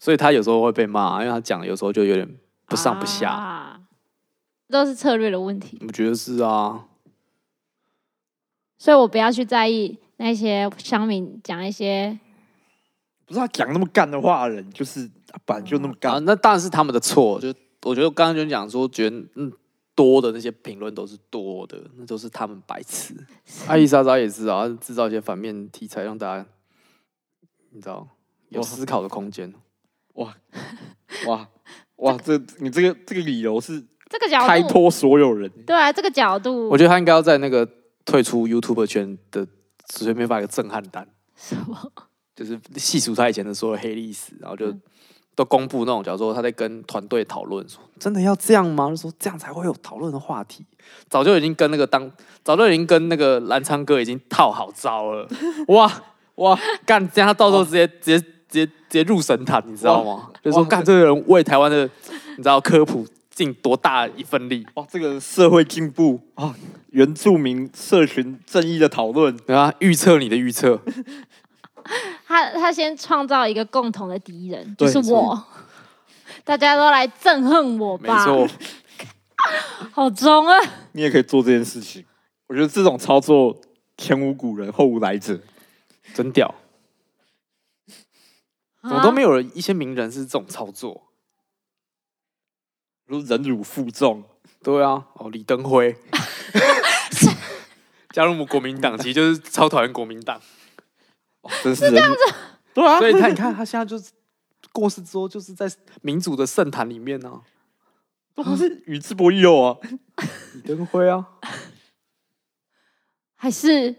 Speaker 2: 所以他有时候会被骂，因为他讲的有时候就有点不上不下，
Speaker 1: 啊，都是策略的问题。
Speaker 2: 我觉得是啊。
Speaker 1: 所以我不要去在意那些乡民讲一些
Speaker 3: 不是他讲那么干的话，人就是啊本来就那么
Speaker 2: 啊，
Speaker 3: 干。
Speaker 2: 那当然是他们的错。就我觉得刚刚就讲说，觉得嗯多的那些评论都是多的，那都是他们白痴。艾丽莎莎也是啊，制造一些反面题材让大家，你知道有
Speaker 3: 哇
Speaker 2: 思考的空间。
Speaker 3: 哇哇哇！这你这个这个理由是
Speaker 1: 这个角
Speaker 3: 开
Speaker 1: 度，
Speaker 3: 脱所有人，
Speaker 1: 对啊，这个角度，
Speaker 2: 我觉得他应该要在那个退出 YouTube 圈的随便发一个震撼弹，
Speaker 1: 什么
Speaker 2: 就是细数他以前的所有黑历史，然后就都公布那种，假如说他在跟团队讨论说，真的要这样吗？就说这样才会有讨论的话题。早就已经跟那个当，早就已经跟那个蓝昌哥已经套好招了，哇哇，干这样他到时候直接直接直接直接入神坛，你知道吗？就说
Speaker 3: 哇
Speaker 2: 干这个人为台湾的，你知道科普尽多大一份力。
Speaker 3: 哇！这个社会进步啊，原住民社群正义的讨论，
Speaker 2: 对啊，预测你的预测，
Speaker 1: 啊？他他先创造一个共同的敌人，就
Speaker 3: 对
Speaker 1: 是
Speaker 3: 没错
Speaker 1: 我，大家都来憎恨我
Speaker 2: 没
Speaker 1: 吧，
Speaker 2: 错，
Speaker 1: 好中啊！
Speaker 3: 你也可以做这件事情。我觉得这种操作前无古人后无来者，
Speaker 2: 真屌，
Speaker 1: 啊
Speaker 2: 怎么都没有人一些名人是这种操作。
Speaker 3: 如忍辱负重，
Speaker 2: 对啊，哦，李登 辉加入我们国民党，其实就是超讨厌国民党，
Speaker 3: 哇真是这样子。对啊，
Speaker 2: 所以他你看他现在就是过世之后，就是在民主的圣坛里面呢、啊，
Speaker 3: 他是宇智波鼬啊，
Speaker 2: 李登辉啊，
Speaker 1: 还是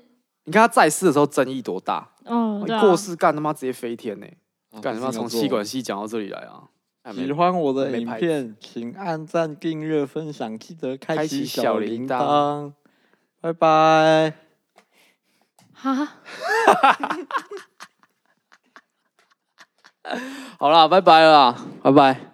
Speaker 2: 你看他在世的时候争议多大，
Speaker 1: 嗯，对啊
Speaker 2: 哎过世干他妈直接飞天呢、干
Speaker 3: 干
Speaker 2: 什么从气管系讲到这里来啊？哎没
Speaker 3: 喜欢我的
Speaker 2: 没
Speaker 3: 影
Speaker 2: 拍
Speaker 3: 片，请按赞、订阅、分享，记得
Speaker 2: 开
Speaker 3: 开
Speaker 2: 启
Speaker 3: 启
Speaker 2: 小
Speaker 3: 小
Speaker 2: 铃
Speaker 3: 铃
Speaker 2: 铛
Speaker 3: 铛。拜拜。
Speaker 1: 哈，
Speaker 2: 好啦，拜拜了啦，拜拜。